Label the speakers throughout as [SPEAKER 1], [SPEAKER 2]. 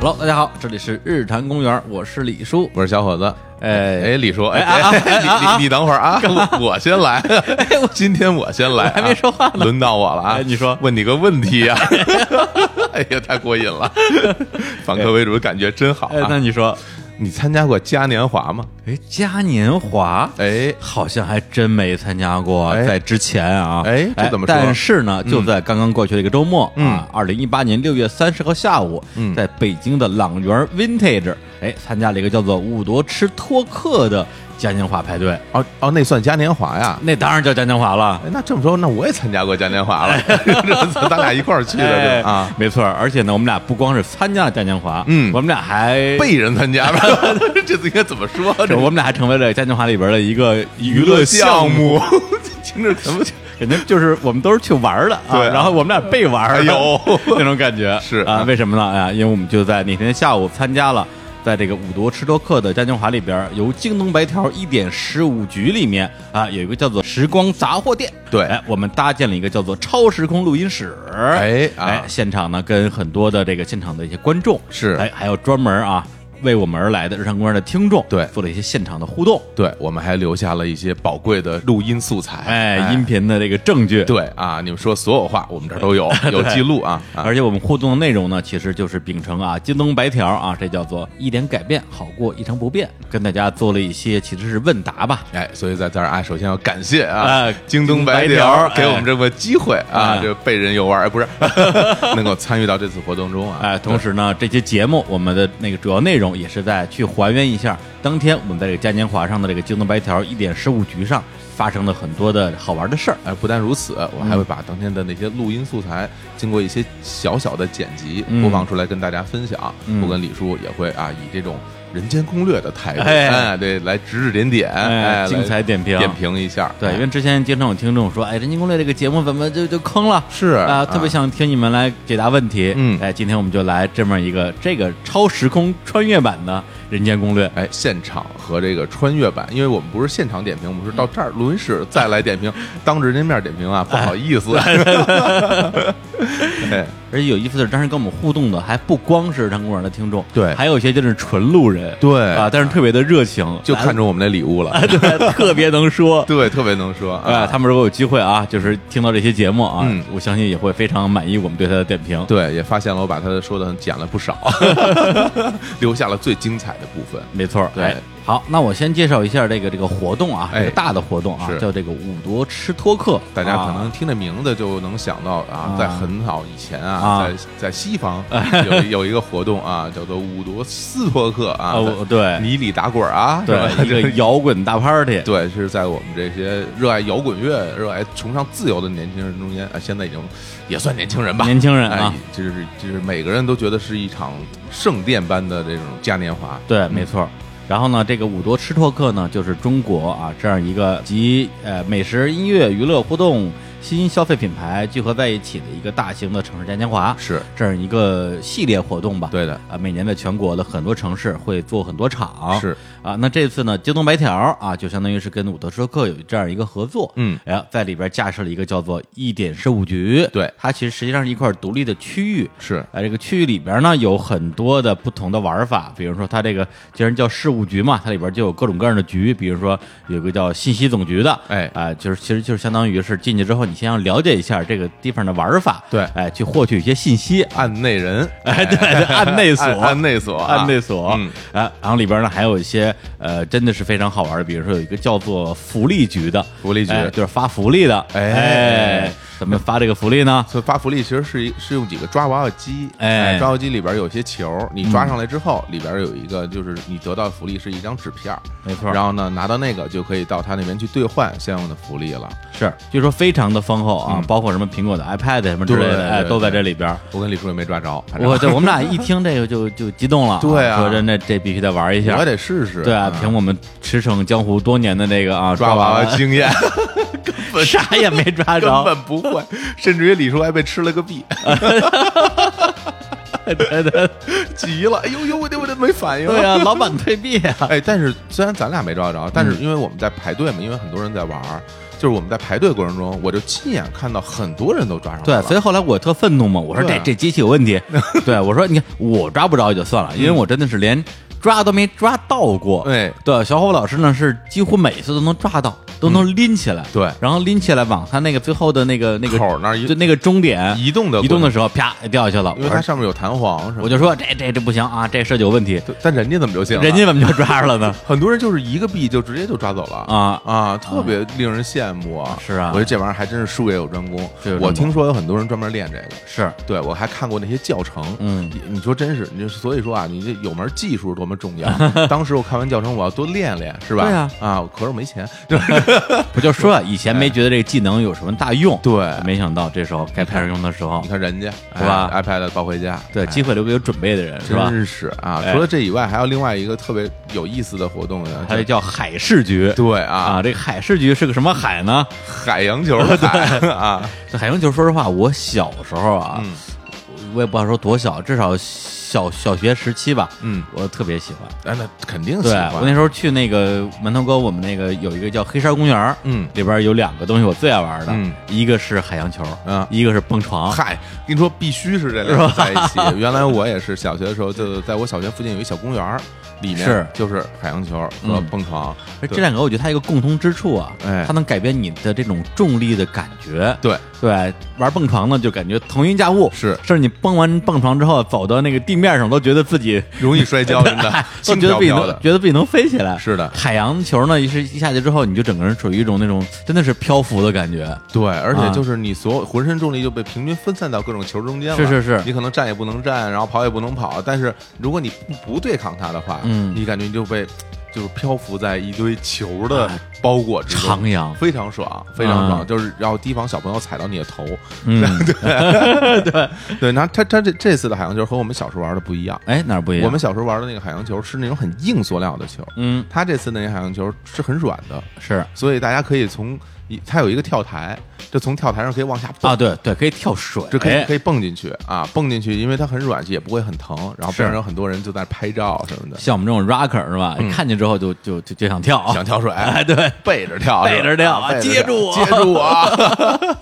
[SPEAKER 1] Hello，大家好，这里是日坛公园，我是李叔。
[SPEAKER 2] 我是小伙子。
[SPEAKER 1] 哎
[SPEAKER 2] 哎，李叔，哎
[SPEAKER 1] 哎啊
[SPEAKER 2] 哎，
[SPEAKER 1] 啊啊哎
[SPEAKER 2] 你你你等会 儿啊，我我先来，今天我先来啊，
[SPEAKER 1] 我还没说话呢
[SPEAKER 2] 轮到我了啊！
[SPEAKER 1] 哎你说
[SPEAKER 2] 问你个问题啊！ 哎呀，太过瘾了，反客为主的感觉真好
[SPEAKER 1] 哎，那
[SPEAKER 2] 啊！
[SPEAKER 1] 你说，
[SPEAKER 2] 你参加过嘉年华吗？
[SPEAKER 1] 哎，嘉年华，
[SPEAKER 2] 哎，
[SPEAKER 1] 好像还真没参加过，
[SPEAKER 2] 哎
[SPEAKER 1] 在之前啊，
[SPEAKER 2] 哎这怎么说嗯
[SPEAKER 1] 但是呢，就在刚刚过去的一个周末啊，二零一八年六月三十号下午，
[SPEAKER 2] 嗯
[SPEAKER 1] 在北京的朗园 Vintage，哎，参加了一个叫做“五夺吃托克”的嘉年华派对，
[SPEAKER 2] 哦哦，那算嘉年华呀？
[SPEAKER 1] 那当然叫嘉年华了。
[SPEAKER 2] 哎，那这么说，那我也参加过嘉年 华了，咱俩一块儿去的
[SPEAKER 1] 哎
[SPEAKER 2] 对吧啊，，
[SPEAKER 1] 没错，而且呢，我们俩不光是参加了嘉年华，
[SPEAKER 2] 嗯
[SPEAKER 1] 我们俩还
[SPEAKER 2] 被人 参加吧？这次应该怎么说？
[SPEAKER 1] 这我们俩还成为了嘉年华里边的一个娱乐
[SPEAKER 2] 项
[SPEAKER 1] 项目，
[SPEAKER 2] 目， 听着怎么
[SPEAKER 1] 感觉就是我们都是去玩儿的啊，
[SPEAKER 2] 对啊
[SPEAKER 1] 然后我们俩被玩儿的
[SPEAKER 2] 哎呦
[SPEAKER 1] 那种感觉
[SPEAKER 2] 是
[SPEAKER 1] 啊，为什么呢？哎呀，因为我们就在那天下午参加了。在这个五夺吃多克的嘉年华里边儿，由京东白条一点十五局里面啊，有一个叫做时光杂货店。
[SPEAKER 2] 对
[SPEAKER 1] 哎，我们搭建了一个叫做超时空录音室。
[SPEAKER 2] 哎啊
[SPEAKER 1] 哎，现场呢跟很多的这个现场的一些观众
[SPEAKER 2] 是
[SPEAKER 1] 哎，还有专门啊为我们而来的日常公园的听众
[SPEAKER 2] 对
[SPEAKER 1] 做了一些现场的互动。
[SPEAKER 2] 对，我们还留下了一些宝贵的录音素材，
[SPEAKER 1] 哎，音频的这个证据，
[SPEAKER 2] 对啊，你们说所有话，我们这儿 都有有记录啊。啊
[SPEAKER 1] 而且我们互动的内容呢，其实就是秉承啊京东白条啊，这叫做一点改变好过一成不变，跟大家做了一些其实是问答吧。
[SPEAKER 2] 哎，所以在这儿啊，首先要感谢啊
[SPEAKER 1] 哎，
[SPEAKER 2] 京东白
[SPEAKER 1] 京东白条
[SPEAKER 2] 条
[SPEAKER 1] 哎
[SPEAKER 2] 给我们这个机会啊
[SPEAKER 1] 哎，
[SPEAKER 2] 这被人游玩，哎，不是 能够参与到这次活动中啊。
[SPEAKER 1] 哎，同时呢，这期节目我们的那个主要内容也是在去还原一下当天我们在这个嘉年华上的这个京东白条一点十五局上发生了很多的好玩的事儿。
[SPEAKER 2] 哎，不但如此，我还会把当天的那些录音素材，经过一些小小的剪辑
[SPEAKER 1] 嗯
[SPEAKER 2] 播放出来，跟大家分享。
[SPEAKER 1] 嗯
[SPEAKER 2] 我跟李叔也会啊，以这种人间攻略的态度，
[SPEAKER 1] 哎
[SPEAKER 2] 哎，对，来指指点点，哎，
[SPEAKER 1] 精彩
[SPEAKER 2] 来
[SPEAKER 1] 点评
[SPEAKER 2] 点评一哎下。
[SPEAKER 1] 对，因为之前经常有听众说，哎，《人间攻略》这个节目怎么就就坑了？
[SPEAKER 2] 是
[SPEAKER 1] 啊、
[SPEAKER 2] 啊
[SPEAKER 1] 特别想听你们来解答问题。
[SPEAKER 2] 嗯
[SPEAKER 1] 哎，今天我们就来这么一个这个超时空穿越版的《人间攻 略》。
[SPEAKER 2] 哎，现场和这个穿越版，因为我们不是现场点评，我们是到这
[SPEAKER 1] 嗯
[SPEAKER 2] 儿录音室再来点评，当着人家面点评啊，不好意思。 哎，
[SPEAKER 1] 而且有意思的是，当时跟我们互动的还不光是张公园的听众，
[SPEAKER 2] 对
[SPEAKER 1] 还有一些就是纯路人，
[SPEAKER 2] 对
[SPEAKER 1] 啊，但是特别的热情，
[SPEAKER 2] 就看中我们那礼物了，
[SPEAKER 1] 来 对，特别能说。
[SPEAKER 2] 对，特别能说
[SPEAKER 1] 啊，他们如果有机会啊，就是听到这些节目啊，
[SPEAKER 2] 嗯
[SPEAKER 1] 我相信也会非常满意我们对他的点评。
[SPEAKER 2] 对，也发现了我把他说的剪了不 少，留下了最精彩的部分。
[SPEAKER 1] 没错儿，
[SPEAKER 2] 对
[SPEAKER 1] 哎好，那我先介绍一下这个这个活动啊，
[SPEAKER 2] 哎
[SPEAKER 1] 这个大的活动啊，
[SPEAKER 2] 是
[SPEAKER 1] 叫这个五夺吃托克，
[SPEAKER 2] 大家可
[SPEAKER 1] 啊
[SPEAKER 2] 能听这名字就能想到啊
[SPEAKER 1] 啊，
[SPEAKER 2] 在很早以前
[SPEAKER 1] 啊哎
[SPEAKER 2] 啊，在在西方有有一个活动啊，叫做伍德斯托克啊，
[SPEAKER 1] 哦对
[SPEAKER 2] 泥里打滚啊，是吧
[SPEAKER 1] 对一个摇滚大 party，
[SPEAKER 2] 对，是在我们这些热爱摇滚乐、热爱崇尚自由的年轻人中间，啊，现在已经也算年轻人吧，
[SPEAKER 1] 年轻人啊
[SPEAKER 2] 哎，就是就是每个人都觉得是一场圣殿般的这种嘉年华，
[SPEAKER 1] 对，没错儿。然后呢，这个五夺吃托克呢，就是中国啊这样一个集呃美食、音乐、娱乐活动、新消费品牌聚合在一起的一个大型的城市嘉年华，
[SPEAKER 2] 是
[SPEAKER 1] 这样一个系列活动吧。
[SPEAKER 2] 对的，
[SPEAKER 1] 啊，每年在全国的很多城市会做很多场，
[SPEAKER 2] 是
[SPEAKER 1] 啊，那这次呢，京东白条啊，就相当于是跟伍德说客有这样一个合作，
[SPEAKER 2] 嗯
[SPEAKER 1] 哎呀，在里边架设了一个叫做一点事务局，
[SPEAKER 2] 对
[SPEAKER 1] 它其实实际上是一块独立的区域，
[SPEAKER 2] 是
[SPEAKER 1] 哎，这个区域里边呢有很多的不同的玩法，比如说它这个既然叫事务局嘛，它里边就有各种各样的局，比如说有个叫信息总局的，
[SPEAKER 2] 哎
[SPEAKER 1] 啊、就是其实就是相当于是进去之后，你先要了解一下这个地方的玩法，
[SPEAKER 2] 对
[SPEAKER 1] 哎，去获取一些信息，
[SPEAKER 2] 案内人，
[SPEAKER 1] 哎，对，按内锁，
[SPEAKER 2] 按按内锁啊
[SPEAKER 1] 按内锁，
[SPEAKER 2] 嗯
[SPEAKER 1] 啊，然后里边呢还有一些呃，真的是非常好玩的，比如说有一个叫做福利局的，
[SPEAKER 2] 福利局
[SPEAKER 1] 哎就是发福利的，
[SPEAKER 2] 哎
[SPEAKER 1] 哎，怎么发这个福利呢？
[SPEAKER 2] 所以发福利其实是一是用几个抓娃娃机，
[SPEAKER 1] 哎嗯
[SPEAKER 2] 抓娃娃机里边有些球，你抓上来之后，里边有一个就是你得到的福利是一张纸片儿，
[SPEAKER 1] 没错
[SPEAKER 2] 然后呢，拿到那个就可以到他那边去兑换相应的福利了。
[SPEAKER 1] 是，据说非常的丰厚啊，包括什么苹果的 iPad 什么之类
[SPEAKER 2] 嗯对
[SPEAKER 1] 的，哎，
[SPEAKER 2] 对
[SPEAKER 1] 都在
[SPEAKER 2] 对
[SPEAKER 1] 这里边儿。
[SPEAKER 2] 我跟李叔也没抓着，反正
[SPEAKER 1] 我对我们 俩一听这个就就激动了，
[SPEAKER 2] 对啊
[SPEAKER 1] 说真的，这必须得玩一
[SPEAKER 2] 我
[SPEAKER 1] 下
[SPEAKER 2] 也。得试试。
[SPEAKER 1] 对啊，
[SPEAKER 2] 嗯
[SPEAKER 1] 凭我们驰骋江湖多年的这个啊
[SPEAKER 2] 抓
[SPEAKER 1] 娃
[SPEAKER 2] 娃娃经验
[SPEAKER 1] 啥也没抓
[SPEAKER 2] 根
[SPEAKER 1] 着，
[SPEAKER 2] 本不会，甚至于李叔还被吃了个币，
[SPEAKER 1] 对对
[SPEAKER 2] 急了，哎呦呦，我得我得没反应。
[SPEAKER 1] 对啊，嗯老板退币啊，
[SPEAKER 2] 哎，但是虽然咱俩没抓着，但是因为我们在排队嘛，因为很多人在玩儿，就是我们在排队过程中，我就亲眼看到很多人都抓上来
[SPEAKER 1] 对，
[SPEAKER 2] 了。
[SPEAKER 1] 所以后来我特愤怒嘛，我说
[SPEAKER 2] 对
[SPEAKER 1] 这
[SPEAKER 2] 啊
[SPEAKER 1] 这机器有 问题，对我说你看我抓不着也就算了，因为
[SPEAKER 2] 嗯
[SPEAKER 1] 我真的是连抓都没抓到过。
[SPEAKER 2] 对
[SPEAKER 1] 对，小伙老师呢是几乎每次都能抓到，都能拎起来。
[SPEAKER 2] 嗯对
[SPEAKER 1] 然后拎起来往他那个最后的那个那个
[SPEAKER 2] 口儿那儿一
[SPEAKER 1] 就那个终点
[SPEAKER 2] 移动的
[SPEAKER 1] 移动的时候，啪掉下去了。
[SPEAKER 2] 因为
[SPEAKER 1] 我
[SPEAKER 2] 它
[SPEAKER 1] 说
[SPEAKER 2] 上面有弹簧什么的。
[SPEAKER 1] 我就说这这这不行啊，这事儿就有问题。
[SPEAKER 2] 对啊但人家怎么就行了？
[SPEAKER 1] 人家怎么就抓着了 呢？
[SPEAKER 2] 很多人就是一个币就直接就抓走了
[SPEAKER 1] 啊
[SPEAKER 2] 啊，特别令人羡慕啊！
[SPEAKER 1] 是啊
[SPEAKER 2] 我觉得这玩意儿还真是术业有专攻
[SPEAKER 1] 是有。专
[SPEAKER 2] 我
[SPEAKER 1] 攻
[SPEAKER 2] 听说有很多人专门练这个，
[SPEAKER 1] 是，
[SPEAKER 2] 对我还看过那些教程。
[SPEAKER 1] 嗯
[SPEAKER 2] 你，你说真是，你就所以说啊，你这有门技术多么重 要。当时我看完教程，我要多练练，是吧？
[SPEAKER 1] 对啊，
[SPEAKER 2] 可是我没钱， 就是
[SPEAKER 1] 不就说啊以前没觉得这个技能有什么大用，
[SPEAKER 2] 对
[SPEAKER 1] 没想到这时候该派上用的时候
[SPEAKER 2] 你，看人家
[SPEAKER 1] 是吧
[SPEAKER 2] 哎？iPad 抱回家，
[SPEAKER 1] 对，
[SPEAKER 2] 哎
[SPEAKER 1] 机会留给有准备的人，是吧？
[SPEAKER 2] 真是啊！
[SPEAKER 1] 哎
[SPEAKER 2] 除了这以外，还有另外一个特别有意思的活动呢，
[SPEAKER 1] 还有叫
[SPEAKER 2] 叫
[SPEAKER 1] 海事局
[SPEAKER 2] 对 啊，
[SPEAKER 1] 啊，这个海事局是个什么海呢？
[SPEAKER 2] 海洋球的海 啊，
[SPEAKER 1] 这海洋球，说实话，我小时候啊，
[SPEAKER 2] 嗯
[SPEAKER 1] 我也不好说多小，至少小小学时期吧，
[SPEAKER 2] 嗯，
[SPEAKER 1] 我特别喜欢。
[SPEAKER 2] 哎，那肯定喜
[SPEAKER 1] 对
[SPEAKER 2] 欢
[SPEAKER 1] 我那时候去那个门头沟，我们那个有一个叫黑山公园儿，
[SPEAKER 2] 嗯
[SPEAKER 1] 里边有两个东西我最爱玩的，
[SPEAKER 2] 嗯
[SPEAKER 1] 一个是海洋球，
[SPEAKER 2] 嗯
[SPEAKER 1] 一个是蹦床。
[SPEAKER 2] 嗨，跟你说必须是这两个在一起。原来我也是小学的时候，就在我小学附近有一小公园儿，里
[SPEAKER 1] 是
[SPEAKER 2] 面就是海洋球和
[SPEAKER 1] 嗯
[SPEAKER 2] 蹦床。
[SPEAKER 1] 而这两个我觉得它一个共通之处啊，
[SPEAKER 2] 哎
[SPEAKER 1] 它能改变你的这种重力的感觉。
[SPEAKER 2] 对，
[SPEAKER 1] 对，玩蹦床呢就感觉腾云驾雾，
[SPEAKER 2] 是
[SPEAKER 1] 甚至你蹦完蹦床之后走到那个地面上，都觉得自己
[SPEAKER 2] 容易摔跤，真 的
[SPEAKER 1] 都哦觉得
[SPEAKER 2] 轻飘
[SPEAKER 1] 自己
[SPEAKER 2] 飘
[SPEAKER 1] 能
[SPEAKER 2] 的。
[SPEAKER 1] 觉得自己能飞起来。
[SPEAKER 2] 是的，
[SPEAKER 1] 海洋球呢，一是一下去之后，你就整个人处于一种那种真的是漂浮的感觉。
[SPEAKER 2] 对，而
[SPEAKER 1] 啊
[SPEAKER 2] 且就是你所有浑身重力就被平均分散到各种球中间了。
[SPEAKER 1] 是是是
[SPEAKER 2] 你可能站也不能站，然后跑也不能跑。但是如果你不不对抗它的话，
[SPEAKER 1] 嗯
[SPEAKER 2] 你感觉你就被就是漂浮在一堆球的
[SPEAKER 1] 哎
[SPEAKER 2] 包裹之
[SPEAKER 1] 徜
[SPEAKER 2] 中。
[SPEAKER 1] 徉，
[SPEAKER 2] 非常爽，非常爽，
[SPEAKER 1] 啊
[SPEAKER 2] 就是要提防小朋友踩到你的头，
[SPEAKER 1] 嗯，
[SPEAKER 2] 对，那它它这这次的海洋球和我们小时候玩的不一样。
[SPEAKER 1] 哎，哪儿不一样？
[SPEAKER 2] 我们小时候玩的那个海洋球是那种很硬塑料的球，
[SPEAKER 1] 嗯
[SPEAKER 2] 它这次那个海洋球是很软的，
[SPEAKER 1] 是
[SPEAKER 2] 所以大家可以从一它有一个跳台，就从跳台上可以往下蹦，
[SPEAKER 1] 啊，对对，可以跳水，哎
[SPEAKER 2] 这可以可以蹦进去啊，蹦进去，因为它很软，也不会很疼。然后
[SPEAKER 1] 是
[SPEAKER 2] 边上有很多人就在拍照什么的，
[SPEAKER 1] 像我们这种 rocker 是吧？看见之后就就就就想跳，
[SPEAKER 2] 嗯想跳 水，
[SPEAKER 1] 哎，对，
[SPEAKER 2] 背着跳，
[SPEAKER 1] 背着跳
[SPEAKER 2] 啊
[SPEAKER 1] 啊
[SPEAKER 2] 背
[SPEAKER 1] 接住我
[SPEAKER 2] 接住我，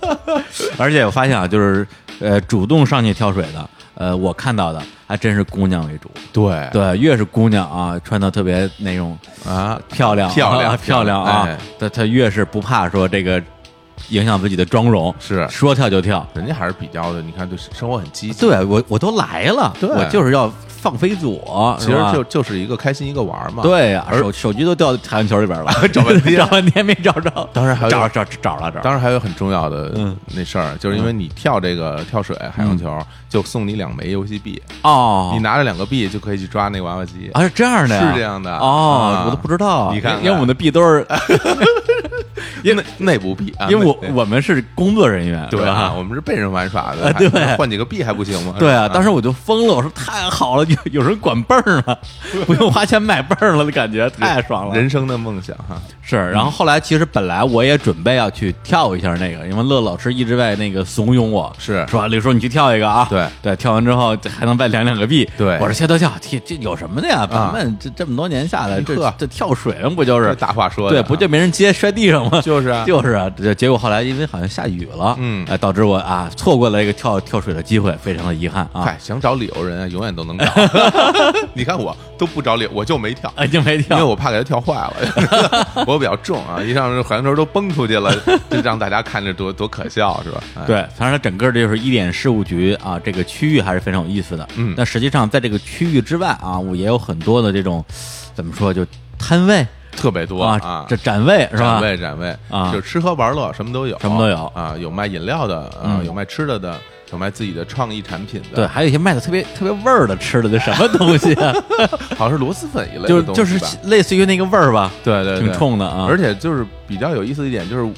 [SPEAKER 1] 而且我发现啊，就是呃，主动上去跳水的，呃，我看到的还真是姑娘为主。
[SPEAKER 2] 对
[SPEAKER 1] 对，越是姑娘啊，穿的特别那种
[SPEAKER 2] 啊，
[SPEAKER 1] 漂亮啊、
[SPEAKER 2] 漂亮
[SPEAKER 1] 漂亮啊
[SPEAKER 2] 哎，
[SPEAKER 1] 她她越是不怕说这个影响自己的妆容，
[SPEAKER 2] 是
[SPEAKER 1] 说跳就跳。
[SPEAKER 2] 人家还是比较的，你看对生活很积极。
[SPEAKER 1] 对我我都来了，
[SPEAKER 2] 对
[SPEAKER 1] 我就是要放飞自我，
[SPEAKER 2] 其实
[SPEAKER 1] 是吧
[SPEAKER 2] 就就是一个开心一个玩儿嘛。
[SPEAKER 1] 对呀、
[SPEAKER 2] 而
[SPEAKER 1] 手手机都掉海洋球里边了，
[SPEAKER 2] 找半 天
[SPEAKER 1] 找半天没找着，
[SPEAKER 2] 当然还有
[SPEAKER 1] 找找找了找，
[SPEAKER 2] 当然还有很重要的
[SPEAKER 1] 嗯
[SPEAKER 2] 那事儿，就是因为你跳这个跳水海洋球，就送你两枚游戏币，
[SPEAKER 1] 哦
[SPEAKER 2] 你，拿着两个币就可以去抓那个娃娃机。
[SPEAKER 1] 啊是这样的呀，
[SPEAKER 2] 是这样的
[SPEAKER 1] 哦
[SPEAKER 2] 啊，
[SPEAKER 1] 我都不知道，
[SPEAKER 2] 你看看
[SPEAKER 1] 因为我们的币都 是
[SPEAKER 2] 因为内部币啊，
[SPEAKER 1] 因为我
[SPEAKER 2] 内
[SPEAKER 1] 我们是工作人员，
[SPEAKER 2] 对啊，
[SPEAKER 1] 吧？啊
[SPEAKER 2] 我们是被人玩耍的，
[SPEAKER 1] 对
[SPEAKER 2] 还换几个币还不行吗？
[SPEAKER 1] 对啊，当时
[SPEAKER 2] 我
[SPEAKER 1] 我就疯了，我说太好了，有有人管泵儿了，不用花钱买泵儿了的感觉，太爽了。
[SPEAKER 2] 人生的梦想哈，
[SPEAKER 1] 是，然后
[SPEAKER 2] 嗯
[SPEAKER 1] 后来其实本来我也准备要去跳一下那个，因为乐老师一直在那个怂恿我，
[SPEAKER 2] 是
[SPEAKER 1] 说李叔你去跳一个啊，
[SPEAKER 2] 对
[SPEAKER 1] 对，跳完之后还能再两两个币，
[SPEAKER 2] 对
[SPEAKER 1] 我说跳跳跳，这这有什么的呀？咱
[SPEAKER 2] 啊
[SPEAKER 1] 们这这么多年下来，这
[SPEAKER 2] 呵
[SPEAKER 1] 这跳水上不就是
[SPEAKER 2] 这大话说的
[SPEAKER 1] 对，
[SPEAKER 2] 啊，
[SPEAKER 1] 不就没人接摔地上吗？
[SPEAKER 2] 就是啊
[SPEAKER 1] 就是啊，这结果后来因为好像下雨了，
[SPEAKER 2] 嗯
[SPEAKER 1] 哎，导致我啊错过了一个跳跳水的机会，非常的遗憾啊，
[SPEAKER 2] 嗨，想找理由人啊，永远都能找。你看我都不找理，由，我就没跳。
[SPEAKER 1] 啊就没
[SPEAKER 2] 因为
[SPEAKER 1] 跳。
[SPEAKER 2] 我怕给它跳坏了， 我比较重啊，一上这环球都崩出去了，就让大家看着多多可笑是吧？哎
[SPEAKER 1] 对，反正它整个就是一点事务局啊，这个区域还是非常有意思的。
[SPEAKER 2] 嗯
[SPEAKER 1] 但实际上在这个区域之外啊，我也有很多的这种怎么说就摊位
[SPEAKER 2] 特别多
[SPEAKER 1] 啊，这展位是吧
[SPEAKER 2] 展？位展位
[SPEAKER 1] 啊
[SPEAKER 2] 就吃喝玩乐什么都有，
[SPEAKER 1] 什么都有
[SPEAKER 2] 啊，有卖饮料的，啊，
[SPEAKER 1] 嗯
[SPEAKER 2] 有卖吃的的，有卖自己的创意产品
[SPEAKER 1] 对，
[SPEAKER 2] 的，
[SPEAKER 1] 还有一些卖的特别特别味儿的吃的，这什么东西 啊？
[SPEAKER 2] 好像是螺蛳粉一类
[SPEAKER 1] 就
[SPEAKER 2] 的
[SPEAKER 1] 是
[SPEAKER 2] 东西
[SPEAKER 1] 就是
[SPEAKER 2] 吧
[SPEAKER 1] 类似于那个味儿吧，
[SPEAKER 2] 对对，对
[SPEAKER 1] 挺。冲的啊。
[SPEAKER 2] 而且就是比较有意思的一点就是，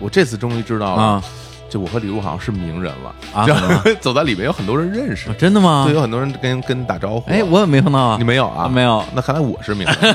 [SPEAKER 2] 我这次终于知道
[SPEAKER 1] 啊
[SPEAKER 2] 了，就我和李璐好像是名人了
[SPEAKER 1] 啊
[SPEAKER 2] 然
[SPEAKER 1] 怎么
[SPEAKER 2] 后 走在里面有很多人认识
[SPEAKER 1] 啊，真的吗
[SPEAKER 2] 对，？有很多人跟跟你打招呼。
[SPEAKER 1] 哎，我也没碰到啊
[SPEAKER 2] 你。没有啊？
[SPEAKER 1] 没有
[SPEAKER 2] 那看来我是名人，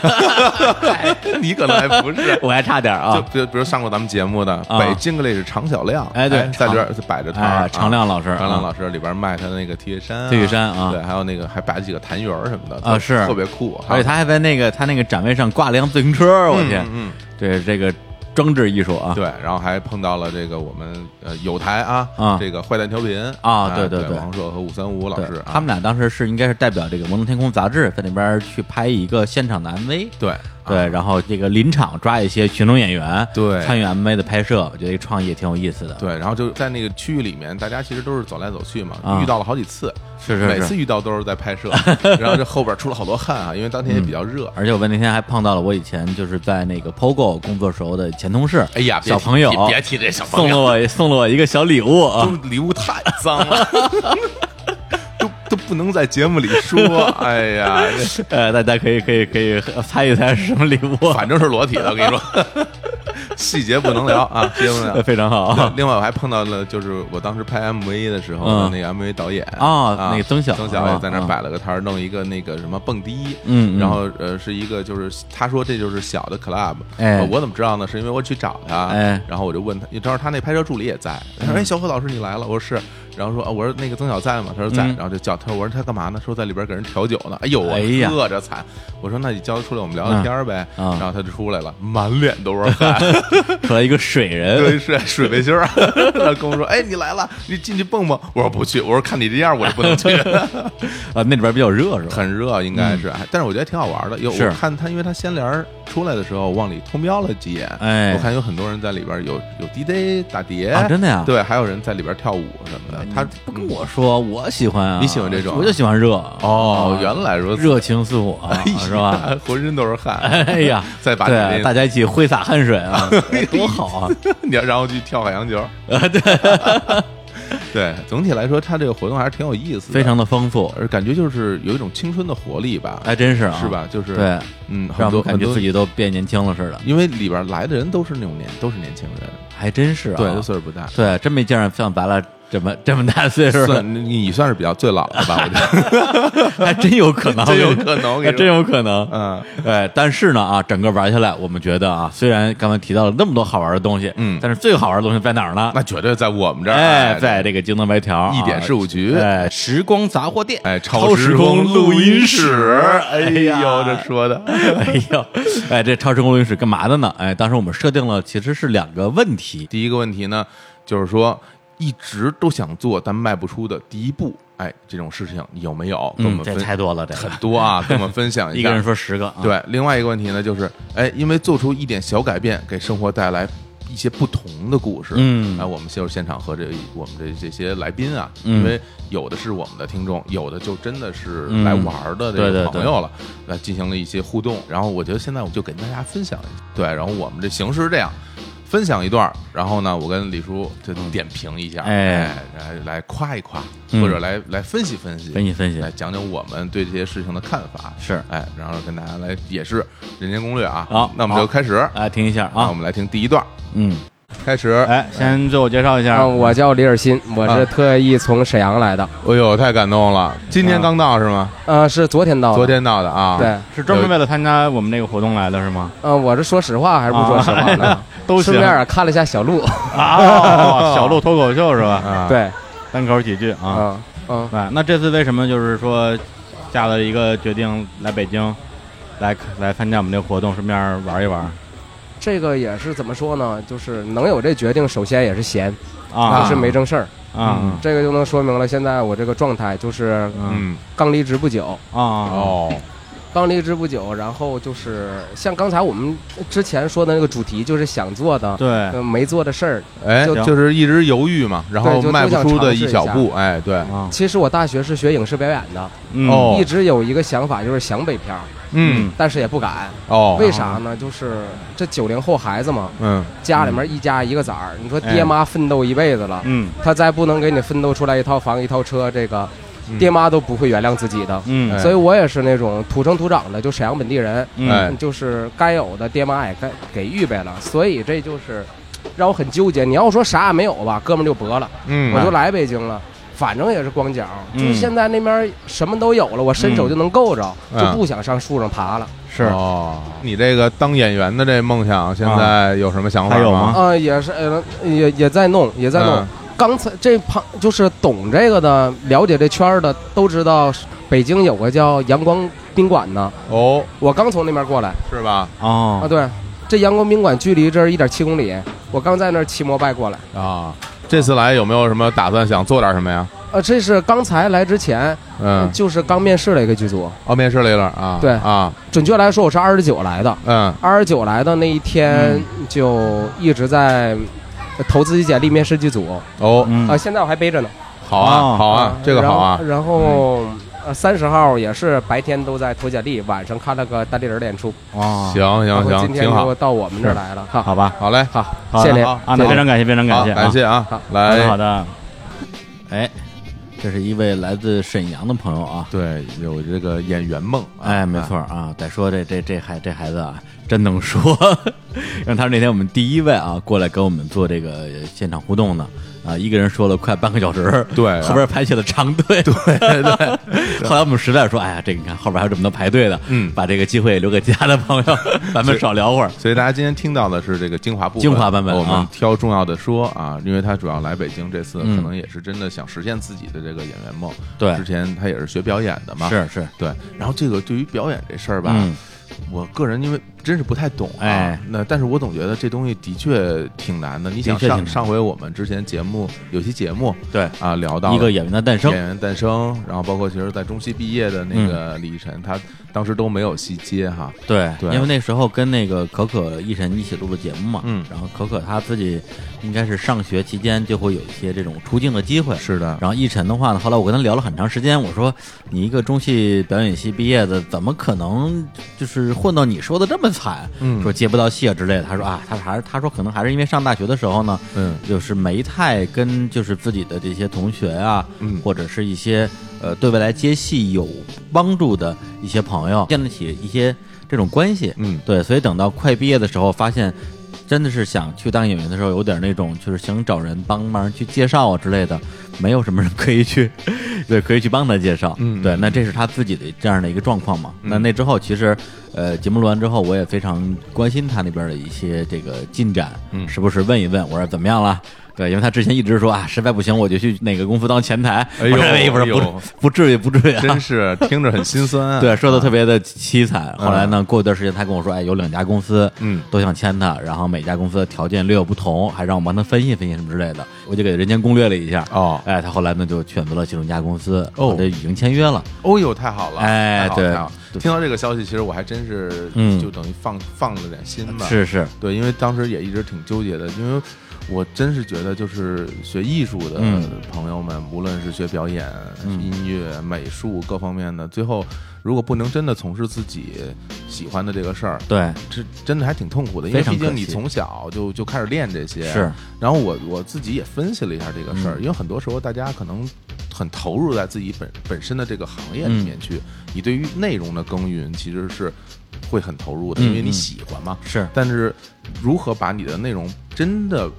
[SPEAKER 2] 你可能还不是。
[SPEAKER 1] 我还差点
[SPEAKER 2] 就
[SPEAKER 1] 啊。
[SPEAKER 2] 比如比如上过咱们节目的
[SPEAKER 1] 啊
[SPEAKER 2] 北京 English 常小亮，
[SPEAKER 1] 哎对
[SPEAKER 2] 在这儿摆着摊
[SPEAKER 1] 哎
[SPEAKER 2] 儿，，
[SPEAKER 1] 常亮老师，
[SPEAKER 2] 啊常亮
[SPEAKER 1] 师，
[SPEAKER 2] 老师里边卖他那个 T 恤衫啊，
[SPEAKER 1] T 恤衫啊
[SPEAKER 2] 对，还有那个还摆几个痰盂儿什么的
[SPEAKER 1] 啊是
[SPEAKER 2] 特别酷，
[SPEAKER 1] 而且他还在那个他那个展位上挂了一辆自行车，我
[SPEAKER 2] 嗯
[SPEAKER 1] 天，
[SPEAKER 2] 嗯，
[SPEAKER 1] 这这个装置艺术啊，
[SPEAKER 2] 对，然后还碰到了这个我们呃有台啊
[SPEAKER 1] 啊
[SPEAKER 2] 这个坏蛋调频
[SPEAKER 1] 啊
[SPEAKER 2] 哎
[SPEAKER 1] 对对
[SPEAKER 2] 对
[SPEAKER 1] 对
[SPEAKER 2] 王硕和武三五老
[SPEAKER 1] 对
[SPEAKER 2] 师啊，
[SPEAKER 1] 他们俩当时是应该是代表这个《摩登天空》杂志在那边儿去拍一个现场的 MV，
[SPEAKER 2] 对啊
[SPEAKER 1] 对，然后这个临场抓一些群众演员，
[SPEAKER 2] 对
[SPEAKER 1] 参与 MV 的拍摄，我觉得这个创意也挺有意思的。，
[SPEAKER 2] 对，然后就在那个区域里面，大家其实都是走来走去嘛，
[SPEAKER 1] 啊
[SPEAKER 2] 遇到了好几次，
[SPEAKER 1] 是是是
[SPEAKER 2] 每次遇到都是在拍 摄，然后这后边出了好多汗啊，因为当天也比较热。
[SPEAKER 1] 而且我那天还碰到了我以前就是在那个 POGO 工作时候的前同事，
[SPEAKER 2] 哎呀，别
[SPEAKER 1] 小
[SPEAKER 2] 提
[SPEAKER 1] 朋友
[SPEAKER 2] 别别提这小朋
[SPEAKER 1] 送了
[SPEAKER 2] 友，
[SPEAKER 1] 我送了我一个小礼物啊，
[SPEAKER 2] 都礼物太脏了， 都都不能在节目里 说，哎呀，这
[SPEAKER 1] 呃，大家可以可以可以猜一猜是什么礼物，
[SPEAKER 2] 反正是裸体的，我跟你说， 细节不能聊啊， 细节不能聊
[SPEAKER 1] 呃。 非常好
[SPEAKER 2] 对
[SPEAKER 1] 啊。
[SPEAKER 2] 另外，我还碰到了，就是我当时拍 MV 的时候，
[SPEAKER 1] 嗯
[SPEAKER 2] 那个 MV 导演
[SPEAKER 1] 啊
[SPEAKER 2] 啊，
[SPEAKER 1] 那个曾晓
[SPEAKER 2] 曾晓也在那
[SPEAKER 1] 啊
[SPEAKER 2] 儿摆了个摊儿，弄一个那个什么蹦迪，
[SPEAKER 1] 嗯嗯
[SPEAKER 2] 然后呃是一个就是他说这就是小的 club，
[SPEAKER 1] 哎
[SPEAKER 2] 呃我怎么知道呢？是因为我去找他，
[SPEAKER 1] 哎嗯
[SPEAKER 2] 然后我就问他，因为正好他那拍摄助理也在，他说哎，小伙老师你来了，我说是。然后说啊，我说那个曾晓在吗？他说在，
[SPEAKER 1] 嗯
[SPEAKER 2] 然后就叫他，我说他干嘛呢？说在里边给人调酒呢。哎呦，我
[SPEAKER 1] 哎呀
[SPEAKER 2] 特着惨。我说那你叫他出来，我们聊聊
[SPEAKER 1] 嗯
[SPEAKER 2] 天儿呗。
[SPEAKER 1] 啊
[SPEAKER 2] 然后他就出来了，满脸都是 汗，
[SPEAKER 1] 出来一个水人，
[SPEAKER 2] 对，是水背心儿， 然后跟我说：“哎，你来了，你进去蹦蹦。”我说：“不去，我说看你这样，我就不能去。
[SPEAKER 1] 啊，那里边比较热是”吧？
[SPEAKER 2] 很热，应该是，哎但是我觉得挺好玩的。有
[SPEAKER 1] 嗯是
[SPEAKER 2] 我看他，因为他掀帘儿出来的时候往里通标了几眼，
[SPEAKER 1] 哎
[SPEAKER 2] 我看有很多人在里边儿有有 DJ 打碟，
[SPEAKER 1] 啊，真的呀？，哎
[SPEAKER 2] 对，还有人在里边儿跳舞什么的。他
[SPEAKER 1] 不跟我说，我喜欢啊，
[SPEAKER 2] 你喜欢这种啊
[SPEAKER 1] 我就喜欢热
[SPEAKER 2] 哦
[SPEAKER 1] 啊，
[SPEAKER 2] 原来如此，
[SPEAKER 1] 热情似火 啊
[SPEAKER 2] 哎呀
[SPEAKER 1] 是吧？？
[SPEAKER 2] 浑身都是汗，
[SPEAKER 1] 哎呀，
[SPEAKER 2] 再把你
[SPEAKER 1] 对
[SPEAKER 2] 那哎
[SPEAKER 1] 大家一起挥洒汗水啊，多好啊！
[SPEAKER 2] 你要然后去跳海洋球。
[SPEAKER 1] 啊，对，
[SPEAKER 2] 对，总体来说，他这个活动还是挺有意思的，
[SPEAKER 1] 非常的丰富，
[SPEAKER 2] 而感觉就是有一种青春的活力吧。
[SPEAKER 1] 还真是啊，
[SPEAKER 2] 是？吧？就是
[SPEAKER 1] 对，
[SPEAKER 2] 嗯，
[SPEAKER 1] 让
[SPEAKER 2] 很
[SPEAKER 1] 我
[SPEAKER 2] 多
[SPEAKER 1] 们感
[SPEAKER 2] 很
[SPEAKER 1] 觉
[SPEAKER 2] 多
[SPEAKER 1] 自，己都变年轻了似的，
[SPEAKER 2] 因为里边来的人都是那种年，都是年轻人，
[SPEAKER 1] 还真是啊，
[SPEAKER 2] 对，都岁数不大。
[SPEAKER 1] 对，真没见着像咱俩这么这么大岁数，
[SPEAKER 2] 算你你算是比较最老的吧，我觉 得，
[SPEAKER 1] 还真有可能，
[SPEAKER 2] 真有可能我跟你
[SPEAKER 1] 还
[SPEAKER 2] 说
[SPEAKER 1] 真有可能。
[SPEAKER 2] 嗯，
[SPEAKER 1] 对，但是呢啊，整个玩下来，我们觉得啊，虽然刚才提到了那么多好玩的东西，
[SPEAKER 2] 嗯
[SPEAKER 1] 但是最好玩的东西在哪儿呢？
[SPEAKER 2] 那绝对在我们这儿，
[SPEAKER 1] 哎，
[SPEAKER 2] 哎，
[SPEAKER 1] 在这个京东白条啊
[SPEAKER 2] 一点事务局，
[SPEAKER 1] 哎，时光杂货店，
[SPEAKER 2] 哎，
[SPEAKER 1] 超
[SPEAKER 2] 时
[SPEAKER 1] 空
[SPEAKER 2] 录
[SPEAKER 1] 音
[SPEAKER 2] 室，哎呦，
[SPEAKER 1] 呀，
[SPEAKER 2] 这说的，
[SPEAKER 1] 哎呦，哎，这超时空录音室干嘛的呢？哎，当时我们设定了其实是两个问题，
[SPEAKER 2] 第一个问题呢，就是说一直都想做但迈不出的第一步，哎，这种事情你有没有？跟我
[SPEAKER 1] 嗯，
[SPEAKER 2] 们
[SPEAKER 1] 这
[SPEAKER 2] 分
[SPEAKER 1] 太多了，这
[SPEAKER 2] 很
[SPEAKER 1] 个
[SPEAKER 2] 多啊，跟我们分 享
[SPEAKER 1] 一
[SPEAKER 2] 下
[SPEAKER 1] 个人说十个，啊，
[SPEAKER 2] 对，另外一个问题呢，就是哎，因为做出一点小改变，给生活带来一些不同的故事。
[SPEAKER 1] 嗯
[SPEAKER 2] 哎，我们就是现场和这我们的这些来宾啊，
[SPEAKER 1] 嗯
[SPEAKER 2] 因为有的是我们的听众，有的就真的是
[SPEAKER 1] 嗯
[SPEAKER 2] 来玩儿的这
[SPEAKER 1] 对对
[SPEAKER 2] 个
[SPEAKER 1] 对
[SPEAKER 2] 朋友了，来进行了一些互动。然后我觉得现在我就给大家分享一下，对，然后我们这形式是这样。分享一段儿，然后呢，我跟李叔就点评一下，
[SPEAKER 1] 哎
[SPEAKER 2] 哎，来来夸一夸，
[SPEAKER 1] 嗯
[SPEAKER 2] 或者来来分析分析，
[SPEAKER 1] 分析分析
[SPEAKER 2] 来讲讲我们对这些事情的看法。
[SPEAKER 1] 是
[SPEAKER 2] 哎，然后跟大家来也是《人间攻略》啊。
[SPEAKER 1] 好
[SPEAKER 2] 那我们就开始。
[SPEAKER 1] 哎，听一下
[SPEAKER 2] 那我
[SPEAKER 1] 啊，
[SPEAKER 2] 们来听第一段，
[SPEAKER 1] 嗯，
[SPEAKER 2] 开始。
[SPEAKER 1] 哎，先自我介绍一下，
[SPEAKER 3] 啊，我叫李尔新，我
[SPEAKER 1] 啊
[SPEAKER 3] 是特意从沈阳来的，
[SPEAKER 2] 哎呦，太感动了！今天刚到是吗？
[SPEAKER 3] 呃，是昨天到的。
[SPEAKER 2] 昨天到的啊。
[SPEAKER 3] 对，，
[SPEAKER 1] 是专门为了参加我们那个活动来的是吗？
[SPEAKER 3] 嗯、我是说实话还是不说实话呢？
[SPEAKER 1] 都行
[SPEAKER 3] 顺便啊看了一下小鹿，
[SPEAKER 4] 哦
[SPEAKER 1] 啊，小鹿脱口秀是吧？
[SPEAKER 2] 啊，
[SPEAKER 3] 对，
[SPEAKER 1] 单口喜剧啊，
[SPEAKER 3] 嗯嗯，
[SPEAKER 1] 对，那这次为什么就是说下了一个决定来北京，来来参加我们这个活动，顺便玩一玩
[SPEAKER 3] 这个也是怎么说呢？就是能有这决定，首先也是闲，
[SPEAKER 1] 啊？
[SPEAKER 3] 不是没正事儿，
[SPEAKER 1] 啊
[SPEAKER 3] 这个就能说明了现在我这个状态就是
[SPEAKER 1] 嗯
[SPEAKER 2] 嗯，
[SPEAKER 3] 刚离职不久，
[SPEAKER 1] 啊
[SPEAKER 3] 嗯
[SPEAKER 1] 哦
[SPEAKER 2] 哦，
[SPEAKER 3] 刚离职不久，然后就是像刚才我们之前说的那个主题，就是想做的。
[SPEAKER 1] 对
[SPEAKER 3] 呃没做的事儿，
[SPEAKER 2] 哎，
[SPEAKER 3] 就
[SPEAKER 2] 就是一直犹豫嘛，然后
[SPEAKER 3] 对就
[SPEAKER 2] 迈不出的
[SPEAKER 3] 就想尝试一
[SPEAKER 2] 小步，哎，对，
[SPEAKER 1] 啊
[SPEAKER 3] 其实我大学是学影视表演的，
[SPEAKER 1] 嗯
[SPEAKER 2] 哦
[SPEAKER 3] 一直有一个想法，就是想北漂，
[SPEAKER 2] 嗯，
[SPEAKER 3] 但是也不敢。
[SPEAKER 2] 哦，
[SPEAKER 3] 为啥呢？就是这九零后孩子嘛，
[SPEAKER 2] 嗯，
[SPEAKER 3] 家里面一家一个崽儿，你说
[SPEAKER 1] 哎
[SPEAKER 3] 爹妈奋斗一辈子了，
[SPEAKER 1] 嗯
[SPEAKER 3] 他再不能给你奋斗出来一套房一套车，这个
[SPEAKER 2] 嗯
[SPEAKER 3] 爹妈都不会原谅自己的。
[SPEAKER 1] 嗯
[SPEAKER 3] 所以我也是那种土生土长的，就沈阳本地人，
[SPEAKER 2] 哎
[SPEAKER 1] 嗯
[SPEAKER 3] 就是该有的爹妈也该给预备了，所以这就是让我很纠结。你要说啥也没有吧，哥们儿就驳了，
[SPEAKER 2] 嗯，
[SPEAKER 3] 我就来北京了。反正也是光脚，就
[SPEAKER 1] 嗯
[SPEAKER 3] 是现在那边什么都有了，我伸手就能够着，
[SPEAKER 2] 嗯
[SPEAKER 3] 就不想上树上爬了。
[SPEAKER 1] 是
[SPEAKER 2] 哦，你这个当演员的这梦想，现在有什么想法
[SPEAKER 1] 还有吗
[SPEAKER 2] 吗？
[SPEAKER 3] 啊、也是，呃，也也在弄，也在弄。
[SPEAKER 2] 嗯
[SPEAKER 3] 刚才这旁就是懂这个的、了解这圈儿的都知道，北京有个叫阳光宾馆呢。
[SPEAKER 2] 哦，
[SPEAKER 3] 我刚从那边过来
[SPEAKER 2] 是吧？
[SPEAKER 1] 哦
[SPEAKER 3] 啊，对，这阳光宾馆距离这儿一点七公里，我刚在那儿骑摩拜过来。
[SPEAKER 2] 啊，这次来有没有什么打算想做点什么呀？
[SPEAKER 3] 呃，这是刚才来之前，
[SPEAKER 2] 嗯，
[SPEAKER 3] 就是刚面试了一个剧组。
[SPEAKER 2] 哦，面试来了啊，
[SPEAKER 3] 对
[SPEAKER 2] 啊，
[SPEAKER 3] 准确来说，我是二十九来的，
[SPEAKER 2] 嗯
[SPEAKER 3] 二十九来的那一天就一直在投自己简历面试剧组。
[SPEAKER 2] 哦，
[SPEAKER 1] 嗯
[SPEAKER 3] 啊，现在我还背着呢。
[SPEAKER 2] 好啊
[SPEAKER 1] 哦
[SPEAKER 2] 好啊，这个好啊
[SPEAKER 3] 嗯然后，然后呃，三十号也是白天都在投简历，晚上看了个单立人演出，
[SPEAKER 1] 哦，
[SPEAKER 2] 行
[SPEAKER 3] 然
[SPEAKER 2] 行
[SPEAKER 3] 后今
[SPEAKER 2] 行，
[SPEAKER 3] 天
[SPEAKER 2] 挺好
[SPEAKER 3] 就，到我们这儿来了。哈，
[SPEAKER 1] 好吧，
[SPEAKER 2] 好嘞，
[SPEAKER 3] 好，
[SPEAKER 1] 好
[SPEAKER 3] 谢谢
[SPEAKER 1] 的
[SPEAKER 3] 您
[SPEAKER 2] 好
[SPEAKER 1] 啊，那非常感谢，非常感
[SPEAKER 2] 好，
[SPEAKER 1] 谢，
[SPEAKER 2] 感谢啊
[SPEAKER 3] 好，
[SPEAKER 1] 啊，好
[SPEAKER 2] 来
[SPEAKER 1] 的，好的。哎，这是一位来自沈阳的朋友啊，
[SPEAKER 2] 对，有这个演员梦啊，
[SPEAKER 1] 哎，没错啊，得说这这这孩这孩子啊，真能说， 因为他是那天我们第一位啊过来跟我们做这个现场互动的啊，一个人说了快半个小时，
[SPEAKER 2] 对啊
[SPEAKER 1] 后边排起了长队， 对对。后来我们实在说，哎呀，这个你看后边还有这么多排队的，
[SPEAKER 2] 嗯
[SPEAKER 1] 把这个机会留给其他的朋 友，咱们少聊会儿。
[SPEAKER 2] 所以大家今天听到的是这个精华部分，
[SPEAKER 1] 精华版本
[SPEAKER 2] 我们
[SPEAKER 1] 啊
[SPEAKER 2] 挑重要的说啊，因为他主要来北京这次，可
[SPEAKER 1] 嗯
[SPEAKER 2] 能也是真的想实现自己的这个演员梦。
[SPEAKER 1] 对
[SPEAKER 2] 之前他也啊是学表演的嘛，
[SPEAKER 1] 是是，
[SPEAKER 2] 对。然后这个对于表演这事儿吧，
[SPEAKER 1] 嗯
[SPEAKER 2] 我个人因为真是不太懂、啊，
[SPEAKER 1] 哎，
[SPEAKER 2] 那但是我总觉得这东西的确挺难的。你想
[SPEAKER 1] 的确挺
[SPEAKER 2] 上
[SPEAKER 1] 难
[SPEAKER 2] 上回我们之前节目有期节目
[SPEAKER 1] 对，
[SPEAKER 2] 啊聊到
[SPEAKER 1] 一个
[SPEAKER 2] 了
[SPEAKER 1] 演员的诞生
[SPEAKER 2] 演，员诞生，然后包括其实在中戏毕业的那个
[SPEAKER 1] 嗯
[SPEAKER 2] 李晨，他当时都没有戏接哈，
[SPEAKER 1] 对，
[SPEAKER 2] 对
[SPEAKER 1] 因为那时候跟那个可可一晨一起录的节目嘛，
[SPEAKER 2] 嗯
[SPEAKER 1] 然后可可他自己应该是上学期间就会有一些这种出镜的机会，
[SPEAKER 2] 是的，
[SPEAKER 1] 然后一晨的话呢，后来我跟他聊了很长时间，我说你一个中戏表演系毕业的，怎么可能就是混到你说的这么惨？
[SPEAKER 2] 嗯
[SPEAKER 1] 说接不到戏啊之类的。他说啊，他还是他说可能还是因为上大学的时候呢，
[SPEAKER 2] 嗯
[SPEAKER 1] 就是没太跟就是自己的这些同学啊，
[SPEAKER 2] 嗯
[SPEAKER 1] 或者是一些呃对未来接戏有帮助的一些朋友建立起一些这种关系。
[SPEAKER 2] 嗯
[SPEAKER 1] 对，所以等到快毕业的时候，发现真的是想去当演员的时候，有点那种就是想找人帮忙去介绍啊之类的，没有什么人可以去， 对，可以去帮他介绍。
[SPEAKER 2] 嗯
[SPEAKER 1] 对，那这是他自己的这样的一个状况嘛。那
[SPEAKER 2] 嗯
[SPEAKER 1] 那之后，其实呃，节目录完之后，我也非常关心他那边的一些这个进展，
[SPEAKER 2] 嗯
[SPEAKER 1] 时不时问一问，我说怎么样了。对，因为他之前一直说啊，实在不行我就去哪个公司当前台。
[SPEAKER 2] 哎呦
[SPEAKER 1] 我说哎不是
[SPEAKER 2] 哎
[SPEAKER 1] 不
[SPEAKER 2] 呦
[SPEAKER 1] 不至于不至于啊，
[SPEAKER 2] 真是听着很心酸、啊。
[SPEAKER 1] 对，说的特别的凄惨。
[SPEAKER 2] 嗯
[SPEAKER 1] 后来呢，过一段时间他跟我说，哎，有两家公司，
[SPEAKER 2] 嗯
[SPEAKER 1] 都想签他，然后每家公司的条件略有不同，还让我帮他分析分析什么之类的。我就给人间攻略了一下，
[SPEAKER 2] 哦
[SPEAKER 1] 哎，他后来呢就选择了其中一家公司，
[SPEAKER 2] 哦
[SPEAKER 1] 这已经签约了，
[SPEAKER 2] 哦呦，太好了！
[SPEAKER 1] 哎
[SPEAKER 2] 太好了
[SPEAKER 1] 对
[SPEAKER 2] 太好了
[SPEAKER 1] 对
[SPEAKER 2] 听到这个消息，其实我还真是，
[SPEAKER 1] 嗯
[SPEAKER 2] 就等于放放了点心吧。，
[SPEAKER 1] 是是，
[SPEAKER 2] 对，因为当时也一直挺纠结的，因为我真是觉得，就是学艺术的
[SPEAKER 1] 嗯
[SPEAKER 2] 朋友们，无论是学表演、
[SPEAKER 1] 嗯
[SPEAKER 2] 音乐、美术各方面的，最后如果不能真的从事自己喜欢的这个事儿，
[SPEAKER 1] 对，
[SPEAKER 2] 这真的还挺痛苦的，因
[SPEAKER 1] 非
[SPEAKER 2] 为
[SPEAKER 1] 常
[SPEAKER 2] 毕
[SPEAKER 1] 可
[SPEAKER 2] 竟你
[SPEAKER 1] 惜
[SPEAKER 2] 从小就就开始练这些，
[SPEAKER 1] 是
[SPEAKER 2] 然后我我自己也分析了一下这个事儿，
[SPEAKER 1] 嗯
[SPEAKER 2] 因为很多时候大家可能很投入在自己本本身的这个行业里面
[SPEAKER 1] 嗯
[SPEAKER 2] 去，你对于内容的耕耘其实是会很投入的，
[SPEAKER 1] 嗯
[SPEAKER 2] 因为你
[SPEAKER 1] 嗯
[SPEAKER 2] 喜欢嘛。
[SPEAKER 1] 是，
[SPEAKER 2] 但是如何把你的内容真的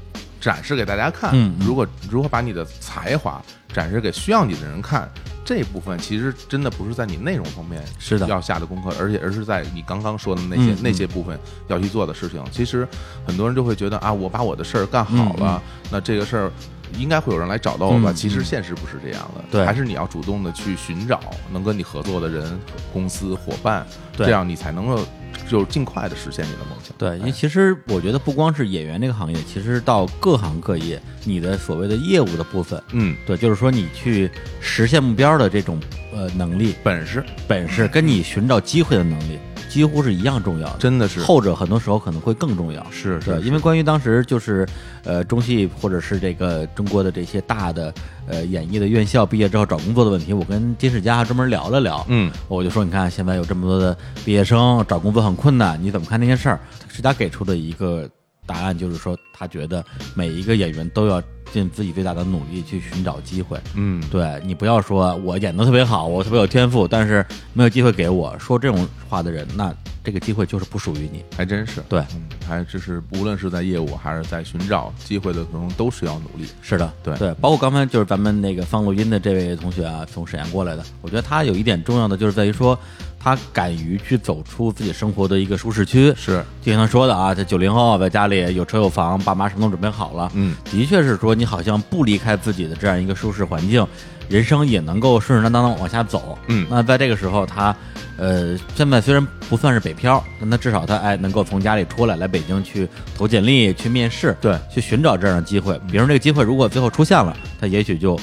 [SPEAKER 2] 展示给大家看？
[SPEAKER 1] 嗯嗯
[SPEAKER 2] 如果如何把你的才华展示给需要你的人看？这部分其实真的不是在你内容方面
[SPEAKER 1] 是的
[SPEAKER 2] 要下的功课，而且而是在你刚刚说的那些、
[SPEAKER 1] 嗯嗯
[SPEAKER 2] 那些部分要去做的事情。其实很多人就会觉得啊，我把我的事儿干好了，那这个事儿应该会有人来找到我吧？
[SPEAKER 1] 嗯
[SPEAKER 2] 其实
[SPEAKER 1] 嗯
[SPEAKER 2] 现实不是这样的，
[SPEAKER 1] 对
[SPEAKER 2] 还是你要主动的去寻找能跟你合作的人、公司、伙伴，
[SPEAKER 1] 对
[SPEAKER 2] 这样你才能够就是尽快的实现你的梦想。
[SPEAKER 1] 对，因为
[SPEAKER 2] 哎
[SPEAKER 1] 其实我觉得不光是演员这个行业，其实到各行各业，你的所谓的业务的部分，
[SPEAKER 2] 嗯，
[SPEAKER 1] 对，就是说你去实现目标的这种呃能力、
[SPEAKER 2] 本事
[SPEAKER 1] 本事，跟你寻找机会的能力几乎是一样重要的。
[SPEAKER 2] 嗯真的是
[SPEAKER 1] 后者很多时候可能会更重要。
[SPEAKER 2] 是
[SPEAKER 1] 对，
[SPEAKER 2] 是
[SPEAKER 1] 因为关于当时就是，呃，中戏或者是这个中国的这些大的呃演艺的院校毕业之后找工作的问题，我跟金世佳还专门聊了聊。
[SPEAKER 2] 嗯，
[SPEAKER 1] 我就说，你看现在有这么多的毕业生找工作很困难，你怎么看那些事儿？世佳给出的一个答案就是说，他觉得每一个演员都要尽自己最大的努力去寻找机会。
[SPEAKER 2] 嗯，
[SPEAKER 1] 对你不要说我演的特别好，我特别有天赋，但是没有机会给我说这种话的人，那这个机会就是不属于你。
[SPEAKER 2] 还真是
[SPEAKER 1] 对
[SPEAKER 2] 嗯还就是无论是在业务还是在寻找机会的过程中，都是要努力。
[SPEAKER 1] 是的，
[SPEAKER 2] 对
[SPEAKER 1] 对，包括刚才就是咱们那个放录音的这位同学啊，从沈阳过来的，我觉得他有一点重要的就是在于说，他敢于去走出自己生活的一个舒适区。
[SPEAKER 2] 是，
[SPEAKER 1] 就像他说的啊，这九零后在家里有车有房，爸妈什么都准备好了，
[SPEAKER 2] 嗯，
[SPEAKER 1] 的确是说你好像不离开自己的这样一个舒适环境，人生也能够顺顺当当的往下走。
[SPEAKER 2] 嗯
[SPEAKER 1] 那在这个时候，他呃，现在虽然不算是北漂，但他至少他哎能够从家里出来，来北京去投简历、去面试，
[SPEAKER 2] 对，
[SPEAKER 1] 去寻找这样的机会。比如这个机会如果最后出现了，他也许就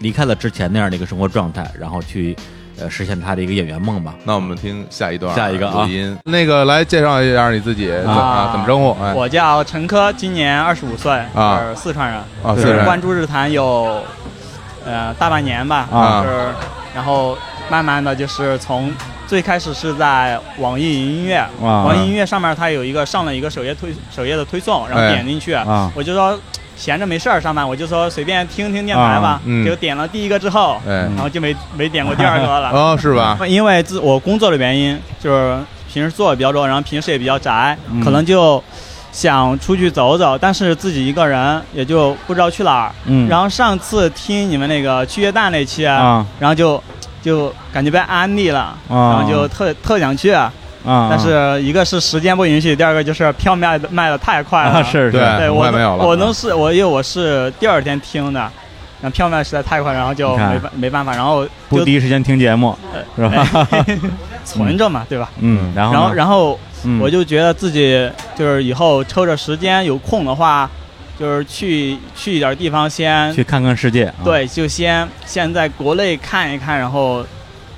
[SPEAKER 1] 离开了之前那样的一个生活状态，然后去呃实现他的一个演员梦吧。
[SPEAKER 2] 那我们听下一段
[SPEAKER 1] 下一个啊
[SPEAKER 2] 录音，那个来介绍一下你自己怎么啊
[SPEAKER 5] 啊
[SPEAKER 2] 怎么称呼？哎，
[SPEAKER 5] 我叫陈科，今年二十五岁，
[SPEAKER 2] 啊
[SPEAKER 5] 是四川人，
[SPEAKER 2] 啊
[SPEAKER 5] 就
[SPEAKER 2] 四川
[SPEAKER 5] 是
[SPEAKER 2] 人
[SPEAKER 5] 关注日坛有呃大半年吧，
[SPEAKER 2] 啊
[SPEAKER 5] 就是然后慢慢的就是从最开始是在网易云音乐，
[SPEAKER 2] 啊
[SPEAKER 1] 啊
[SPEAKER 5] 网易音乐上面它有一个上了一个首页推首页的推送，然后
[SPEAKER 2] 哎
[SPEAKER 5] 点进去，
[SPEAKER 4] 啊
[SPEAKER 5] 我就说闲着没事儿上班，我就说随便听听电台吧，
[SPEAKER 2] 啊嗯
[SPEAKER 5] 结果点了第一个之后，
[SPEAKER 2] 哎
[SPEAKER 5] 然后就没没点过第二个了。
[SPEAKER 2] 哦是吧？
[SPEAKER 5] 啊因为自我工作的原因，就是平时做的比较多，然后平时也比较宅，
[SPEAKER 4] 嗯
[SPEAKER 5] 可能就想出去走走，但是自己一个人也就不知道去哪儿。
[SPEAKER 4] 嗯
[SPEAKER 5] 然后上次听你们那个去约旦那期，
[SPEAKER 4] 啊
[SPEAKER 5] 然后就就感觉被安利了，
[SPEAKER 4] 啊
[SPEAKER 5] 然后就特特想去，
[SPEAKER 4] 啊，
[SPEAKER 5] 但是一个是时间不允许，第二个就是票卖的卖的太快了。
[SPEAKER 4] 啊是是
[SPEAKER 2] 对
[SPEAKER 5] 对
[SPEAKER 2] 很
[SPEAKER 5] 我
[SPEAKER 2] 快没有了
[SPEAKER 4] 啊
[SPEAKER 5] 我能是我因为我是第二天听的，然后票卖实在太快，然后就
[SPEAKER 4] 你看
[SPEAKER 5] 没办没办法，然后
[SPEAKER 4] 不
[SPEAKER 5] 就
[SPEAKER 4] 第一时间听节目是吧？
[SPEAKER 5] 存着嘛，对吧？
[SPEAKER 4] 嗯，然后
[SPEAKER 5] 哎然后，然后
[SPEAKER 4] 嗯
[SPEAKER 5] 我就觉得自己就是以后抽着时间有空的话，就是去去一点地方先
[SPEAKER 4] 去看看世界，啊，
[SPEAKER 5] 对，就先先在国内看一看，然后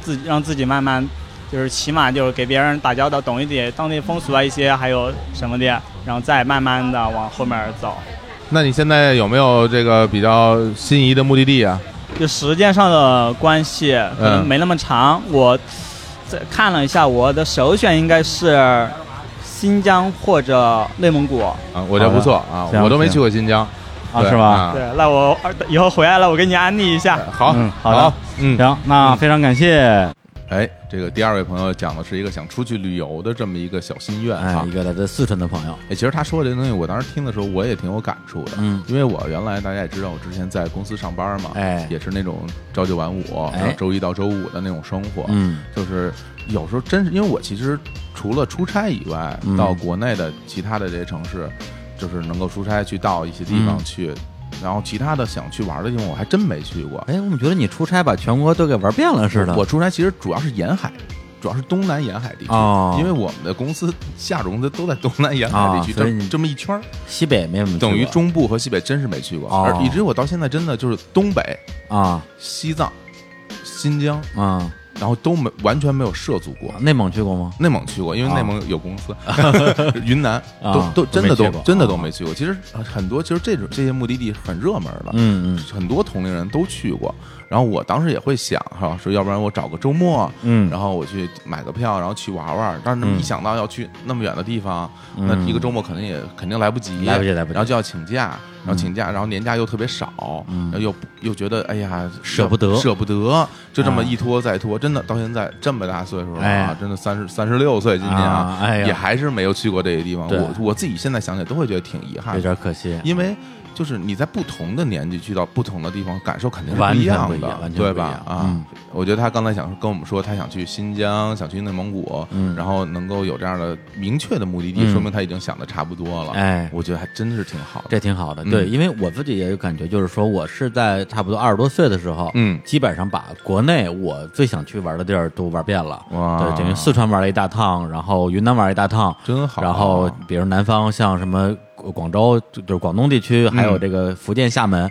[SPEAKER 5] 自己让自己慢慢就是起码就是给别人打交道，懂一点当地风俗啊一些，还有什么的，然后再慢慢的往后面走。
[SPEAKER 2] 那你现在有没有这个比较心仪的目的地啊？
[SPEAKER 5] 就时间上的关系可能
[SPEAKER 2] 嗯
[SPEAKER 5] 没那么长。我在看了一下，我的首选应该是新疆或者内蒙古。
[SPEAKER 2] 啊，我觉得
[SPEAKER 4] 好的
[SPEAKER 2] 不错啊，
[SPEAKER 4] 行
[SPEAKER 2] 我都没
[SPEAKER 4] 行
[SPEAKER 2] 去过新疆
[SPEAKER 4] 啊
[SPEAKER 2] 对
[SPEAKER 4] 是吧？
[SPEAKER 2] 啊
[SPEAKER 5] 对，那我二以后回来了，我给你安利一下。
[SPEAKER 2] 好
[SPEAKER 4] 嗯，好的
[SPEAKER 2] 好，嗯，
[SPEAKER 4] 行，那非常感谢
[SPEAKER 2] 哎，这个第二位朋友讲的是一个想出去旅游的这么一个小心愿
[SPEAKER 1] 哎
[SPEAKER 2] 啊，
[SPEAKER 1] 一。个来自四川的朋友，
[SPEAKER 2] 哎，其实他说的这东西，我当时听的时候我也挺有感触的，
[SPEAKER 1] 嗯
[SPEAKER 2] 因为我原来大家也知道，我之前在公司上班嘛，
[SPEAKER 1] 哎
[SPEAKER 2] 也是那种朝九晚五，
[SPEAKER 1] 哎
[SPEAKER 2] 然后周一到周五的那种生活，
[SPEAKER 1] 嗯
[SPEAKER 2] 就是有时候真是因为我其实除了出差以外，
[SPEAKER 1] 嗯
[SPEAKER 2] 到国内的其他的这些城市，就是能够出差去到一些地方
[SPEAKER 1] 嗯
[SPEAKER 2] 去，然后其他的想去玩的地方我还真没去过，
[SPEAKER 1] 哎，我们觉得你出差把全国都给玩遍了似的。
[SPEAKER 2] 我出差其实主要是沿海，主要是东南沿海地区，
[SPEAKER 1] 哦
[SPEAKER 2] 因为我们的公司下属公司都在东南沿海地区，
[SPEAKER 1] 啊所以
[SPEAKER 2] 这
[SPEAKER 1] 你
[SPEAKER 2] 这么一圈儿，
[SPEAKER 1] 西北没怎么去过
[SPEAKER 2] 等于中部和西北真是没去过，
[SPEAKER 1] 哦
[SPEAKER 2] 而以至于我到现在真的就是东北、
[SPEAKER 1] 啊
[SPEAKER 2] 西藏、新疆，
[SPEAKER 1] 啊，
[SPEAKER 2] 然后都没完全没有涉足过。
[SPEAKER 1] 内蒙去过吗？
[SPEAKER 2] 内蒙去过，因为
[SPEAKER 1] 啊
[SPEAKER 2] 内蒙有公 司，云南都
[SPEAKER 1] 啊
[SPEAKER 2] 哦都真的
[SPEAKER 1] 都
[SPEAKER 2] 都
[SPEAKER 1] 没去过
[SPEAKER 2] 真的
[SPEAKER 1] 啊
[SPEAKER 2] 都没去过。哦其实很多，其实这种这些目的地是很热门的，
[SPEAKER 1] 嗯嗯
[SPEAKER 2] 很多同龄人都去过。然后我当时也会想哈，说要不然我找个周末，
[SPEAKER 1] 嗯，
[SPEAKER 2] 然后我去买个票，然后去玩玩。但是那么
[SPEAKER 1] 嗯
[SPEAKER 2] 一想到要去那么远的地方，
[SPEAKER 1] 嗯
[SPEAKER 2] 那一个周末肯定也肯定来不及，
[SPEAKER 1] 来不及来不及
[SPEAKER 2] 然后就要请假，然后请假，然后年假又特别少，
[SPEAKER 1] 嗯
[SPEAKER 2] 然后又又觉得哎呀
[SPEAKER 1] 舍不得
[SPEAKER 2] 舍不得，就这么
[SPEAKER 1] 啊
[SPEAKER 2] 一拖再拖，真的到现在这么大岁数了啊
[SPEAKER 1] 哎，
[SPEAKER 2] 真的三十三十六岁今年
[SPEAKER 1] 啊哎呀
[SPEAKER 2] 也还是没有去过这些地方。
[SPEAKER 1] 对
[SPEAKER 2] 我我自己现在想起来都会觉得挺遗憾
[SPEAKER 1] 有
[SPEAKER 2] 的，
[SPEAKER 1] 点可惜。
[SPEAKER 2] 因为。就是你在不同的年纪去到不同的地方，感受肯定是
[SPEAKER 1] 完全
[SPEAKER 2] 样
[SPEAKER 1] 不一
[SPEAKER 2] 的
[SPEAKER 1] 样，完全不
[SPEAKER 2] 对
[SPEAKER 1] 一
[SPEAKER 2] 吧
[SPEAKER 1] 样？
[SPEAKER 2] 啊，
[SPEAKER 1] 嗯
[SPEAKER 2] 我觉得他刚才想跟我们说，他想去新疆，想去内蒙古，
[SPEAKER 1] 嗯
[SPEAKER 2] 然后能够有这样的明确的目的地，
[SPEAKER 1] 嗯
[SPEAKER 2] 说明他已经想的差不多了。
[SPEAKER 1] 哎
[SPEAKER 2] 我觉得还真是挺好的。
[SPEAKER 1] 这挺好的，对，
[SPEAKER 2] 嗯
[SPEAKER 1] 因为我自己也有感觉，就是说我是在差不多二十多岁的时候，
[SPEAKER 2] 嗯
[SPEAKER 1] 基本上把国内我最想去玩的地儿都玩遍了，
[SPEAKER 2] 哇
[SPEAKER 1] 对，等于四川玩了一大趟，然后云南玩了一大趟，
[SPEAKER 2] 真好
[SPEAKER 1] 然后比如南方像什么广州，就就是广东地区，还有这个福建厦门，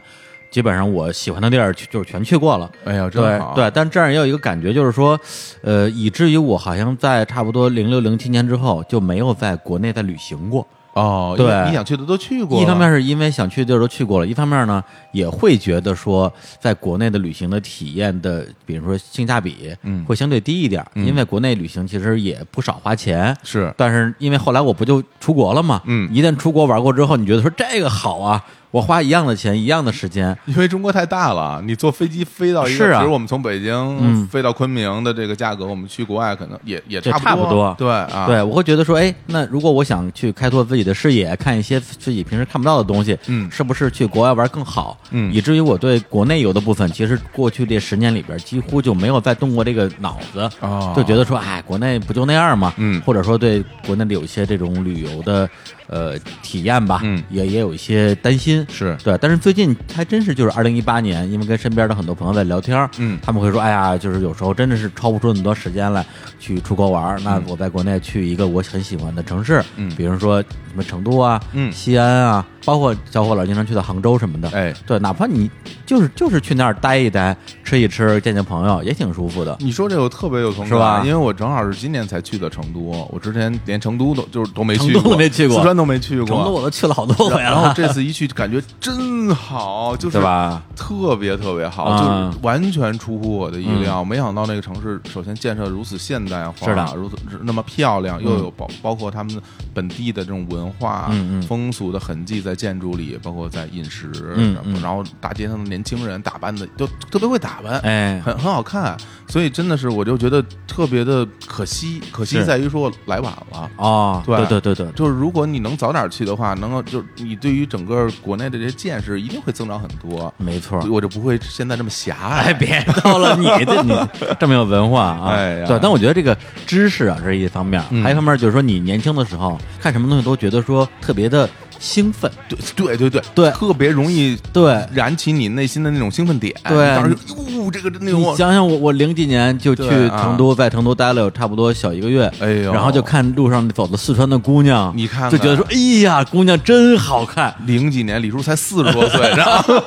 [SPEAKER 1] 基本上我喜欢的地儿去就是全去过了。
[SPEAKER 2] 哎呀，真
[SPEAKER 1] 对
[SPEAKER 2] 好。
[SPEAKER 1] 对，但这样也有一个感觉，就是说，呃，以至于我好像在差不多零六零七年之后就没有在国内再旅行过。
[SPEAKER 2] 哦，因为
[SPEAKER 1] 对
[SPEAKER 2] 你想去的都去过了。
[SPEAKER 1] 一方面是因为想去的地儿都去过了，一方面呢也会觉得说，在国内的旅行的体验的，比如说性价比，
[SPEAKER 2] 嗯
[SPEAKER 1] 会相对低一点儿，
[SPEAKER 2] 嗯
[SPEAKER 1] 因为国内旅行其实也不少花钱。
[SPEAKER 2] 是
[SPEAKER 1] 但是因为后来我不就出国了嘛，
[SPEAKER 2] 嗯
[SPEAKER 1] 一旦出国玩过之后，你觉得说这个好啊，我花一样的钱，一样的时间，
[SPEAKER 2] 因为中国太大了，你坐飞机飞到一个，
[SPEAKER 1] 是啊
[SPEAKER 2] 比如我们从北京
[SPEAKER 1] 嗯
[SPEAKER 2] 飞到昆明的这个价格，我们去国外可能也也
[SPEAKER 1] 这
[SPEAKER 2] 差
[SPEAKER 1] 差不多
[SPEAKER 2] 对啊，
[SPEAKER 1] 对，我会觉得说，哎，那如果我想去开拓自己的视野，看一些自己平时看不到的东西，
[SPEAKER 2] 嗯
[SPEAKER 1] 是不是去国外玩更好？
[SPEAKER 2] 嗯
[SPEAKER 1] 以至于我对国内游的部分，其实过去这十年里边几乎就没有再动过这个脑子，
[SPEAKER 2] 哦
[SPEAKER 1] 就觉得说，哎，国内不就那样嘛，
[SPEAKER 2] 嗯
[SPEAKER 1] 或者说对国内的有一些这种旅游的呃体验吧，
[SPEAKER 2] 嗯
[SPEAKER 1] 也也有一些担心，心。
[SPEAKER 2] 是，
[SPEAKER 1] 对，但是最近还真是就是二零一八年，因为跟身边的很多朋友在聊天儿，
[SPEAKER 2] 嗯
[SPEAKER 1] 他们会说，哎呀，就是有时候真的是超不出那么多时间来去出国玩儿。那我在国内去一个我很喜欢的城市，
[SPEAKER 2] 嗯
[SPEAKER 1] 比如说什么成都啊、
[SPEAKER 2] 嗯
[SPEAKER 1] 西安啊，包括小伙老经常去的杭州什么的，
[SPEAKER 2] 哎，
[SPEAKER 1] 对，哪怕你就是就是去那儿待一待、吃一吃、见见朋友，也挺舒服的。
[SPEAKER 2] 你说这个我特别有同感，
[SPEAKER 1] 是吧
[SPEAKER 2] 因为我正好是今年才去的成都，我之前连成都都就是都没去
[SPEAKER 1] 成都
[SPEAKER 2] 过，
[SPEAKER 1] 都没去过
[SPEAKER 2] 四川都没去过，
[SPEAKER 1] 成都我都去了好多回
[SPEAKER 2] 然后
[SPEAKER 1] 了，
[SPEAKER 2] 这次一去，感觉真好，就是
[SPEAKER 1] 对吧？
[SPEAKER 2] 特别特别好，
[SPEAKER 1] 嗯
[SPEAKER 2] 就是完全出乎我的意料。没想到那个城市首先建设如此现代化，
[SPEAKER 1] 是的
[SPEAKER 2] 如此那么漂亮，又有包包括他们本地的这种文化、
[SPEAKER 1] 嗯嗯
[SPEAKER 2] 风俗的痕迹在建筑里，包括在饮食，
[SPEAKER 1] 嗯嗯
[SPEAKER 2] 然后大街上的年轻人打扮的都特别会打扮，
[SPEAKER 1] 哎，
[SPEAKER 2] 很很好看，所以真的是我就觉得特别的可惜，可惜
[SPEAKER 1] 是
[SPEAKER 2] 在于说我来晚了。
[SPEAKER 1] 哦，
[SPEAKER 2] 对
[SPEAKER 1] 对对对对，
[SPEAKER 2] 就是如果你能早点去的话，能够就是你对于整个国内的这些见识一定会增长很多，
[SPEAKER 1] 没错儿。
[SPEAKER 2] 我就不会现在这么狭隘。
[SPEAKER 1] 哎，别逗了，你这你这么有文化啊！
[SPEAKER 2] 哎呀
[SPEAKER 1] 对，但我觉得这个知识啊这是一方面，
[SPEAKER 2] 嗯
[SPEAKER 1] 还有一方面就是说，你年轻的时候看什么东西都觉得说特别的兴奋，
[SPEAKER 2] 对对对对
[SPEAKER 1] 对
[SPEAKER 2] 特别容易
[SPEAKER 1] 对。
[SPEAKER 2] 燃起你内心的那种兴奋点。
[SPEAKER 1] 对
[SPEAKER 2] 你当时就哟，这个真的
[SPEAKER 1] 你
[SPEAKER 2] 我，
[SPEAKER 1] 想想我，我零几年就去
[SPEAKER 2] 对啊
[SPEAKER 1] 成都，在成都待了有差不多小一个月，
[SPEAKER 2] 哎呦，
[SPEAKER 1] 然后就看路上走的四川的姑娘，
[SPEAKER 2] 你看看
[SPEAKER 1] 就觉得说，哎呀，姑娘真好看，
[SPEAKER 2] 零几年李叔才四十多岁， 然后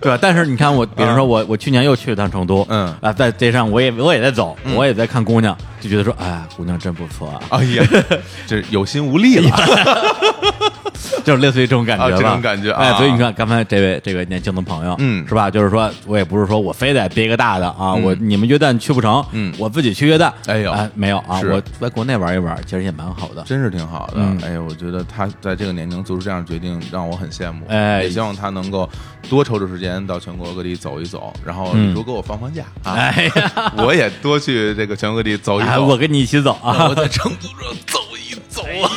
[SPEAKER 1] 对吧？但是你看我，比如说我，我去年又去了趟成都，
[SPEAKER 2] 嗯
[SPEAKER 1] 啊，在街上我也我也在走，我也在看姑娘，就觉得说，哎，姑娘真不错啊，
[SPEAKER 2] 哎呀，这有心无力了。
[SPEAKER 1] 就是类似于这种感觉吧，
[SPEAKER 2] 啊这种感觉啊
[SPEAKER 1] 哎，所以你看刚才这位这个年轻的朋友，
[SPEAKER 2] 嗯
[SPEAKER 1] 是吧？就是说我也不是说我非得憋个大的啊，
[SPEAKER 2] 嗯
[SPEAKER 1] 我你们约旦去不成，
[SPEAKER 2] 嗯
[SPEAKER 1] 我自己去约旦，
[SPEAKER 2] 哎呦
[SPEAKER 1] 哎，没有啊，
[SPEAKER 2] 是
[SPEAKER 1] 我在国内玩一玩，其实也蛮好的，
[SPEAKER 2] 真是挺好的。
[SPEAKER 1] 嗯
[SPEAKER 2] 哎呀，我觉得他在这个年龄做出这样的决定，让我很羡慕。
[SPEAKER 1] 哎
[SPEAKER 2] 也希望他能够多抽抽时间到全国各地走一走，然后
[SPEAKER 1] 嗯
[SPEAKER 2] 多给我放放假啊！
[SPEAKER 1] 哎呀，
[SPEAKER 2] 我也多去这个全国各地走一
[SPEAKER 1] 哎
[SPEAKER 2] 走。
[SPEAKER 1] 我跟你一起走 啊，
[SPEAKER 2] 我在成都这走一走啊，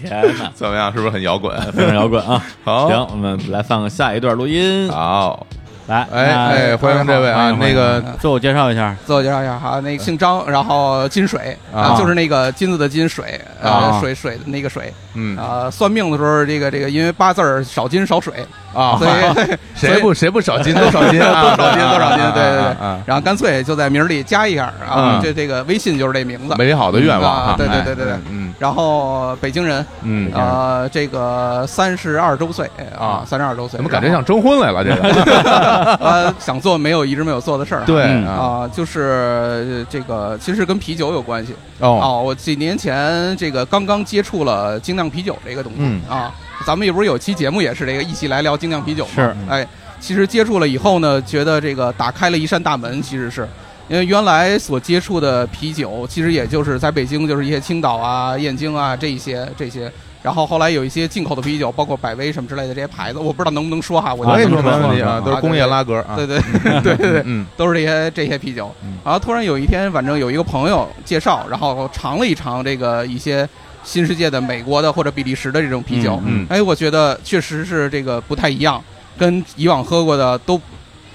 [SPEAKER 1] 天哪，
[SPEAKER 2] 怎么样？是不是很摇 滚？
[SPEAKER 1] 非常摇滚啊！
[SPEAKER 2] 好
[SPEAKER 1] 行，我们来放下一段录音，
[SPEAKER 2] 啊好，
[SPEAKER 4] 来，
[SPEAKER 2] 哎
[SPEAKER 4] 那
[SPEAKER 2] 哎，欢迎这位啊，
[SPEAKER 4] 欢迎
[SPEAKER 2] 那个
[SPEAKER 4] 自我介绍一下，
[SPEAKER 6] 自我介绍一下哈，那个姓张，然后金水
[SPEAKER 2] 啊
[SPEAKER 6] 啊，就是那个金子的金水，
[SPEAKER 2] 啊
[SPEAKER 6] 呃，水水的那个水
[SPEAKER 2] 嗯
[SPEAKER 6] 啊。算命的时候，这个这个因为八字儿少金 少水，
[SPEAKER 2] 啊
[SPEAKER 6] 所以
[SPEAKER 2] 谁不谁不少金多少金啊，
[SPEAKER 6] 多少金多少金，对对
[SPEAKER 2] 啊啊啊
[SPEAKER 6] 对。然后干脆就在名儿里加一下
[SPEAKER 2] 嗯
[SPEAKER 6] 啊，这这个微信就是这名字。
[SPEAKER 2] 美好的愿望
[SPEAKER 6] 啊对对
[SPEAKER 2] 哎
[SPEAKER 6] 对对对
[SPEAKER 2] 嗯
[SPEAKER 6] 然后北京人，
[SPEAKER 2] 嗯，
[SPEAKER 6] 呃，这个三十二周岁
[SPEAKER 2] 啊
[SPEAKER 6] 啊，三十二周岁，
[SPEAKER 2] 怎么感觉
[SPEAKER 6] 然
[SPEAKER 2] 像征婚来了？这 个
[SPEAKER 6] 后呃想做没有一直没有做的事儿？
[SPEAKER 2] 对
[SPEAKER 4] 嗯
[SPEAKER 2] 啊
[SPEAKER 6] 啊，就是这个其实跟啤酒有关系。
[SPEAKER 2] 哦，
[SPEAKER 6] 哦，我几年前这个刚刚接触了精酿啤酒这个东西、
[SPEAKER 2] 嗯
[SPEAKER 6] 啊，咱们也不是有期节目也是这个一起来聊精酿啤酒嘛。
[SPEAKER 4] 是
[SPEAKER 6] 哎，其实接触了以后呢，觉得这个打开了一扇大门，其实是。因为原来所接触的啤酒，其实也就是在北京，就是一些青岛啊、燕京啊这一些这些，然后后来有一些进口的啤酒，包括百威什么之类的这些牌子，我不知道能不能说哈，我就
[SPEAKER 2] 我跟你
[SPEAKER 4] 啊
[SPEAKER 2] 说没
[SPEAKER 4] 能
[SPEAKER 2] 问题
[SPEAKER 4] 能
[SPEAKER 2] 啊，
[SPEAKER 4] 能
[SPEAKER 2] 都是工业拉格啊，
[SPEAKER 6] 对对对对对，
[SPEAKER 2] 嗯
[SPEAKER 6] 都是这些这些啤酒
[SPEAKER 2] 嗯。
[SPEAKER 6] 然后突然有一天，反正有一个朋友介绍，然后尝了一尝这个一些新世界的美国的或者比利时的这种啤酒，
[SPEAKER 2] 嗯嗯
[SPEAKER 6] 哎，我觉得确实是这个不太一样，跟以往喝过的都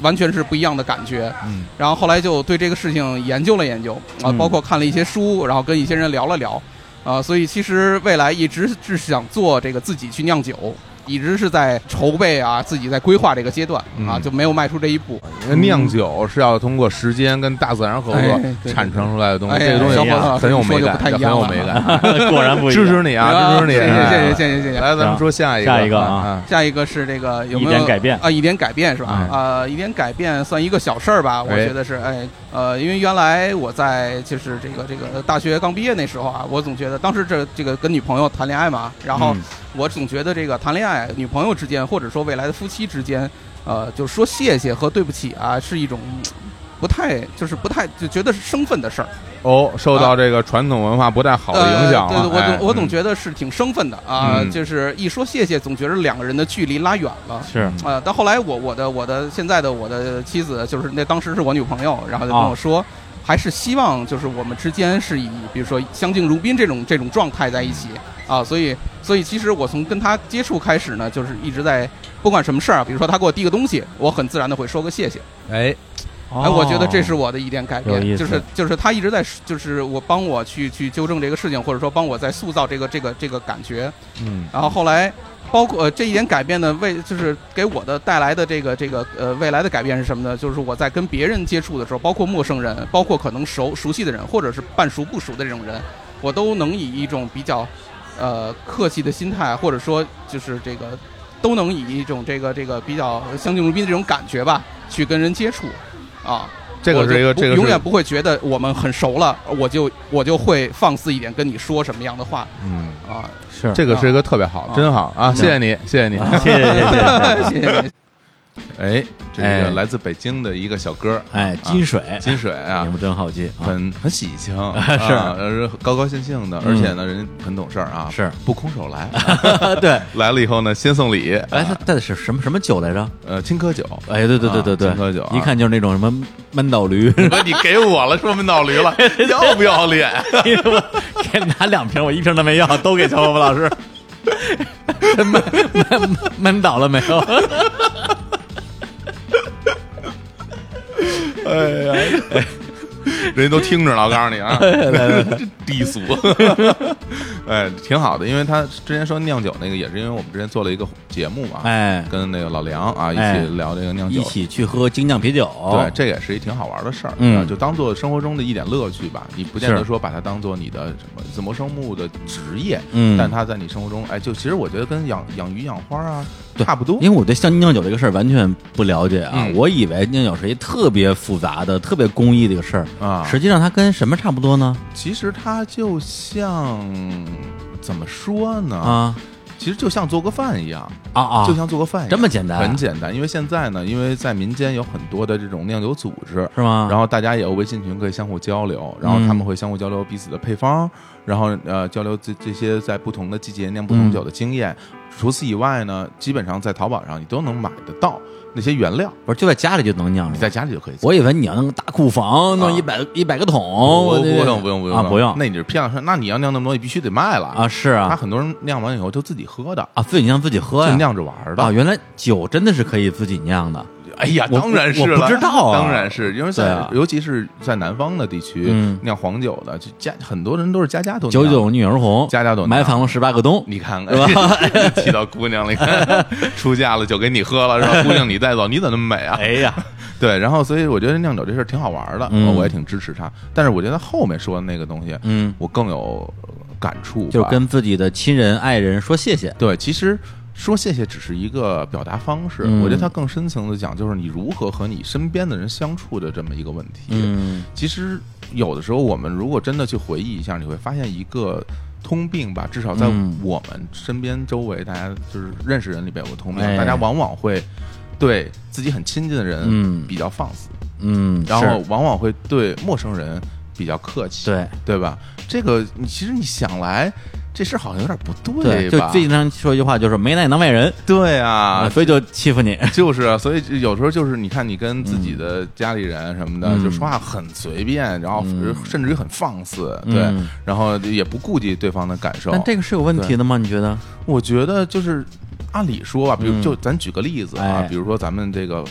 [SPEAKER 6] 完全是不一样的感觉。
[SPEAKER 2] 嗯
[SPEAKER 6] 然后后来就对这个事情研究了研究啊，
[SPEAKER 4] 嗯
[SPEAKER 6] 包括看了一些书，然后跟一些人聊了聊啊，所以其实未来一直是想做这个自己去酿酒。一直是在筹备啊，自己在规划这个阶段啊，
[SPEAKER 2] 嗯
[SPEAKER 6] 就没有迈出这一步。
[SPEAKER 2] 嗯，酿酒是要通过时间跟大自然合
[SPEAKER 6] 哎
[SPEAKER 2] 作
[SPEAKER 6] 对对
[SPEAKER 2] 产生出来的东西，
[SPEAKER 6] 哎
[SPEAKER 2] 这个东西
[SPEAKER 6] 小伙子
[SPEAKER 2] 很有美
[SPEAKER 6] 说
[SPEAKER 2] 感，
[SPEAKER 6] 就不太一
[SPEAKER 2] 很
[SPEAKER 6] 样
[SPEAKER 2] 有
[SPEAKER 6] 了
[SPEAKER 2] 美感。
[SPEAKER 4] 果然不一
[SPEAKER 2] 支
[SPEAKER 4] 样，
[SPEAKER 2] 持你啊，支持你！
[SPEAKER 6] 谢
[SPEAKER 2] 哎
[SPEAKER 6] 谢谢谢谢谢谢谢。
[SPEAKER 2] 来，咱们说下一个，
[SPEAKER 4] 下一个啊
[SPEAKER 2] 啊，
[SPEAKER 6] 下一个是这个有没有
[SPEAKER 4] 一点改变
[SPEAKER 6] 啊？一点改变是吧？
[SPEAKER 2] 哎
[SPEAKER 6] 啊，一点改变算一个小事儿吧，我
[SPEAKER 2] 哎
[SPEAKER 6] 觉得是哎呃，因为原来我在就是这个这个大学刚毕业那时候啊，我总觉得当时这这个跟女朋友谈恋爱嘛，然后
[SPEAKER 2] 嗯
[SPEAKER 6] 我总觉得这个谈恋爱，女朋友之间或者说未来的夫妻之间，呃，就说谢谢和对不起啊，是一种不太就是不太就觉得是生分的事儿。
[SPEAKER 2] 哦，受到这个传统文化不太好的影响
[SPEAKER 6] 啊呃、
[SPEAKER 2] 了。
[SPEAKER 6] 对对，我
[SPEAKER 2] 哎
[SPEAKER 6] 总我总
[SPEAKER 2] 嗯
[SPEAKER 6] 觉得是挺生分的啊，
[SPEAKER 2] 嗯
[SPEAKER 6] 就是一说谢谢，总觉得两个人的距离拉远了。
[SPEAKER 4] 是
[SPEAKER 6] 呃，但后来我我的我的现在的我的妻子，就是那当时是我女朋友，然后就跟我说，还是希望就是我们之间是以比如说相敬如宾这种这种状态在一起啊，所以所以其实我从跟她接触开始呢，就是一直在不管什么事儿啊，比如说她给我递个东西，我很自然的会说个谢谢。
[SPEAKER 2] 哎，
[SPEAKER 6] 哎，我觉得这
[SPEAKER 4] 哦
[SPEAKER 6] 是我的一点改
[SPEAKER 4] 有意
[SPEAKER 6] 变，
[SPEAKER 4] 思
[SPEAKER 6] 就是就是他一直在，就是我帮我去去纠正这个事情，或者说帮我在塑造这个这个这个感觉。
[SPEAKER 2] 嗯
[SPEAKER 6] 然后后来包括、呃这一点改变呢，为就是给我的带来的这个这个呃未来的改变是什么呢？就是我在跟别人接触的时候，包括陌生人，包括可能熟熟悉的人，或者是半熟不熟的这种人，我都能以一种比较呃客气的心态，或者说就是这个都能以一种这个这个比较相敬如宾的这种感觉吧，去跟人接触啊。
[SPEAKER 2] 这个
[SPEAKER 6] 我就是
[SPEAKER 2] 一个，
[SPEAKER 6] 不
[SPEAKER 2] 这个是
[SPEAKER 6] 永远不会觉得我们很熟了，我就我就会放肆一点跟你说什么样的话
[SPEAKER 2] 嗯，
[SPEAKER 6] 啊。
[SPEAKER 4] 是
[SPEAKER 2] 这个是一个特别好，
[SPEAKER 6] 啊
[SPEAKER 2] 真好啊！谢谢你，谢谢你。
[SPEAKER 4] 谢谢谢谢谢谢。
[SPEAKER 6] 谢谢你。
[SPEAKER 2] 哎，这
[SPEAKER 1] 哎
[SPEAKER 2] 个来自北京的一个小哥，
[SPEAKER 1] 哎，金水，
[SPEAKER 2] 金水啊
[SPEAKER 1] 你，们真好记啊！
[SPEAKER 2] 很很喜 庆，是呃高高兴兴的，而且呢，人家很懂事儿啊，
[SPEAKER 1] 嗯是
[SPEAKER 2] 不空 手来，
[SPEAKER 1] 对，
[SPEAKER 2] 来了以后呢，先送礼，
[SPEAKER 1] 哎，他带的是什么什么酒来着？
[SPEAKER 2] 呃，青稞酒，
[SPEAKER 1] 哎，对对对对对，
[SPEAKER 2] 啊青稞酒啊
[SPEAKER 1] 一看就是那种什么闷倒驴，
[SPEAKER 2] 你给我了，说明闹驴 了，要不要脸？
[SPEAKER 1] 给拿两瓶，我一瓶都没要，都给小伙伴老师。闷闷闷倒了没有？
[SPEAKER 2] 人家都听着了，我告诉 你啊，低俗，哎，挺好的，因为他之前说酿酒那个，也是因为我们之前做了一个节目嘛，，
[SPEAKER 1] 哎，
[SPEAKER 2] 跟那个老梁啊一
[SPEAKER 1] 哎
[SPEAKER 2] 起聊这个酿酒，
[SPEAKER 1] 一起去喝精酿啤酒。
[SPEAKER 2] 对，这也是一挺好玩的事儿，
[SPEAKER 1] 哦嗯
[SPEAKER 2] 啊就当做生活中的一点乐趣吧。你不见得
[SPEAKER 1] 是
[SPEAKER 2] 说把它当做你的什么自谋生目的职业，
[SPEAKER 1] 嗯
[SPEAKER 2] 但它在你生活中，哎，就其实我觉得跟养养鱼养花啊
[SPEAKER 1] 对
[SPEAKER 2] 差不多。
[SPEAKER 1] 因为我对像酿酒这个事儿完全不了解啊，
[SPEAKER 2] 嗯
[SPEAKER 1] 我以为酿酒是一特别复杂的、特别工艺的一个事儿
[SPEAKER 2] 啊
[SPEAKER 1] 实际上它跟什么差不多呢？
[SPEAKER 2] 其实它就像怎么说呢？
[SPEAKER 1] 啊
[SPEAKER 2] 其实就像做个饭一样，
[SPEAKER 1] 啊啊！
[SPEAKER 2] 就像做个饭一样，
[SPEAKER 1] 这么简单
[SPEAKER 2] 很简单。因为现在呢，因为在民间有很多的这种酿酒组织，
[SPEAKER 1] 是吗？
[SPEAKER 2] 然后大家也有微信群可以相互交流，然后
[SPEAKER 1] 嗯
[SPEAKER 2] 他们会相互交流彼此的配方，然后呃交流这这些在不同的季节酿不同酒的经验。除此以外呢，基本上在淘宝上你都能买得到那些原料，
[SPEAKER 1] 不是就在家里就能酿
[SPEAKER 2] 你
[SPEAKER 1] 是吧
[SPEAKER 2] 在家里就可以做。
[SPEAKER 1] 我以为你要弄个大库房，弄
[SPEAKER 2] 啊
[SPEAKER 1] 一百一百个桶，我
[SPEAKER 2] 不
[SPEAKER 1] 这
[SPEAKER 2] 不用不用不用
[SPEAKER 1] 啊，不用
[SPEAKER 2] 那你是骗了，那你要酿那么多，你必须得卖了
[SPEAKER 1] 啊，！是
[SPEAKER 2] 他
[SPEAKER 1] 啊
[SPEAKER 2] 很多人酿完以后就自己喝的，
[SPEAKER 1] 啊，自己酿自己喝
[SPEAKER 2] 就
[SPEAKER 1] 呀。
[SPEAKER 2] 酿着玩儿的
[SPEAKER 1] 啊，。原来酒真的是可以自己酿的，
[SPEAKER 2] 哎呀，
[SPEAKER 1] 我
[SPEAKER 2] 当然是了，
[SPEAKER 1] 我不知道啊
[SPEAKER 2] 当然是因
[SPEAKER 1] 对
[SPEAKER 2] 为在、
[SPEAKER 1] 啊
[SPEAKER 2] 尤其是在南方的地区、
[SPEAKER 1] 嗯
[SPEAKER 2] 酿黄酒的，就家很多人都是家家都
[SPEAKER 1] 九
[SPEAKER 2] 酿
[SPEAKER 1] 九女儿红，
[SPEAKER 2] 家家都
[SPEAKER 1] 买
[SPEAKER 2] 酿
[SPEAKER 1] 房十八个冬，
[SPEAKER 2] 你看看， 提到姑娘了，你 看出嫁了酒给你喝了，是吧？姑娘你带走，你怎么那么美啊？
[SPEAKER 1] 哎呀，
[SPEAKER 2] 对，然后所以我觉得酿酒这事儿挺好玩的，
[SPEAKER 1] 嗯
[SPEAKER 2] 我也挺支持他。但是我觉得后面说的那个东西，
[SPEAKER 1] 嗯，
[SPEAKER 2] 我更有感触吧，
[SPEAKER 1] 就是跟自己的亲人爱人说谢谢，
[SPEAKER 2] 对，其实说谢谢只是一个表达方式，
[SPEAKER 1] 嗯
[SPEAKER 2] 我觉得它更深层的讲就是你如何和你身边的人相处的这么一个问题。
[SPEAKER 1] 嗯
[SPEAKER 2] 其实有的时候，我们如果真的去回忆一下，你会发现一个通病吧，至少在
[SPEAKER 1] 嗯
[SPEAKER 2] 我们身边周围，大家就是认识人里边有个通病，
[SPEAKER 1] 哎
[SPEAKER 2] 大家往往会对自己很亲近的人
[SPEAKER 1] 嗯
[SPEAKER 2] 比较放肆，
[SPEAKER 1] 嗯，
[SPEAKER 2] 然后
[SPEAKER 1] 是
[SPEAKER 2] 往往会对陌生人比较客气，
[SPEAKER 1] 对
[SPEAKER 2] 对吧？这个你其实你想来，这事儿好像有点不
[SPEAKER 1] 对，就
[SPEAKER 2] 吧？
[SPEAKER 1] 最经常说一句话就是没奶能外人
[SPEAKER 2] 对啊，
[SPEAKER 1] 所以就欺负你，
[SPEAKER 2] 就是啊，所以就有时候就是你看你跟自己的家里人什么的，
[SPEAKER 1] 嗯
[SPEAKER 2] 就说话很随便，然后
[SPEAKER 1] 嗯
[SPEAKER 2] 甚至于很放肆，
[SPEAKER 1] 嗯
[SPEAKER 2] 对，然后也不顾及对方的感受。
[SPEAKER 1] 但这个是有问题的吗？你觉得？
[SPEAKER 2] 我觉得就是按理说吧，比如
[SPEAKER 1] 嗯
[SPEAKER 2] 就咱举个例子啊
[SPEAKER 1] 哎，
[SPEAKER 2] 比如说咱们这个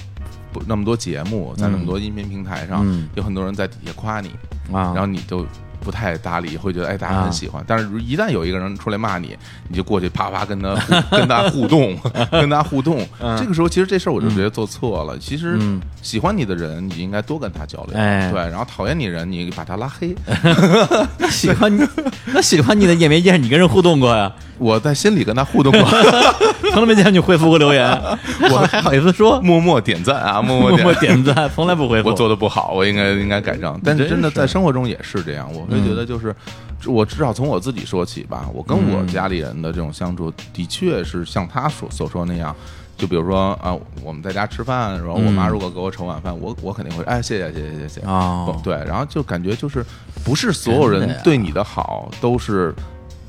[SPEAKER 2] 不那么多节目，在那么多音频平台上
[SPEAKER 1] 嗯，
[SPEAKER 2] 有很多人在底下夸你，
[SPEAKER 1] 啊，
[SPEAKER 2] 然后你就。不太搭理，会觉得哎，大家
[SPEAKER 1] 啊
[SPEAKER 2] 很喜欢。但是如一旦有一个人出来骂你，你就过去啪啪跟他互 跟他互动，跟他互动。这个时候，其实这事儿我就觉得做错了。其实
[SPEAKER 1] 嗯
[SPEAKER 2] 喜欢你的人，你应该多跟他交流。
[SPEAKER 1] 哎
[SPEAKER 2] 对，然后讨厌你的人，你把他拉黑。
[SPEAKER 1] 喜欢你，那喜欢你的也没见你跟人互动过呀，
[SPEAKER 2] 我在心里跟他互动过，
[SPEAKER 1] 从来没见你回复过留言， 我还好意思说，
[SPEAKER 2] 默默点赞 啊，默默
[SPEAKER 1] 默
[SPEAKER 2] 点
[SPEAKER 1] 默点赞，从来不回复。
[SPEAKER 2] 我做的不好，我应该应该改正。但是真的在生活中也是这样，我会觉得就是，我至少从我自己说起吧，我跟我家里人的这种相处，的确是像他所所说那样。就比如说啊，我们在家吃饭，然后我妈
[SPEAKER 1] 嗯
[SPEAKER 2] 如果给我盛碗饭，我我肯定会哎谢谢谢谢谢谢
[SPEAKER 1] 哦
[SPEAKER 2] 不对，然后就感觉就是不是所有
[SPEAKER 1] 真
[SPEAKER 2] 人
[SPEAKER 1] 的呀
[SPEAKER 2] 对你的好都是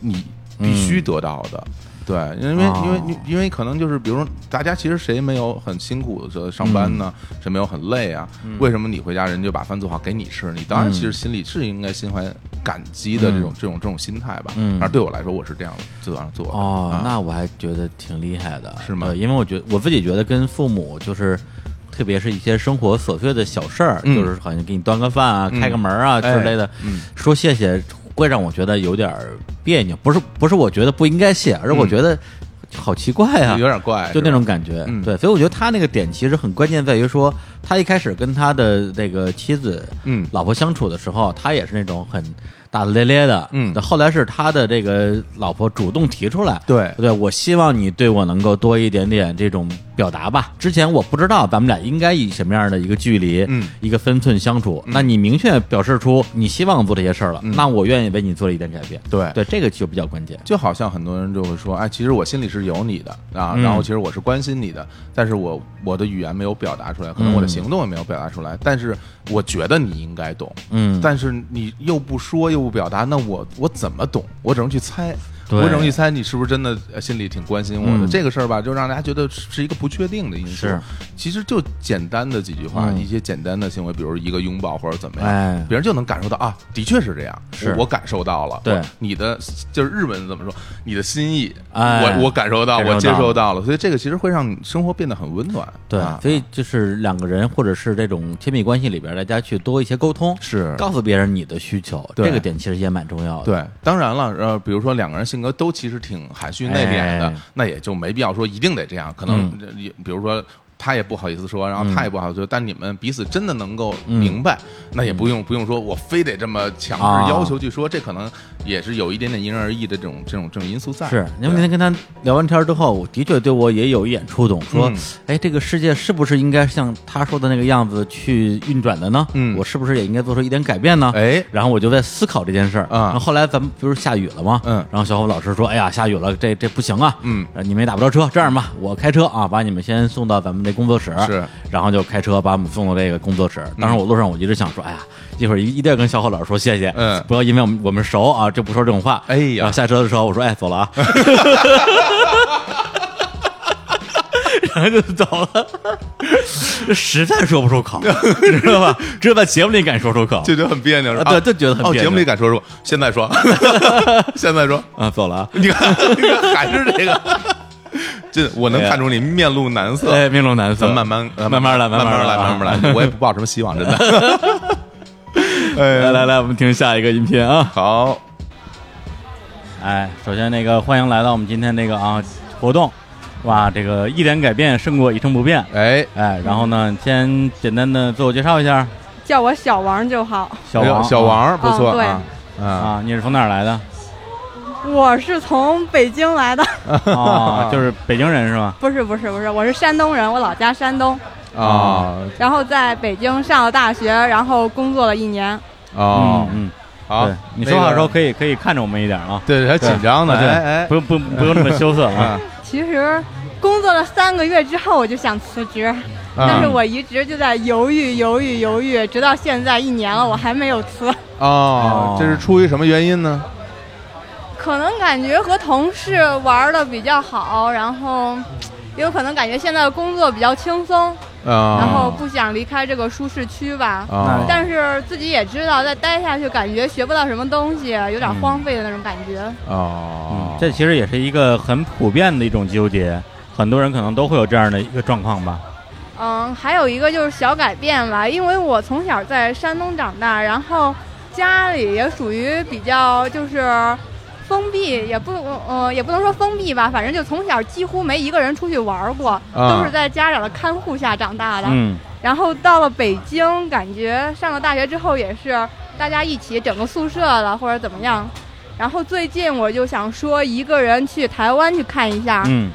[SPEAKER 2] 你必须得到的。对，因为因为
[SPEAKER 1] 嗯哦
[SPEAKER 2] 你因为可能就是，比如说大家其实谁没有很辛苦的上班呢？
[SPEAKER 1] 嗯
[SPEAKER 2] 谁没有很累啊？为什么你回家人就把饭做好给你吃？你当然
[SPEAKER 1] 嗯
[SPEAKER 2] 其实心里是应该心怀感激的这种、这种这种心态吧。
[SPEAKER 1] 嗯
[SPEAKER 2] 而对我来说，我是这样这样做的。
[SPEAKER 1] 哦
[SPEAKER 2] 啊，
[SPEAKER 1] 那我还觉得挺厉害的，呃
[SPEAKER 2] 是吗
[SPEAKER 1] 对因为我觉得我自己觉得跟父母就是。特别是一些生活琐碎的小事儿，
[SPEAKER 2] 嗯
[SPEAKER 1] 就是好像给你端个饭啊、
[SPEAKER 2] 嗯
[SPEAKER 1] 开个门啊之类的，
[SPEAKER 2] 嗯
[SPEAKER 1] 说谢谢会让我觉得有点儿别扭。不是不是，我觉得不应该谢，而是我觉得好奇怪啊，
[SPEAKER 2] 嗯有点怪，
[SPEAKER 1] 就那
[SPEAKER 2] 是吧
[SPEAKER 1] 种感觉。
[SPEAKER 2] 嗯
[SPEAKER 1] 对，所以我觉得他那个点其实很关键，在于说他一开始跟他的这个妻子、
[SPEAKER 2] 嗯
[SPEAKER 1] 老婆相处的时候，他也是那种很大大咧咧的。
[SPEAKER 2] 嗯
[SPEAKER 1] 后来是他的这个老婆主动提出来。
[SPEAKER 2] 对
[SPEAKER 1] 对，我希望你对我能够多一点点这种表达吧。之前我不知道咱们俩应该以什么样的一个距离、
[SPEAKER 2] 嗯
[SPEAKER 1] 一个分寸相处。
[SPEAKER 2] 嗯
[SPEAKER 1] 那你明确表示出你希望我做这些事儿了，
[SPEAKER 2] 嗯
[SPEAKER 1] 那我愿意为你做了一点改变。
[SPEAKER 2] 对
[SPEAKER 1] 对，这个就比较关键。
[SPEAKER 2] 就好像很多人就会说，哎，其实我心里是有你的啊，
[SPEAKER 1] 嗯
[SPEAKER 2] 然后其实我是关心你的，但是我我的语言没有表达出来，可能
[SPEAKER 1] 嗯
[SPEAKER 2] 我的行动也没有表达出来，但是我觉得你应该懂，
[SPEAKER 1] 嗯，
[SPEAKER 2] 但是你又不说又不表达，那我我怎么懂？我只能去猜。
[SPEAKER 1] 对
[SPEAKER 2] 我只能去猜你是不是真的呃心里挺关心我的、
[SPEAKER 1] 嗯
[SPEAKER 2] 这个事儿吧，就让大家觉得是是一个不确定的因素
[SPEAKER 1] 是。
[SPEAKER 2] 其实就简单的几句话，
[SPEAKER 1] 嗯
[SPEAKER 2] 一些简单的行为，比如一个拥抱或者怎么样，
[SPEAKER 1] 哎
[SPEAKER 2] 别人就能感受到啊，的确是这样，
[SPEAKER 1] 是
[SPEAKER 2] 我我感受到了。
[SPEAKER 1] 对
[SPEAKER 2] 我你的就是日本怎么说，你的心意，
[SPEAKER 1] 哎
[SPEAKER 2] 我我感受到，
[SPEAKER 1] 感受到
[SPEAKER 2] 我接受到了，所以这个其实会让你生活变得很温暖。
[SPEAKER 1] 对，
[SPEAKER 2] 啊、
[SPEAKER 1] 所以就是两个人或者是这种亲密关系里边，大家去多一些沟通，
[SPEAKER 2] 是
[SPEAKER 1] 告诉别人你的需求，
[SPEAKER 2] 对
[SPEAKER 1] 这个点其实也蛮重要的。，
[SPEAKER 2] 对，当然了，呃，比如说两个人性格都其实挺含蓄内敛的，
[SPEAKER 1] 哎嗯
[SPEAKER 2] 那也就没必要说一定得这样。可能也、比如说他也不好意思说，然后他也不好意思说，但你们彼此真的能够
[SPEAKER 1] 嗯
[SPEAKER 2] 明白，那也不用、不用说我非得这么强
[SPEAKER 1] 啊
[SPEAKER 2] 制要求去说，这可能也是有一点点因人而异的这种这种这种因素在。
[SPEAKER 1] 是因为那
[SPEAKER 2] 对
[SPEAKER 1] 天跟他聊完天之后，我的确对我也有一点触动，说，
[SPEAKER 2] 嗯
[SPEAKER 1] 哎，这个世界是不是应该像他说的那个样子去运转的呢？
[SPEAKER 2] 嗯
[SPEAKER 1] 我是不是也应该做出一点改变呢？
[SPEAKER 2] 哎，
[SPEAKER 1] 然后我就在思考这件事儿
[SPEAKER 2] 啊
[SPEAKER 1] 然后后来咱们不是下雨了吗？
[SPEAKER 2] 嗯
[SPEAKER 1] 然后小虎老师说：“哎呀，下雨了，这这不行啊，
[SPEAKER 2] 嗯
[SPEAKER 1] 呃，你们也打不着车，这样吧，我开车啊，把你们先送到咱们这工作室，
[SPEAKER 2] 是，嗯
[SPEAKER 1] 然后就开车把我们送到这个工作室。当时我路上我一直想说，哎呀，一会儿一一定要跟小虎老师说谢谢，
[SPEAKER 2] 嗯
[SPEAKER 1] 不要因为我们我们熟啊，就不说这种话。
[SPEAKER 2] 哎呀
[SPEAKER 1] 然后下车的时候我说，哎，走了啊。” 然后就走了， 实在说不出口，你知道吧？只有在节目里敢说出 口，
[SPEAKER 2] 就觉得很别扭，是吧
[SPEAKER 1] 啊对就觉得很
[SPEAKER 2] 哦，
[SPEAKER 1] 别扭
[SPEAKER 2] 节目里敢说说，现在说，现在说，
[SPEAKER 1] 啊，走了啊。
[SPEAKER 2] 你看，你看还是这个，这我能看出你面露难色。
[SPEAKER 1] 哎，面露难色，
[SPEAKER 2] 咱慢慢
[SPEAKER 1] 慢慢来，
[SPEAKER 2] 慢
[SPEAKER 1] 慢
[SPEAKER 2] 来，慢慢来，我也不抱什么希望，真的。
[SPEAKER 1] 来。来
[SPEAKER 2] 哎，
[SPEAKER 1] 来来，我们听下一个音频啊。
[SPEAKER 2] 好，
[SPEAKER 4] 哎，首先那个欢迎来到我们今天这个啊活动，哇，这个一点改变胜过一成不变。
[SPEAKER 2] 哎，
[SPEAKER 4] 哎，然后呢，先简单的自我介绍一下，
[SPEAKER 7] 叫我小王就好。
[SPEAKER 4] 小
[SPEAKER 2] 哎呦
[SPEAKER 4] 王，
[SPEAKER 2] 小王不错啊
[SPEAKER 7] 嗯，
[SPEAKER 2] 啊，
[SPEAKER 4] 啊，你是从哪儿来的？
[SPEAKER 7] 我是从北京来的，
[SPEAKER 4] 啊，就是北京人是吧？
[SPEAKER 7] 不是不是不是，我是山东人，我老家山东，
[SPEAKER 2] 啊
[SPEAKER 7] 然后在北京上了大学，然后工作了一年。
[SPEAKER 2] 啊
[SPEAKER 4] 嗯，嗯，
[SPEAKER 2] 好
[SPEAKER 4] 对，你说话的时候可
[SPEAKER 2] 以，
[SPEAKER 4] 以可以看着我们一点啊，
[SPEAKER 2] 对，还紧张呢，
[SPEAKER 4] 啊对
[SPEAKER 2] 哎
[SPEAKER 4] 不用不用不用那么羞涩
[SPEAKER 2] 哎，
[SPEAKER 4] 啊。
[SPEAKER 2] 啊
[SPEAKER 7] 其实工作了三个月之后，我就想辞职，但是我一直就在犹豫犹豫犹豫，直到现在一年了，我还没有辞。
[SPEAKER 2] 哦，这是出于什么原因呢？
[SPEAKER 7] 可能感觉和同事玩的比较好，然后也有可能感觉现在的工作比较轻松，然
[SPEAKER 2] 啊
[SPEAKER 7] 后不想离开这个舒适区吧。
[SPEAKER 2] 啊，
[SPEAKER 7] 但是自己也知道，再待下去感觉学不到什么东西，有点荒废的那种感觉。
[SPEAKER 2] 哦
[SPEAKER 4] 嗯，这其实也是一个很普遍的一种纠结，很多人可能都会有这样的一个状况吧。
[SPEAKER 7] 嗯，还有一个就是小改变吧，因为我从小在山东长大，然后家里也属于比较就是封闭，也不呃也不能说封闭吧，反正就从小几乎没一个人出去玩过，
[SPEAKER 2] 啊
[SPEAKER 7] 都是在家长的看护下长大的。
[SPEAKER 4] 嗯，
[SPEAKER 7] 然后到了北京，感觉上了大学之后也是大家一起整个宿舍了或者怎么样。然后最近我就想说一个人去台湾去看一下，
[SPEAKER 4] 嗯，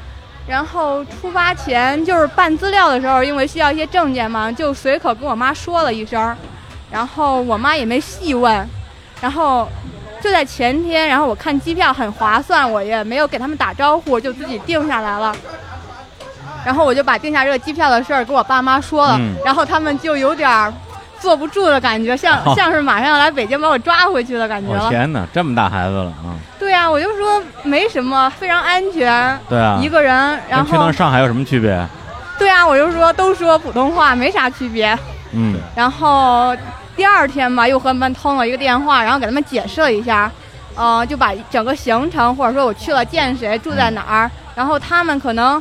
[SPEAKER 7] 然后出发前就是办资料的时候，因为需要一些证件嘛，就随口跟我妈说了一声儿，然后我妈也没细问，然后就在前天，然后我看机票很划算，我也没有给他们打招呼，就自己定下来了。然后我就把定下这个机票的事儿跟我爸妈说了，
[SPEAKER 4] 嗯
[SPEAKER 7] 然后他们就有点儿坐不住的感觉，像、
[SPEAKER 4] 哦
[SPEAKER 7] 像是马上要来北京把我抓回去的感觉
[SPEAKER 4] 我
[SPEAKER 7] 了。
[SPEAKER 4] 天哪，这么大孩子了啊！
[SPEAKER 7] 对啊，我就说没什么，非常安全，
[SPEAKER 4] 对啊，
[SPEAKER 7] 一个人。然
[SPEAKER 4] 跟去
[SPEAKER 7] 后
[SPEAKER 4] 趟上海有什么区别？
[SPEAKER 2] 哎
[SPEAKER 7] 对啊，我就说都说普通话没啥区别。
[SPEAKER 4] 嗯，
[SPEAKER 7] 然后第二天吧，又和他们通了一个电话，然后给他们解释了一下，呃，就把整个行程或者说我去了见谁，住在哪儿，然后他们可能。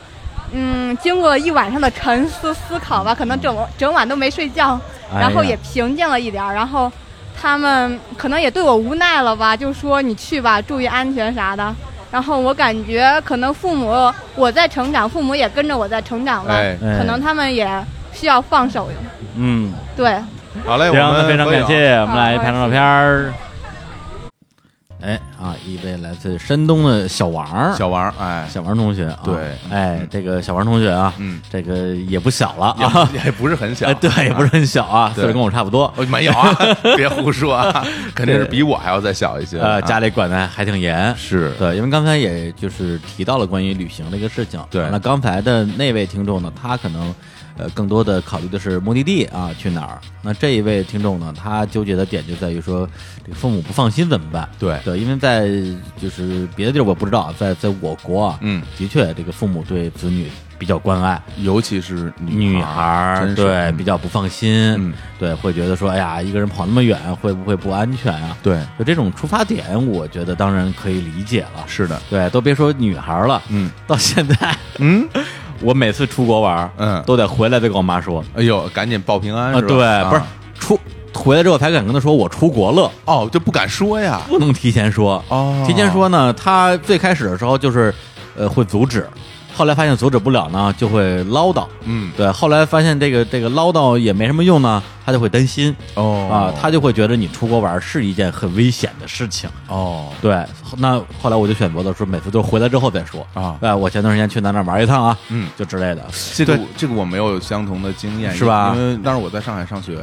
[SPEAKER 7] 嗯，经过了一晚上的沉思思考吧，可能整整晚都没睡觉，
[SPEAKER 4] 哎呀
[SPEAKER 7] 然后也平静了一点儿，然后他们可能也对我无奈了吧，就说你去吧，注意安全啥的。
[SPEAKER 8] 然后我感觉可能父母我在成长，父母也跟着我在成长吧，
[SPEAKER 2] 哎，
[SPEAKER 4] 哎
[SPEAKER 8] 可能他们也需要放手。
[SPEAKER 4] 嗯，
[SPEAKER 8] 对，
[SPEAKER 2] 好嘞，我
[SPEAKER 4] 行，那
[SPEAKER 2] 们
[SPEAKER 4] 非常
[SPEAKER 2] 合影
[SPEAKER 4] 感谢，
[SPEAKER 7] 啊
[SPEAKER 4] 我们来拍张照片儿。
[SPEAKER 1] 哎啊，一位来自山东的小王儿，
[SPEAKER 2] 小王儿，哎，
[SPEAKER 1] 小王同学啊，
[SPEAKER 2] 对
[SPEAKER 1] 哎，这个小王同学啊，
[SPEAKER 2] 嗯，
[SPEAKER 1] 这个也不小了 啊，
[SPEAKER 2] 也也不是很 小
[SPEAKER 1] 哎，，对，也不是很小啊，
[SPEAKER 2] 对
[SPEAKER 1] 岁数跟我差不多，
[SPEAKER 2] 哦，没有啊， 别胡说啊，肯定是比我还要再小一些。
[SPEAKER 1] 呃，家
[SPEAKER 2] 里
[SPEAKER 1] 里管的还挺严，
[SPEAKER 2] 是
[SPEAKER 1] 对，因为刚才也就是提到了关于旅行这个事情。啊
[SPEAKER 2] 对
[SPEAKER 1] 那刚才的那位听众呢，他可能呃更多的考虑的是目的地啊，去哪儿。那这一位听众呢，他纠结的点就在于说，这个父母不放心怎么办？
[SPEAKER 2] 对
[SPEAKER 1] 对，因为在就是别的地儿我不知道，在在我国啊，
[SPEAKER 2] 嗯，
[SPEAKER 1] 的确这个父母对子女比较关爱。
[SPEAKER 2] 尤其是
[SPEAKER 1] 女孩
[SPEAKER 2] 真
[SPEAKER 1] 儿
[SPEAKER 2] 是
[SPEAKER 1] 对
[SPEAKER 2] 嗯
[SPEAKER 1] 比较不放心，
[SPEAKER 2] 嗯
[SPEAKER 1] 对会觉得说，哎呀，一个人跑那么远会不会不安全啊？
[SPEAKER 2] 对，
[SPEAKER 1] 就这种出发点，我觉得当然可以理解了。
[SPEAKER 2] 是的，
[SPEAKER 1] 对，都别说女孩 儿了，
[SPEAKER 2] 嗯
[SPEAKER 1] 到现在
[SPEAKER 2] 嗯
[SPEAKER 1] 我每次出国玩儿，
[SPEAKER 2] 嗯，
[SPEAKER 1] 都得回来再跟我妈说
[SPEAKER 2] 哎呦，赶紧报平安
[SPEAKER 1] 啊，
[SPEAKER 2] 是吧？
[SPEAKER 1] 对，
[SPEAKER 2] 啊
[SPEAKER 1] 不是出回来之后才敢跟她说我出国了，
[SPEAKER 2] 哦，就不敢说呀。
[SPEAKER 1] 不能提前说。
[SPEAKER 2] 哦，
[SPEAKER 1] 提前说呢，她最开始的时候就是呃会阻止，后来发现阻止不了呢，就会唠叨。
[SPEAKER 2] 嗯
[SPEAKER 1] 对，后来发现这个这个唠叨也没什么用呢，她就会担心
[SPEAKER 2] 哦
[SPEAKER 1] 啊，她就会觉得你出国玩儿是一件很危险的事情。
[SPEAKER 2] 哦
[SPEAKER 1] 对，那后来我就选择了说，每次都回来之后再说。
[SPEAKER 2] 啊
[SPEAKER 1] 哎，我前段时间去哪哪玩一趟啊，
[SPEAKER 2] 嗯，
[SPEAKER 1] 就之类的。
[SPEAKER 2] 这个
[SPEAKER 1] 对
[SPEAKER 2] 这个我没有相同的经验，
[SPEAKER 1] 是吧
[SPEAKER 2] 因为当时我在上海上学，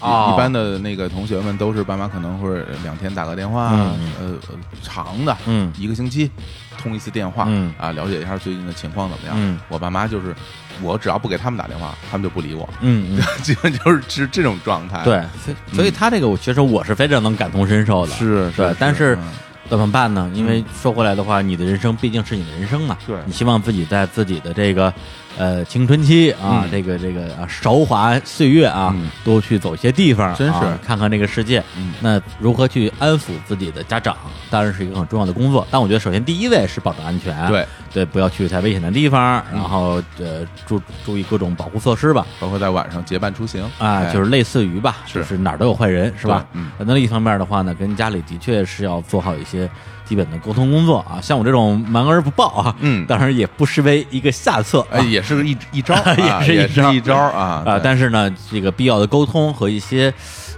[SPEAKER 1] 哦
[SPEAKER 2] 一般的那个同学们都是爸妈可能会两天打个电话，
[SPEAKER 1] 嗯
[SPEAKER 2] 呃，呃长的，
[SPEAKER 1] 嗯
[SPEAKER 2] 一个星期通一次电话，
[SPEAKER 1] 嗯
[SPEAKER 2] 啊，了解一下最近的情况怎么样。
[SPEAKER 1] 嗯
[SPEAKER 2] 我爸妈就是，我只要不给他们打电话，他们就不理我，
[SPEAKER 1] 嗯， 嗯
[SPEAKER 2] 基本就是是这种状态。
[SPEAKER 1] 对，所以所以他这个我其实我是非常能感同身受的。
[SPEAKER 2] 是，是，
[SPEAKER 1] 对但是
[SPEAKER 2] 嗯
[SPEAKER 1] 怎么办呢？因为说回来的话，你的人生毕竟是你的人生嘛。
[SPEAKER 2] 对
[SPEAKER 1] 你希望自己在自己的这个呃青春期啊，
[SPEAKER 2] 嗯
[SPEAKER 1] 这个这个啊韶华岁月啊，
[SPEAKER 2] 嗯
[SPEAKER 1] 多去走些地方，
[SPEAKER 2] 真是
[SPEAKER 1] 啊看看这个世界。
[SPEAKER 2] 嗯
[SPEAKER 1] 那如何去安抚自己的家长，当然是一个很重要的工作。但我觉得，首先第一位是保证安全。
[SPEAKER 2] 对，
[SPEAKER 1] 对，不要去太危险的地方，
[SPEAKER 2] 嗯
[SPEAKER 1] 然后呃注注意各种保护措施吧。
[SPEAKER 2] 包括在晚上结伴出行
[SPEAKER 1] 啊，
[SPEAKER 2] 哎
[SPEAKER 1] 就是类似于吧，
[SPEAKER 2] 是
[SPEAKER 1] 就是哪儿都有坏人，是吧？
[SPEAKER 2] 对嗯
[SPEAKER 1] 那另一方面的话呢，跟家里的确是要做好一些基本的沟通工作啊。像我这种瞒而不报啊，
[SPEAKER 2] 嗯
[SPEAKER 1] 当然也不失为一个下策啊。
[SPEAKER 2] 哎，也是一一招，啊
[SPEAKER 1] 也是一
[SPEAKER 2] 也
[SPEAKER 1] 招
[SPEAKER 2] 是一招啊
[SPEAKER 1] 啊，但
[SPEAKER 2] 是
[SPEAKER 1] 是呢，这个必要的沟通和一些，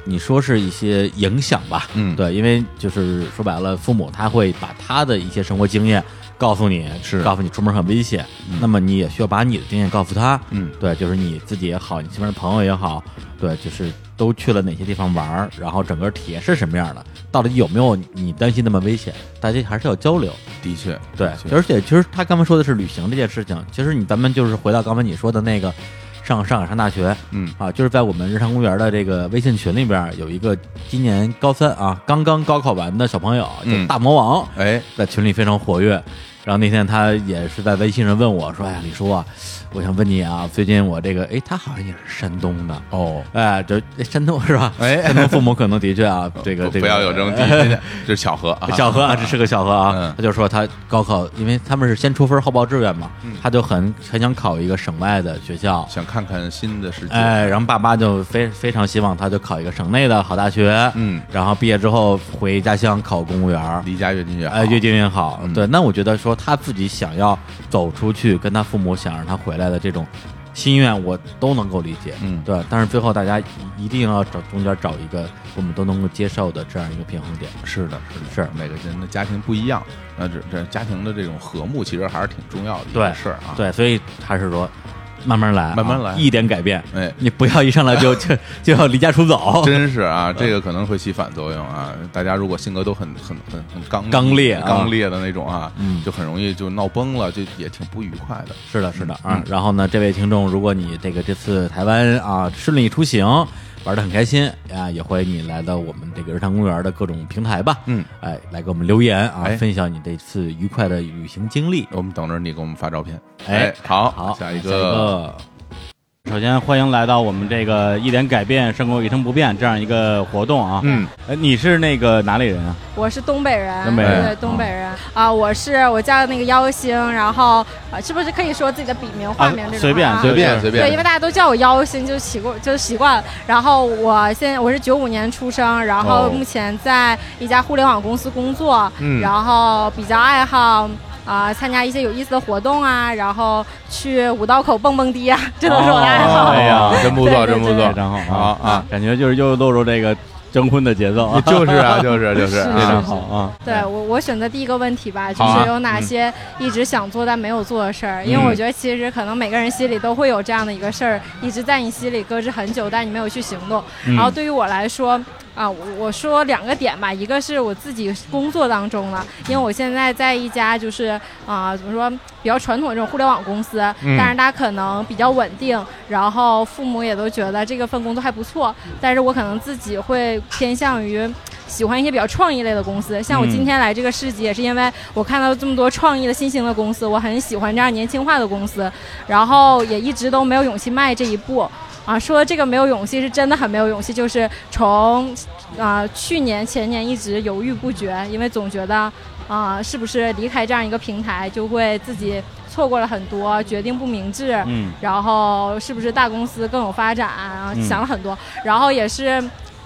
[SPEAKER 1] 你说是一些影响吧，
[SPEAKER 2] 嗯
[SPEAKER 1] 对，因为就是说白了，父母他会把他的一些生活经验告诉你，
[SPEAKER 2] 是
[SPEAKER 1] 告诉你出门很危险，那么你也需要把你的经验告诉他，
[SPEAKER 2] 嗯
[SPEAKER 1] 对，就是你自己也好，你身边的朋友也好，对，就是都去了哪些地方玩儿，然后整个体验是什么样的，到底有没有你担心那么危险，大家还是要交流，
[SPEAKER 2] 的确
[SPEAKER 1] 对
[SPEAKER 2] 的，确
[SPEAKER 1] 而且其实他刚才说的是旅行这件事情，其实你咱们就是回到刚才你说的那个上上海上大学
[SPEAKER 2] 嗯
[SPEAKER 1] 啊，就是在我们日常公园的这个微信群里边有一个今年高三啊刚刚高考完的小朋友
[SPEAKER 2] 嗯
[SPEAKER 1] 叫大魔王，
[SPEAKER 2] 哎
[SPEAKER 1] 在群里非常活跃。然后那天他也是在微信上问我说：“哎呀，李叔啊，我想问你啊，最近我这个……哎，他好像也是山东的，
[SPEAKER 2] 哦。
[SPEAKER 1] 哎，这哎山东是吧？
[SPEAKER 2] 哎
[SPEAKER 1] 山东父母可能的确啊， 这个
[SPEAKER 2] 不
[SPEAKER 1] 这个
[SPEAKER 2] 不要有这种底线，这是巧合啊，
[SPEAKER 1] 小何啊，这是个小何啊，
[SPEAKER 2] 嗯
[SPEAKER 1] 他就说他高考，因为他们是先出分后报志愿嘛，
[SPEAKER 2] 嗯
[SPEAKER 1] 他就很很想考一个省外的学校，
[SPEAKER 2] 想看看新的世界，
[SPEAKER 1] 哎，然后爸妈就非非常希望他就考一个省内的好大学，
[SPEAKER 2] 嗯
[SPEAKER 1] 然后毕业之后回家乡考公务员儿，
[SPEAKER 2] 离家越近越好，
[SPEAKER 1] 哎，越近越好。
[SPEAKER 2] 嗯
[SPEAKER 1] 对，那我觉得说他自己想要走出去，跟他父母想让他回来的这种心愿，我都能够理解。
[SPEAKER 2] 嗯
[SPEAKER 1] 对，但是最后大家一定要找中间找一个我们都能够接受的这样一个平衡点。
[SPEAKER 2] 是的，是的，
[SPEAKER 1] 是
[SPEAKER 2] 每个人的家庭不一样，那这这家庭的这种和睦其实还是挺重要的一
[SPEAKER 1] 对
[SPEAKER 2] 件事儿啊。，
[SPEAKER 1] 对，所以还是说慢慢来啊、
[SPEAKER 2] 慢慢来
[SPEAKER 1] 一点改变。
[SPEAKER 2] 哎，
[SPEAKER 1] 你不要一上来 就就就要离家出走，
[SPEAKER 2] 真是啊，这个可能会起反作用啊。大家如果性格都很很很很刚
[SPEAKER 1] 刚烈啊
[SPEAKER 2] 刚烈的那种啊，
[SPEAKER 1] 嗯
[SPEAKER 2] 就很容易就闹崩了，就也挺不愉快的。
[SPEAKER 1] 是的，是的
[SPEAKER 2] 嗯
[SPEAKER 1] 啊。然后呢，这位听众，如果你这个这次台湾啊顺利出行，玩的很开心啊，也欢迎你来到我们这个日常公园的各种平台吧。
[SPEAKER 2] 嗯，
[SPEAKER 1] 哎，来给我们留言啊，
[SPEAKER 2] 哎
[SPEAKER 1] 分享你这次愉快的旅行经历。
[SPEAKER 2] 我们等着你给我们发照片。
[SPEAKER 1] 哎
[SPEAKER 2] 好，
[SPEAKER 1] 好，
[SPEAKER 2] 下一
[SPEAKER 1] 下一个
[SPEAKER 4] 首先欢迎来到我们这个“一点改变胜过一成不变”这样一个活动啊。
[SPEAKER 2] 嗯，
[SPEAKER 4] 呃，你是那个哪里人啊？
[SPEAKER 7] 我是东北人，
[SPEAKER 4] 东北人
[SPEAKER 7] 对东北人啊，我是我叫那个妖星，然后啊，是不是可以说自己的笔名、化
[SPEAKER 4] 啊
[SPEAKER 7] 名这种、，啊？
[SPEAKER 4] 随便
[SPEAKER 2] 随便随
[SPEAKER 7] 对，因
[SPEAKER 2] 便，
[SPEAKER 7] 为大家都叫我妖星，就习惯就习惯了。然后我现在我是九五年出生，然后
[SPEAKER 4] 哦
[SPEAKER 7] 目前在一家互联网公司工作，
[SPEAKER 2] 嗯
[SPEAKER 7] 然后比较爱好。啊、参加一些有意思的活动啊，然后去五道口蹦蹦迪啊，这都是我的爱好。
[SPEAKER 4] 哎呀
[SPEAKER 2] 哦真不错，真不
[SPEAKER 4] 非
[SPEAKER 2] 错，
[SPEAKER 4] 常好
[SPEAKER 2] 好
[SPEAKER 4] 啊，
[SPEAKER 2] 啊，
[SPEAKER 4] 感觉就是又落入这个征婚的节奏啊，
[SPEAKER 2] 就是 啊，就是就是
[SPEAKER 7] 是
[SPEAKER 4] 非常
[SPEAKER 2] 啊，
[SPEAKER 4] 好啊。
[SPEAKER 7] 对我，我选择第一个问题吧，就
[SPEAKER 2] 好啊
[SPEAKER 7] 是有哪些一直想做但没有做的事儿、因为我觉得其实可能每个人心里都会有这样的一个事儿，一直在你心里搁置很久，但你没有去行动。然后对于我来说，啊，我我说两个点吧，一个是我自己工作当中了，因为我现在在一家就是啊、怎么说比较传统的这种互联网公司，
[SPEAKER 2] 嗯
[SPEAKER 7] 但是它可能比较稳定，然后父母也都觉得这个份工作还不错，但是我可能自己会偏向于。喜欢一些比较创意类的公司，像我今天来这个市集，也是因为我看到这么多创意的新兴的公司，我很喜欢这样年轻化的公司，然后也一直都没有勇气迈这一步。啊，说这个没有勇气是真的很没有勇气，就是从啊、去年前年一直犹豫不决，因为总觉得啊、是不是离开这样一个平台就会自己错过了很多，决定不明智，
[SPEAKER 4] 嗯，
[SPEAKER 7] 然后是不是大公司更有发展啊？
[SPEAKER 4] 嗯
[SPEAKER 7] 想了很多，然后也是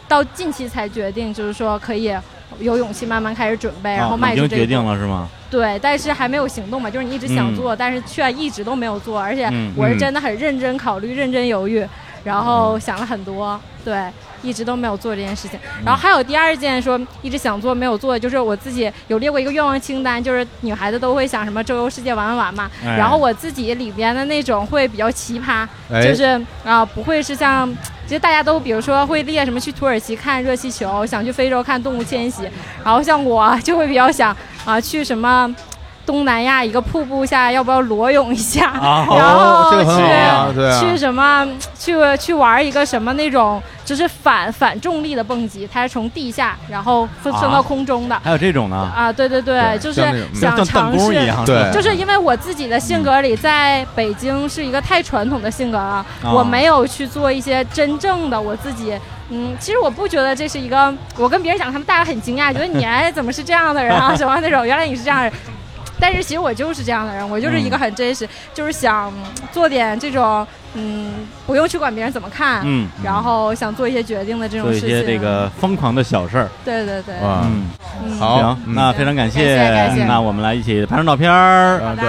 [SPEAKER 7] 到近期才决定，就是说可以有勇气慢慢开始准备，然后
[SPEAKER 4] 啊
[SPEAKER 7] 迈
[SPEAKER 4] 已
[SPEAKER 7] 出
[SPEAKER 4] 经
[SPEAKER 7] 这一
[SPEAKER 4] 决
[SPEAKER 7] 步
[SPEAKER 4] 定。了嗯是吗？
[SPEAKER 7] 对，但是还没有行动嘛，就是你一直想做，但是却一直都没有做，而且
[SPEAKER 4] 嗯
[SPEAKER 7] 我是真的很认真考虑、认真犹豫，然后想了很多，对，一直都没有做这件事情。然后还有第二件说一直想做没有做的，就是我自己有列过一个愿望清单，就是女孩子都会想什么周游世界玩玩玩嘛，
[SPEAKER 4] 哎
[SPEAKER 7] 然后我自己里边的那种会比较奇葩，
[SPEAKER 2] 哎
[SPEAKER 7] 就，是啊、不会是像，其实大家都比如说会列什么去土耳其看热气球，想去非洲看动物迁徙，然后像我就会比较想啊、去什么东南亚一个瀑布下要不要裸泳一下，
[SPEAKER 4] 啊
[SPEAKER 7] 然
[SPEAKER 2] 哦
[SPEAKER 7] 后
[SPEAKER 2] 这
[SPEAKER 7] 去、
[SPEAKER 2] 个很好啊对啊
[SPEAKER 7] 去什么去去玩一个什么那种就是反反重力的蹦极，它是从地下然后会升
[SPEAKER 4] 啊
[SPEAKER 7] 到空中的。
[SPEAKER 4] 还有这种呢，
[SPEAKER 7] 啊，对对对，
[SPEAKER 2] 对
[SPEAKER 7] 就是
[SPEAKER 2] 嗯像那种
[SPEAKER 7] 想
[SPEAKER 4] 像弹
[SPEAKER 7] 尝
[SPEAKER 4] 弓
[SPEAKER 7] 试，
[SPEAKER 4] 一样，
[SPEAKER 2] 对
[SPEAKER 7] 就是因为我自己的性格里，在北京是一个太传统的性格了，
[SPEAKER 4] 啊
[SPEAKER 7] 我没有去做一些真正的我自己。嗯，其实我不觉得这是一个，我跟别人讲，他们大家很惊讶，觉得你哎怎么是这样的人啊，什么那种，原来你是这样的人。但是其实我就是这样的人，我就是
[SPEAKER 4] 嗯
[SPEAKER 7] 一个很真实，就是想嗯做点这种，嗯，不用去管别人怎么看，
[SPEAKER 4] 嗯，
[SPEAKER 7] 然后想做一些决定的这种
[SPEAKER 4] 做一
[SPEAKER 7] 事情。啊
[SPEAKER 4] 些这个疯狂的小事儿，
[SPEAKER 7] 对对对，
[SPEAKER 2] 哇
[SPEAKER 4] 嗯，
[SPEAKER 7] 嗯，
[SPEAKER 2] 好
[SPEAKER 4] 行，
[SPEAKER 2] 嗯
[SPEAKER 4] 那非常感谢，
[SPEAKER 7] 感谢感谢
[SPEAKER 4] 那我们来一起拍张照片儿，
[SPEAKER 2] 啊对。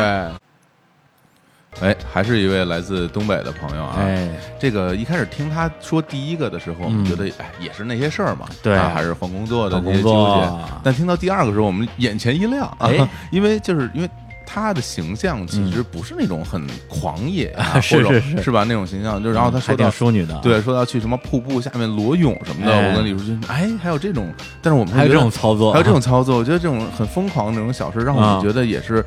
[SPEAKER 2] 哎，还是一位来自东北的朋友啊，
[SPEAKER 1] 哎，
[SPEAKER 2] 这个一开始听他说第一个的时候，我们
[SPEAKER 1] 嗯
[SPEAKER 2] 觉得哎也是那些事儿嘛，
[SPEAKER 1] 对
[SPEAKER 2] 啊还是换工作的
[SPEAKER 1] 找
[SPEAKER 2] 这些
[SPEAKER 1] 工
[SPEAKER 2] 纠结。
[SPEAKER 1] 作，
[SPEAKER 2] 但听到第二个时候，我们眼前一亮，啊
[SPEAKER 1] 哎， 嗯
[SPEAKER 2] 因为就是因为。他的形象其实不是那种很狂野 啊，
[SPEAKER 1] 是
[SPEAKER 2] 或者
[SPEAKER 1] 是是嗯
[SPEAKER 2] 是吧？那种形象，就然后他
[SPEAKER 1] 还
[SPEAKER 2] 说
[SPEAKER 1] 挺
[SPEAKER 2] 到
[SPEAKER 1] 淑女的，，
[SPEAKER 2] 啊
[SPEAKER 1] 啊
[SPEAKER 2] 对，说到去什么瀑布下面裸泳什么的，
[SPEAKER 1] 哎
[SPEAKER 2] 我跟李淑君，哎，还有这种，但是我们
[SPEAKER 1] 还有
[SPEAKER 2] 觉
[SPEAKER 1] 这
[SPEAKER 2] 得
[SPEAKER 1] 种操作，
[SPEAKER 2] 还有这种操作，我觉得这种很疯狂的这种小事，让我
[SPEAKER 1] 哦啊
[SPEAKER 2] 们觉得也是，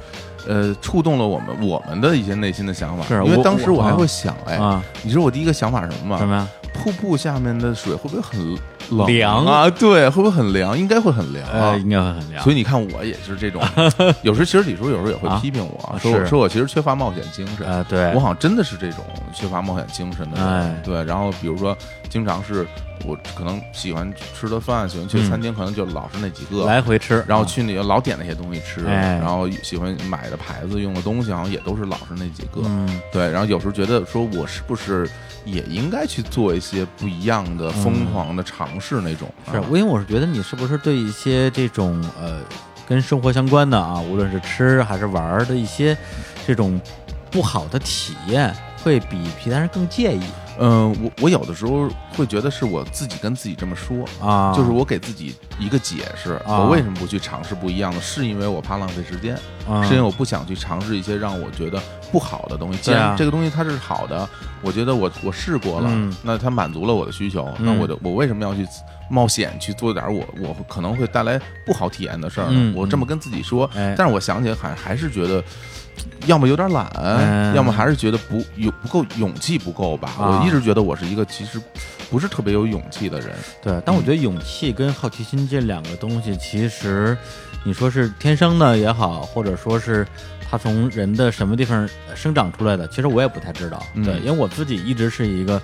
[SPEAKER 2] 呃，触动了我们我们的一些内心的想法。
[SPEAKER 1] 是
[SPEAKER 2] 因为
[SPEAKER 1] 我
[SPEAKER 2] 当时
[SPEAKER 1] 我
[SPEAKER 2] 我还
[SPEAKER 1] 啊
[SPEAKER 2] 会想，哎，
[SPEAKER 1] 啊，
[SPEAKER 2] 你知道我第一个想法是什么
[SPEAKER 1] 什
[SPEAKER 2] 吗？
[SPEAKER 1] 么呀？
[SPEAKER 2] 瀑布下面的水会不会很冷
[SPEAKER 1] 凉
[SPEAKER 2] 啊？对，会不会很凉？应该会很凉啊
[SPEAKER 1] 呃，。应该会很凉，
[SPEAKER 2] 所
[SPEAKER 1] 以
[SPEAKER 2] 以你看，我也是 这种，有时候其实李叔有时候也会
[SPEAKER 1] 啊
[SPEAKER 2] 批评我，
[SPEAKER 1] 啊
[SPEAKER 2] 说我
[SPEAKER 1] 是
[SPEAKER 2] 说我其实缺乏冒险精神。
[SPEAKER 1] 呃，对，
[SPEAKER 2] 我好像真的是这种缺乏冒险精神的人，
[SPEAKER 1] 哎
[SPEAKER 2] 对。然后比如说，经常是我可能喜欢吃的饭，喜欢去
[SPEAKER 1] 嗯
[SPEAKER 2] 餐厅，可能就老是那几个，
[SPEAKER 1] 来回吃，
[SPEAKER 2] 然后
[SPEAKER 1] 啊
[SPEAKER 2] 去那个老点那些东西吃，
[SPEAKER 1] 哎
[SPEAKER 2] 然后喜欢买的牌子、用的东西，好像也都是老是那几个，
[SPEAKER 1] 嗯，
[SPEAKER 2] 对。然后有时候觉得说，我是不是也应该去做一些不一样的、疯狂的尝试那种？
[SPEAKER 1] 嗯是
[SPEAKER 2] 啊
[SPEAKER 1] 我，因为我是觉得你是不是对一些这种呃跟生活相关的啊，无论是吃还是玩儿的一些这种不好的体验，会比其他人更介意
[SPEAKER 2] 嗯、我我有的时候会觉得是我自己跟自己这么说。
[SPEAKER 1] 啊？
[SPEAKER 2] 就是我给自己一个解释，
[SPEAKER 1] 啊
[SPEAKER 2] 我为什么不去尝试不一样的？是因为我怕浪费时间，
[SPEAKER 1] 啊
[SPEAKER 2] 是因为我不想去尝试一些让我觉得不好的东西。既
[SPEAKER 1] 对
[SPEAKER 2] 然
[SPEAKER 1] 啊
[SPEAKER 2] 这个东西它是好的，我觉得我我试过了，
[SPEAKER 1] 嗯
[SPEAKER 2] 那它满足了我的需求，那我就我为什么要去冒险去做点我我可能会带来不好体验的事儿呢？
[SPEAKER 1] 嗯
[SPEAKER 2] 我这么跟自己说，
[SPEAKER 1] 哎
[SPEAKER 2] 但是我想起来还还是觉得。要么有点懒，
[SPEAKER 1] 嗯
[SPEAKER 2] 要么还是觉得不有不够勇气不够吧。
[SPEAKER 1] 啊
[SPEAKER 2] 我一直觉得我是一个其实不是特别有勇气的人。
[SPEAKER 1] 对，
[SPEAKER 2] 嗯
[SPEAKER 1] 但我觉得勇气跟好奇心这两个东西，其实你说是天生的也好，或者说是它从人的什么地方呃生长出来的，其实我也不太知道。
[SPEAKER 2] 嗯
[SPEAKER 1] 对，因为我自己一直是一个，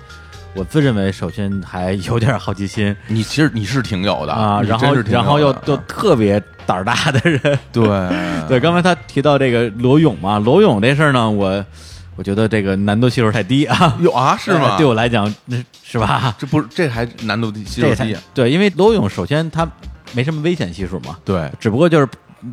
[SPEAKER 1] 我自认为首先还有点好奇心
[SPEAKER 2] 你其实你是挺有的
[SPEAKER 1] 啊，
[SPEAKER 2] 你
[SPEAKER 1] 然
[SPEAKER 2] 真
[SPEAKER 1] 后
[SPEAKER 2] 是挺有的
[SPEAKER 1] 然后又
[SPEAKER 2] 啊嗯
[SPEAKER 1] 又特别胆儿大的人。
[SPEAKER 2] 对
[SPEAKER 1] 对，刚才他提到这个裸泳嘛，裸泳这事儿呢，我我觉得这个难度系数太低啊，
[SPEAKER 2] 有啊是吗？
[SPEAKER 1] 对我来讲，那是吧？
[SPEAKER 2] 这不是这还难度低，系
[SPEAKER 1] 这
[SPEAKER 2] 数
[SPEAKER 1] 才
[SPEAKER 2] 低，啊
[SPEAKER 1] 对，因为裸泳首先它没什么危险系数嘛，
[SPEAKER 2] 对
[SPEAKER 1] 只不过就是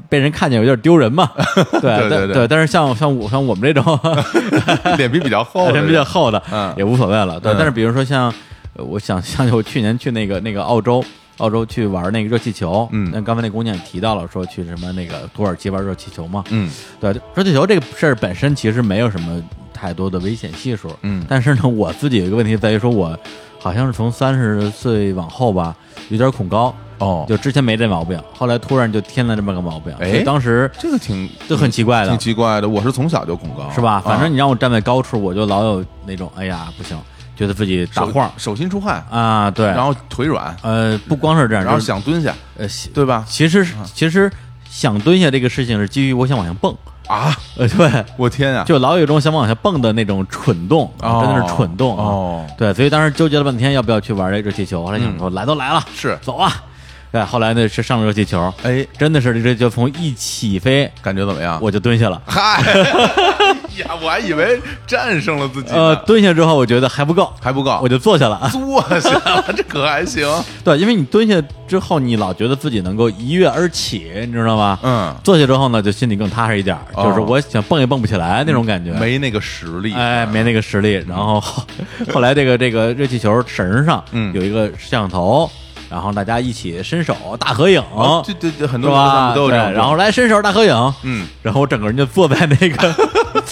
[SPEAKER 1] 被人看见有点丢人 嘛。对
[SPEAKER 2] 对
[SPEAKER 1] 但
[SPEAKER 2] 对
[SPEAKER 1] 对，但是像像我像我们这种
[SPEAKER 2] 脸皮比较厚的人，
[SPEAKER 1] 人比较厚的，
[SPEAKER 2] 嗯
[SPEAKER 1] 也无所谓了。对，
[SPEAKER 2] 嗯
[SPEAKER 1] 但是比如说像，呃我想 像我去年去那个那个澳洲。澳洲去玩那个热气球，
[SPEAKER 2] 嗯
[SPEAKER 1] 那刚才那姑娘也提到了，说去什么那个土耳其玩热气球嘛，
[SPEAKER 2] 嗯
[SPEAKER 1] 对，热气球这个事儿本身其实没有什么太多的危险系数，
[SPEAKER 2] 嗯
[SPEAKER 1] 但是呢，我自己有一个问题在于说，我好像是从三十岁往后吧，有点恐高，
[SPEAKER 2] 哦，
[SPEAKER 1] 就之前没这毛病，后来突然就添了这么个毛病，
[SPEAKER 2] 哎
[SPEAKER 1] 所以当时
[SPEAKER 2] 这个挺
[SPEAKER 1] 就很奇怪的
[SPEAKER 2] 挺，奇怪的。我哦是从小就恐高，啊
[SPEAKER 1] 是吧？反正
[SPEAKER 2] 你
[SPEAKER 1] 你让我站在高处，我就老有那种哎呀不行，觉得自己打晃
[SPEAKER 2] 手心出汗，
[SPEAKER 1] 啊，对，
[SPEAKER 2] 然后腿软，
[SPEAKER 1] 呃，不光是这样，
[SPEAKER 2] 然后
[SPEAKER 1] 就是
[SPEAKER 2] 想嗯蹲下，
[SPEAKER 1] 呃，其
[SPEAKER 2] 对吧？
[SPEAKER 1] 其实是其实想蹲下这个事情是基于我想往下蹦，
[SPEAKER 2] 啊，
[SPEAKER 1] 呃，对，
[SPEAKER 2] 我天啊！
[SPEAKER 1] 就老有一种想往下蹦的那种蠢动，
[SPEAKER 2] 哦
[SPEAKER 1] 真的是蠢动啊。
[SPEAKER 2] 哦，
[SPEAKER 1] 对，所以当时纠结了半天要不要去玩这热气球，后来想说、
[SPEAKER 2] 嗯
[SPEAKER 1] 来都来了，
[SPEAKER 2] 是
[SPEAKER 1] 走啊。对，后来呢是上了热气球，
[SPEAKER 2] 哎，
[SPEAKER 1] 真的是这这就从一起飞
[SPEAKER 2] 感觉怎么样？
[SPEAKER 1] 我就蹲下了。
[SPEAKER 2] 嗨 呀，我还以为战胜了自己呢，
[SPEAKER 1] 呃，蹲下之后我觉得还不够，
[SPEAKER 2] 还不够，
[SPEAKER 1] 我就坐下了。
[SPEAKER 2] 坐下了，这可还行。
[SPEAKER 1] 对，因为你蹲下之后，你老觉得自己能够一跃而起，你知道吗？
[SPEAKER 2] 嗯，
[SPEAKER 1] 坐下之后呢，就心里更踏实一点，
[SPEAKER 2] 哦
[SPEAKER 1] 就是我想蹦也蹦不起来那种感觉。
[SPEAKER 2] 没那个实力，
[SPEAKER 1] 哎，没那个实力。然 后后后来这个这个热气球绳上
[SPEAKER 2] 嗯
[SPEAKER 1] 有一个摄像头，然后大家一起伸手大合影，
[SPEAKER 2] 哦，对对对，很
[SPEAKER 1] 是
[SPEAKER 2] 多人咱
[SPEAKER 1] 吧？
[SPEAKER 2] 们都有
[SPEAKER 1] 对
[SPEAKER 2] 这种，，
[SPEAKER 1] 然后来伸手大合影，
[SPEAKER 2] 嗯，
[SPEAKER 1] 然后我整个人就坐在那个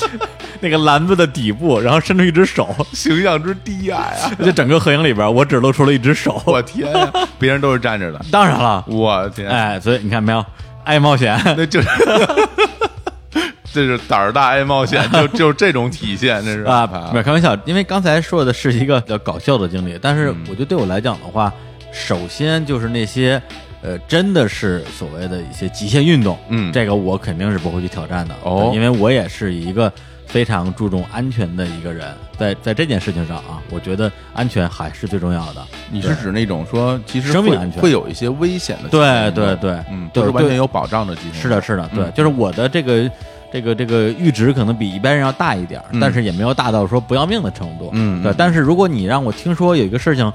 [SPEAKER 1] 那个篮子的底部，然后伸出一只手，
[SPEAKER 2] 形象之低矮啊！
[SPEAKER 1] 就整个合影里边 我只露出了一只手。
[SPEAKER 2] 我天呀，别人都是站着的，
[SPEAKER 1] 当然了，
[SPEAKER 2] 我天，
[SPEAKER 1] 哎，所以你看没有，爱冒险。
[SPEAKER 2] 那就是 这是胆儿大爱冒险， 就就是这种体现，这是
[SPEAKER 1] 啊，没有开玩笑，因为刚才说的是一个比较搞笑的经历，但是
[SPEAKER 2] 嗯
[SPEAKER 1] 我觉得对我来讲的话，首先就是那些呃，真的是所谓的一些极限运动，
[SPEAKER 2] 嗯
[SPEAKER 1] 这个我肯定是不会去挑战的，
[SPEAKER 2] 哦
[SPEAKER 1] 对因为我也是一个非常注重安全的一个人，在在这件事情上啊，我觉得安全还是最重要的。
[SPEAKER 2] 你是指那种说，其实
[SPEAKER 1] 生命
[SPEAKER 2] 会
[SPEAKER 1] 安全
[SPEAKER 2] 会有一些危险的极
[SPEAKER 1] 对
[SPEAKER 2] 限运动，
[SPEAKER 1] 对对，
[SPEAKER 2] 嗯，
[SPEAKER 1] 对
[SPEAKER 2] 都是完全
[SPEAKER 1] 对
[SPEAKER 2] 有保障的极限，
[SPEAKER 1] 是的，，是的，对，
[SPEAKER 2] 嗯
[SPEAKER 1] 就是我的这个这个这个阈值可能比一般人要大一点儿，
[SPEAKER 2] 嗯
[SPEAKER 1] 但是也没有大到说不要命的程度。
[SPEAKER 2] 嗯
[SPEAKER 1] 对
[SPEAKER 2] 嗯。
[SPEAKER 1] 但是如果你让我听说有一个事情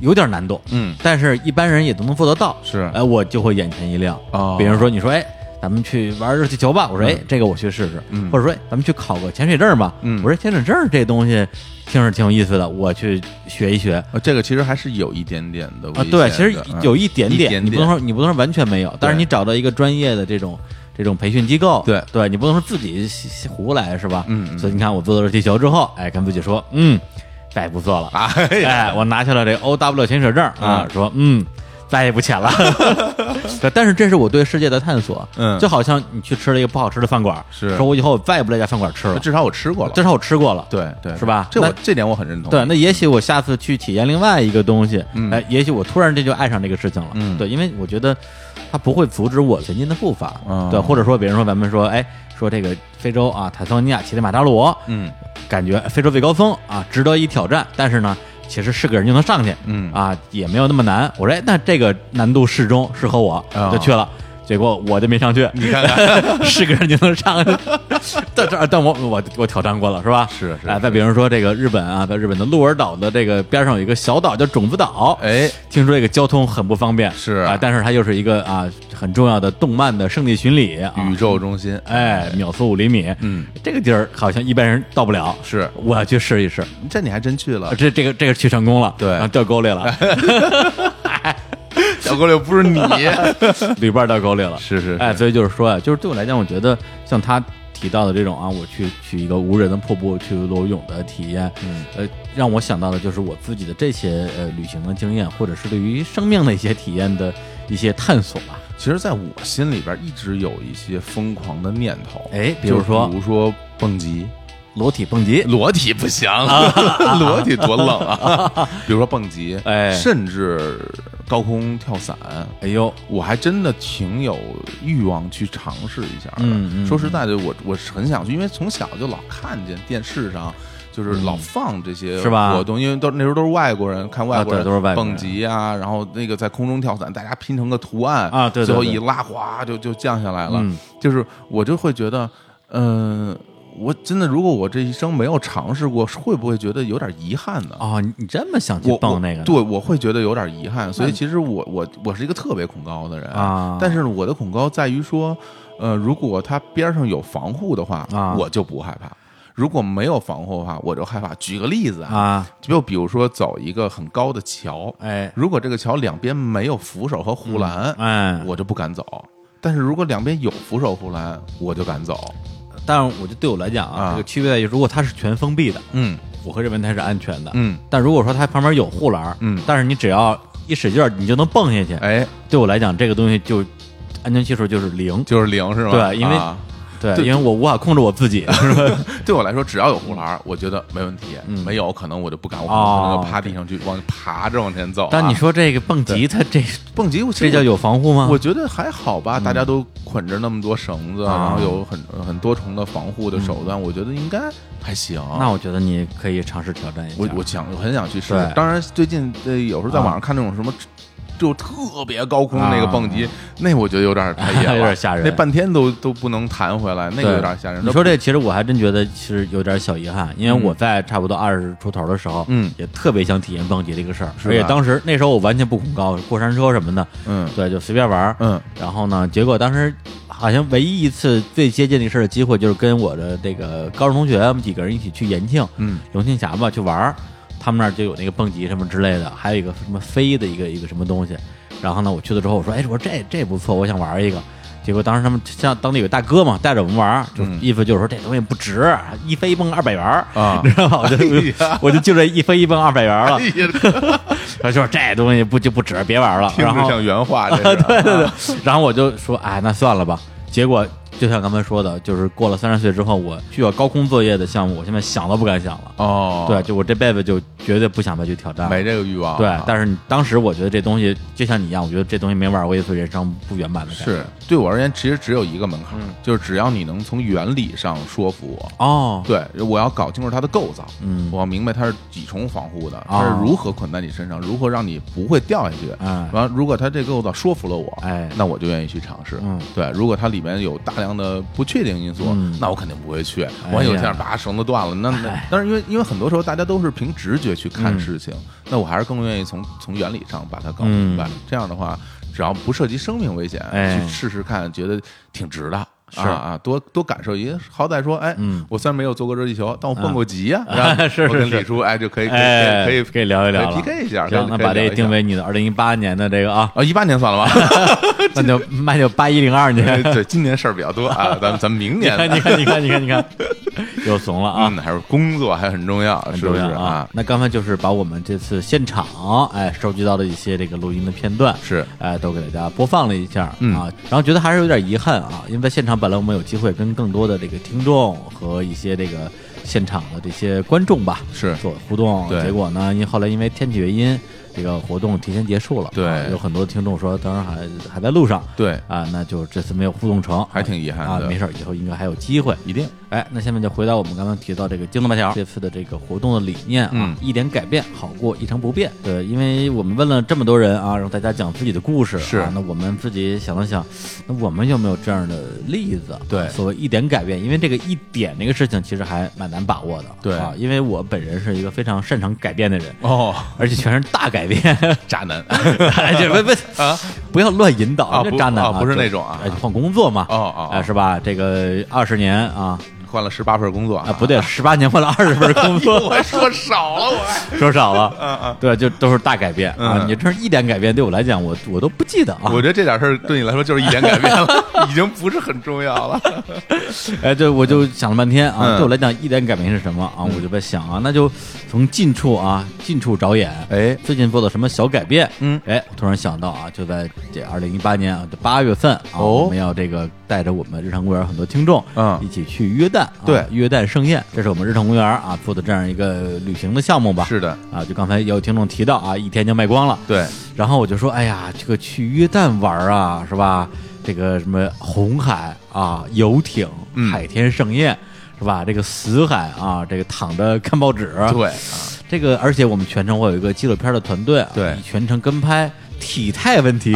[SPEAKER 1] 有点难度，
[SPEAKER 2] 嗯，
[SPEAKER 1] 但是一般人也都能做得到，
[SPEAKER 2] 是
[SPEAKER 1] 哎，我就会眼前一亮。
[SPEAKER 2] 哦
[SPEAKER 1] 比如说你说，哎。咱们去玩热气球吧，我说哎，这个我去试试，
[SPEAKER 2] 嗯
[SPEAKER 1] 或者说哎咱们去考个潜水证吧，
[SPEAKER 2] 嗯
[SPEAKER 1] 我说哎潜水证这东西听着挺有意思的，我去学一学，
[SPEAKER 2] 呃这个其实还是有一点点的危
[SPEAKER 1] 啊，
[SPEAKER 2] 险的
[SPEAKER 1] 对，其实
[SPEAKER 2] 嗯
[SPEAKER 1] 有一点
[SPEAKER 2] 一
[SPEAKER 1] 点，
[SPEAKER 2] 点
[SPEAKER 1] 你不能
[SPEAKER 2] 点
[SPEAKER 1] 说你不能说完全没有，但是
[SPEAKER 2] 对
[SPEAKER 1] 你找到一个专业的这种这种培训机构，
[SPEAKER 2] 对
[SPEAKER 1] 对，你不能说自己瞎瞎胡来是吧？
[SPEAKER 2] 嗯嗯
[SPEAKER 1] 所以你看我做到热气球之后，哎，跟自己说，嗯，再也不做了，
[SPEAKER 2] 哎呀，
[SPEAKER 1] 哎，我拿下了这 O W 潜水证啊，
[SPEAKER 2] 嗯
[SPEAKER 1] 说嗯。再也不潜了， 对但是这是我对世界的探索，
[SPEAKER 2] 嗯
[SPEAKER 1] 就好像你去吃了一个不好吃的饭馆，
[SPEAKER 2] 是啊
[SPEAKER 1] 说我以后我再也不来这家饭馆吃了，
[SPEAKER 2] 呃至少我吃过了，
[SPEAKER 1] 至少我吃过了，
[SPEAKER 2] 对对
[SPEAKER 1] 是吧
[SPEAKER 2] 这我
[SPEAKER 1] 那
[SPEAKER 2] 这点我很认同，
[SPEAKER 1] 对，那也许我下次去体验另外一个东西，
[SPEAKER 2] 嗯
[SPEAKER 1] 哎，也许我突然这就爱上这个事情了，
[SPEAKER 2] 嗯
[SPEAKER 1] 对，因为我觉得它不会阻止我前进的步伐，
[SPEAKER 2] 哦
[SPEAKER 1] 对，或者说别人说咱们说，哎，说这个非洲啊，坦桑尼亚乞力马扎罗，
[SPEAKER 2] 嗯
[SPEAKER 1] 感觉非洲最高峰啊，值得一挑战，但是呢，其实是个人就能上去，
[SPEAKER 2] 嗯
[SPEAKER 1] 啊，也没有那么难，我说，哎，那这个难度适中，适合我，
[SPEAKER 2] 哦
[SPEAKER 1] 就去了。结果我就没上去，你看看， 是个人就能上去， 但这但我我我挑战过了是吧？
[SPEAKER 2] 是是
[SPEAKER 1] 哎，再比如说这个日本啊，在日本的鹿儿岛的这个边上有一个小岛叫种子岛，
[SPEAKER 2] 哎，
[SPEAKER 1] 听说这个交通很不方便，
[SPEAKER 2] 是
[SPEAKER 1] 啊，但是它又是一个啊很重要的动漫的圣地巡礼啊，
[SPEAKER 2] 宇宙中心，
[SPEAKER 1] 哎，秒速五厘米，
[SPEAKER 2] 嗯，
[SPEAKER 1] 这个地儿好像一般人到不了，
[SPEAKER 2] 是
[SPEAKER 1] 我要去试一试，
[SPEAKER 2] 这你还真去了
[SPEAKER 1] 啊，这这个这个去成功了，
[SPEAKER 2] 对
[SPEAKER 1] 啊掉沟里了，
[SPEAKER 2] 小哥六不是 你，
[SPEAKER 1] 旅伴掉沟里了，
[SPEAKER 2] 是是
[SPEAKER 1] 哎，所以就是说啊，就是对我来讲，我觉得像他提到的这种啊，我去去一个无人的瀑布去裸泳的体验，
[SPEAKER 2] 嗯，
[SPEAKER 1] 呃，让我想到的就是我自己的这些呃旅行的经验，或者是对于生命的一些体验的一些探索吧。
[SPEAKER 2] 其实在我心里边一直有一些疯狂的念头，
[SPEAKER 1] 哎，比
[SPEAKER 2] 就
[SPEAKER 1] 如
[SPEAKER 2] 是
[SPEAKER 1] 说哎
[SPEAKER 2] 比如说蹦极，啊
[SPEAKER 1] 裸体蹦极，
[SPEAKER 2] 裸体 不 行，裸体多冷啊！比如说蹦极，
[SPEAKER 1] 啊哎
[SPEAKER 2] 甚至高空跳伞，
[SPEAKER 1] 哎呦，
[SPEAKER 2] 我还真的挺有欲望去尝试一下的。
[SPEAKER 1] 嗯嗯
[SPEAKER 2] 说实在的，我我是很想去，因为从小就老看见电视上。就是老放这些
[SPEAKER 1] 嗯是吧
[SPEAKER 2] 活动，因为都那时候都是外国人看外国
[SPEAKER 1] 啊对
[SPEAKER 2] 人
[SPEAKER 1] 都是外国人
[SPEAKER 2] 蹦极啊，然后那个在空中跳伞，大家拼成个图案
[SPEAKER 1] 啊对对
[SPEAKER 2] 最后
[SPEAKER 1] 对
[SPEAKER 2] 一拉哗就就降下来了。
[SPEAKER 1] 嗯
[SPEAKER 2] 就是我就会觉得，嗯、我真的如果我这一生没有尝试过，会不会觉得有点遗憾呢？
[SPEAKER 1] 哦，你你这么想去
[SPEAKER 2] 我
[SPEAKER 1] 蹦那个
[SPEAKER 2] 我
[SPEAKER 1] 呢？
[SPEAKER 2] 对，我会觉得有点遗憾。所以其实我我我是一个特别恐高的人
[SPEAKER 1] 啊
[SPEAKER 2] 但是我的恐高在于说，呃，如果它边上有防护的话，
[SPEAKER 1] 啊
[SPEAKER 2] 我就不害怕。如果没有防护的话，我就害怕。举个例子啊，
[SPEAKER 1] 啊，
[SPEAKER 2] 就比如说走一个很高的桥，
[SPEAKER 1] 哎
[SPEAKER 2] 如果这个桥两边没有扶手和护栏，
[SPEAKER 1] 哎，
[SPEAKER 2] 我就不敢走。但是如果两边有扶手护栏，我就敢走。
[SPEAKER 1] 但是我就对我来讲啊，
[SPEAKER 2] 啊
[SPEAKER 1] 这个区别在于，如果它是全封闭的，
[SPEAKER 2] 嗯
[SPEAKER 1] 我会认为它是安全的。
[SPEAKER 2] 嗯，
[SPEAKER 1] 但如果说它旁边有护栏儿，
[SPEAKER 2] 嗯
[SPEAKER 1] 但是你只要一使劲儿，你就能蹦下去。
[SPEAKER 2] 哎，
[SPEAKER 1] 对我来讲，这个东西就安全系数就是零。
[SPEAKER 2] 就是零是吗？
[SPEAKER 1] 对因为
[SPEAKER 2] 啊
[SPEAKER 1] 对，
[SPEAKER 2] 对
[SPEAKER 1] 因为我无法控制我自己， 是吧？
[SPEAKER 2] 对我来说，只要有护栏儿，我觉得没问题。
[SPEAKER 1] 嗯
[SPEAKER 2] 没有，可能我就不敢，我可
[SPEAKER 1] 哦
[SPEAKER 2] 能就趴地上去往爬着往前走啊、
[SPEAKER 1] 但你说这个蹦极，它这
[SPEAKER 2] 蹦极，我
[SPEAKER 1] 这叫有啊防护吗？
[SPEAKER 2] 我觉得还好吧，大家都捆着那么多绳子，
[SPEAKER 1] 啊嗯
[SPEAKER 2] 然后有很很多重的防护的手段，我觉得应该还行。
[SPEAKER 1] 啊那我觉得你可以尝试挑战一下。
[SPEAKER 2] 我我想我很想去试
[SPEAKER 1] 对。啊
[SPEAKER 2] 当然，最近呃有时候在网上看那种什么。就特别高空那个蹦极，那我觉得有点太野 了，
[SPEAKER 1] 有点吓人
[SPEAKER 2] 那半天都都不能弹回来，那个
[SPEAKER 1] 对
[SPEAKER 2] 有点吓人。
[SPEAKER 1] 你说这，其实我还真觉得其实有点小遗憾，因为我在差不多二十出头的时候，
[SPEAKER 2] 嗯
[SPEAKER 1] 也特别想体验蹦极这个事儿，
[SPEAKER 2] 是
[SPEAKER 1] 而
[SPEAKER 2] 吧
[SPEAKER 1] 且当时那时候我完全不恐高，过山车什么的，
[SPEAKER 2] 嗯
[SPEAKER 1] 对，就随便玩儿。
[SPEAKER 2] 嗯
[SPEAKER 1] 然后呢，结果当时好像唯一一次最接近那事儿的机会，就是跟我的这个高中同学，我们几个人一起去延庆，
[SPEAKER 2] 嗯，
[SPEAKER 1] 龙庆峡吧去玩儿，他们那儿就有那个蹦极什么之类的，还有一个什么飞的一个一个什么东西。然后呢，我去了之后，我说，哎，我说这这不错，我想玩儿一个。结果当时他们像当地有大哥嘛，带着我们玩儿，就
[SPEAKER 2] 嗯
[SPEAKER 1] 意思就是说这东西不值，一飞一蹦二百元儿，
[SPEAKER 2] 啊
[SPEAKER 1] 你知道吗？我就、
[SPEAKER 2] 哎呀
[SPEAKER 1] 我就就这一飞一蹦二百元儿了
[SPEAKER 2] 哎，呀，
[SPEAKER 1] 他说这东西不就不值，别玩儿了。
[SPEAKER 2] 听
[SPEAKER 1] 然
[SPEAKER 2] 着
[SPEAKER 1] 后
[SPEAKER 2] 像原话，这 是对对对，
[SPEAKER 1] 然后我就说，哎，那算了吧。结果就像刚才说的，就是过了三十岁之后，我需要高空作业的项目，我现在想都不敢想了。
[SPEAKER 2] 哦，
[SPEAKER 1] 对，就我这辈子就绝对不想再去挑战了。
[SPEAKER 2] 没这个欲望啊。
[SPEAKER 1] 对，但是你当时我觉得这东西就像你一样，我觉得这东西没玩过一次，人生不圆满的感觉。
[SPEAKER 2] 是对我而言，其实只有一个门槛，
[SPEAKER 1] 嗯
[SPEAKER 2] 就是只要你能从原理上说服我。
[SPEAKER 1] 哦，
[SPEAKER 2] 对，我要搞清楚它的构造，
[SPEAKER 1] 嗯
[SPEAKER 2] 我要明白它是几重防护的，它是
[SPEAKER 1] 哦
[SPEAKER 2] 如何捆在你身上，如何让你不会掉下去。
[SPEAKER 1] 哎
[SPEAKER 2] 完，如果它这个构造说服了我，
[SPEAKER 1] 哎
[SPEAKER 2] 那我就愿意去尝试。
[SPEAKER 1] 嗯
[SPEAKER 2] 对，如果它里面有大量的不确定因素，
[SPEAKER 1] 嗯
[SPEAKER 2] 那我肯定不会去。
[SPEAKER 1] 哎
[SPEAKER 2] 万一有一
[SPEAKER 1] 呀
[SPEAKER 2] 天把绳子断了，那那
[SPEAKER 1] 哎
[SPEAKER 2] 但是因为因为很多时候大家都是凭直觉去看
[SPEAKER 1] 嗯
[SPEAKER 2] 事情，那我还是更愿意从从原理上把它搞
[SPEAKER 1] 嗯
[SPEAKER 2] 明白。这样的话，只要不涉及生命危险，
[SPEAKER 1] 哎
[SPEAKER 2] 去试试看，觉得挺值的。
[SPEAKER 1] 是
[SPEAKER 2] 啊啊，多多感受一，好歹说，哎，
[SPEAKER 1] 嗯
[SPEAKER 2] 我虽然没有坐过热气球，但我蹦过极呀、
[SPEAKER 1] 啊
[SPEAKER 2] 然 后
[SPEAKER 1] 是
[SPEAKER 2] 我跟
[SPEAKER 1] 是
[SPEAKER 2] 李叔，哎，就可以可以
[SPEAKER 1] 哎，
[SPEAKER 2] 可以
[SPEAKER 1] 可以聊一聊
[SPEAKER 2] 可以
[SPEAKER 1] 了
[SPEAKER 2] PK 一下
[SPEAKER 1] 行，那
[SPEAKER 2] 可以
[SPEAKER 1] 把
[SPEAKER 2] 聊
[SPEAKER 1] 这
[SPEAKER 2] 一
[SPEAKER 1] 个
[SPEAKER 2] 下
[SPEAKER 1] 定为你的二零一八年的这个啊，
[SPEAKER 2] 啊，一八年算了吧，
[SPEAKER 1] 那就那就八一零二年。
[SPEAKER 2] 哎 对，今年事儿比较多啊，咱们咱们明
[SPEAKER 1] 你
[SPEAKER 2] 年
[SPEAKER 1] 看，你看，你看，你看，你看，又怂了啊！
[SPEAKER 2] 嗯，还是工作还很重要，
[SPEAKER 1] 很
[SPEAKER 2] 是
[SPEAKER 1] 重
[SPEAKER 2] 不是
[SPEAKER 1] 要
[SPEAKER 2] 啊？
[SPEAKER 1] 那刚才就是把我们这次现场哎收集到的一些这个录音的片段，
[SPEAKER 2] 是
[SPEAKER 1] 哎都给大家播放了一下、
[SPEAKER 2] 嗯
[SPEAKER 1] 啊，然后觉得还是有点遗憾啊，因为在现场本来我们有机会跟更多的这个听众和一些这个现场的这些观众吧
[SPEAKER 2] 是
[SPEAKER 1] 做互动，
[SPEAKER 2] 对
[SPEAKER 1] 结果呢，因为后来因为天气原因，这个活动提前结束了，
[SPEAKER 2] 对
[SPEAKER 1] 啊有很多听众说当然还还在路上，
[SPEAKER 2] 对，
[SPEAKER 1] 啊，那就这次没有互动成，
[SPEAKER 2] 还挺遗憾
[SPEAKER 1] 啊
[SPEAKER 2] 的，
[SPEAKER 1] 没事儿，以后应该还有机会，
[SPEAKER 2] 一定
[SPEAKER 1] 哎，那下面就回到我们刚刚提到这个京东白条这次的这个活动的理念啊，
[SPEAKER 2] 嗯
[SPEAKER 1] 一点改变好过一成不变。对，因为我们问了这么多人啊，让大家讲自己的故事，
[SPEAKER 2] 是
[SPEAKER 1] 啊，那我们自己想了想，那我们有没有这样的例子？
[SPEAKER 2] 对
[SPEAKER 1] 所谓一点改变，因为这个一点这个事情其实还蛮难把握的，
[SPEAKER 2] 对
[SPEAKER 1] 啊，因为我本人是一个非常擅长改变的人，
[SPEAKER 2] 哦，
[SPEAKER 1] 而且全是大改 变。
[SPEAKER 2] 渣 男
[SPEAKER 1] 哎，这不不
[SPEAKER 2] 啊，
[SPEAKER 1] 不要乱引导，
[SPEAKER 2] 啊
[SPEAKER 1] 这
[SPEAKER 2] 不
[SPEAKER 1] 渣男
[SPEAKER 2] 啊不是那种啊
[SPEAKER 1] 哎换工作嘛，
[SPEAKER 2] 哦哦哦
[SPEAKER 1] 哎是吧？这个二十年啊
[SPEAKER 2] 换了十八份工作
[SPEAKER 1] 啊，不对，十八年换了二十份工作，
[SPEAKER 2] 我说少了哎我还。
[SPEAKER 1] 说少了，对，就都是大改变啊。
[SPEAKER 2] 嗯
[SPEAKER 1] 你这是一点改变，对我来讲，我我都不记得啊。
[SPEAKER 2] 我觉得这点事儿对你来说就是一点改变 了，已经不是很重要了。
[SPEAKER 1] 哎，对，我就想了半天啊，
[SPEAKER 2] 嗯
[SPEAKER 1] 对我来讲，一点改变是什么啊？我就在想啊，那就从近处啊，近处着眼。
[SPEAKER 2] 哎
[SPEAKER 1] 最近做的什么小改变？
[SPEAKER 2] 嗯，
[SPEAKER 1] 哎，我突然想到啊，就在这二零一八年啊，这八月份啊，
[SPEAKER 2] 哦
[SPEAKER 1] 我们要这个带着我们日常公园很多听众，
[SPEAKER 2] 嗯
[SPEAKER 1] 一起去约旦旦，啊
[SPEAKER 2] 对
[SPEAKER 1] 约旦盛宴，这是我们日常公园啊做的这样一个旅行的项目吧？
[SPEAKER 2] 是的，
[SPEAKER 1] 啊，就刚才也有听众提到啊，一天就卖光了。
[SPEAKER 2] 对，
[SPEAKER 1] 然后我就说，哎呀，这个去约旦玩啊，是吧？这个什么红海啊，游艇
[SPEAKER 2] 嗯、
[SPEAKER 1] 海天盛宴，是吧？这个死海啊，这个躺着看报纸，
[SPEAKER 2] 对，
[SPEAKER 1] 这个而且我们全程会有一个纪录片的团队、啊，
[SPEAKER 2] 对啊
[SPEAKER 1] 以全程跟拍。体态问 题，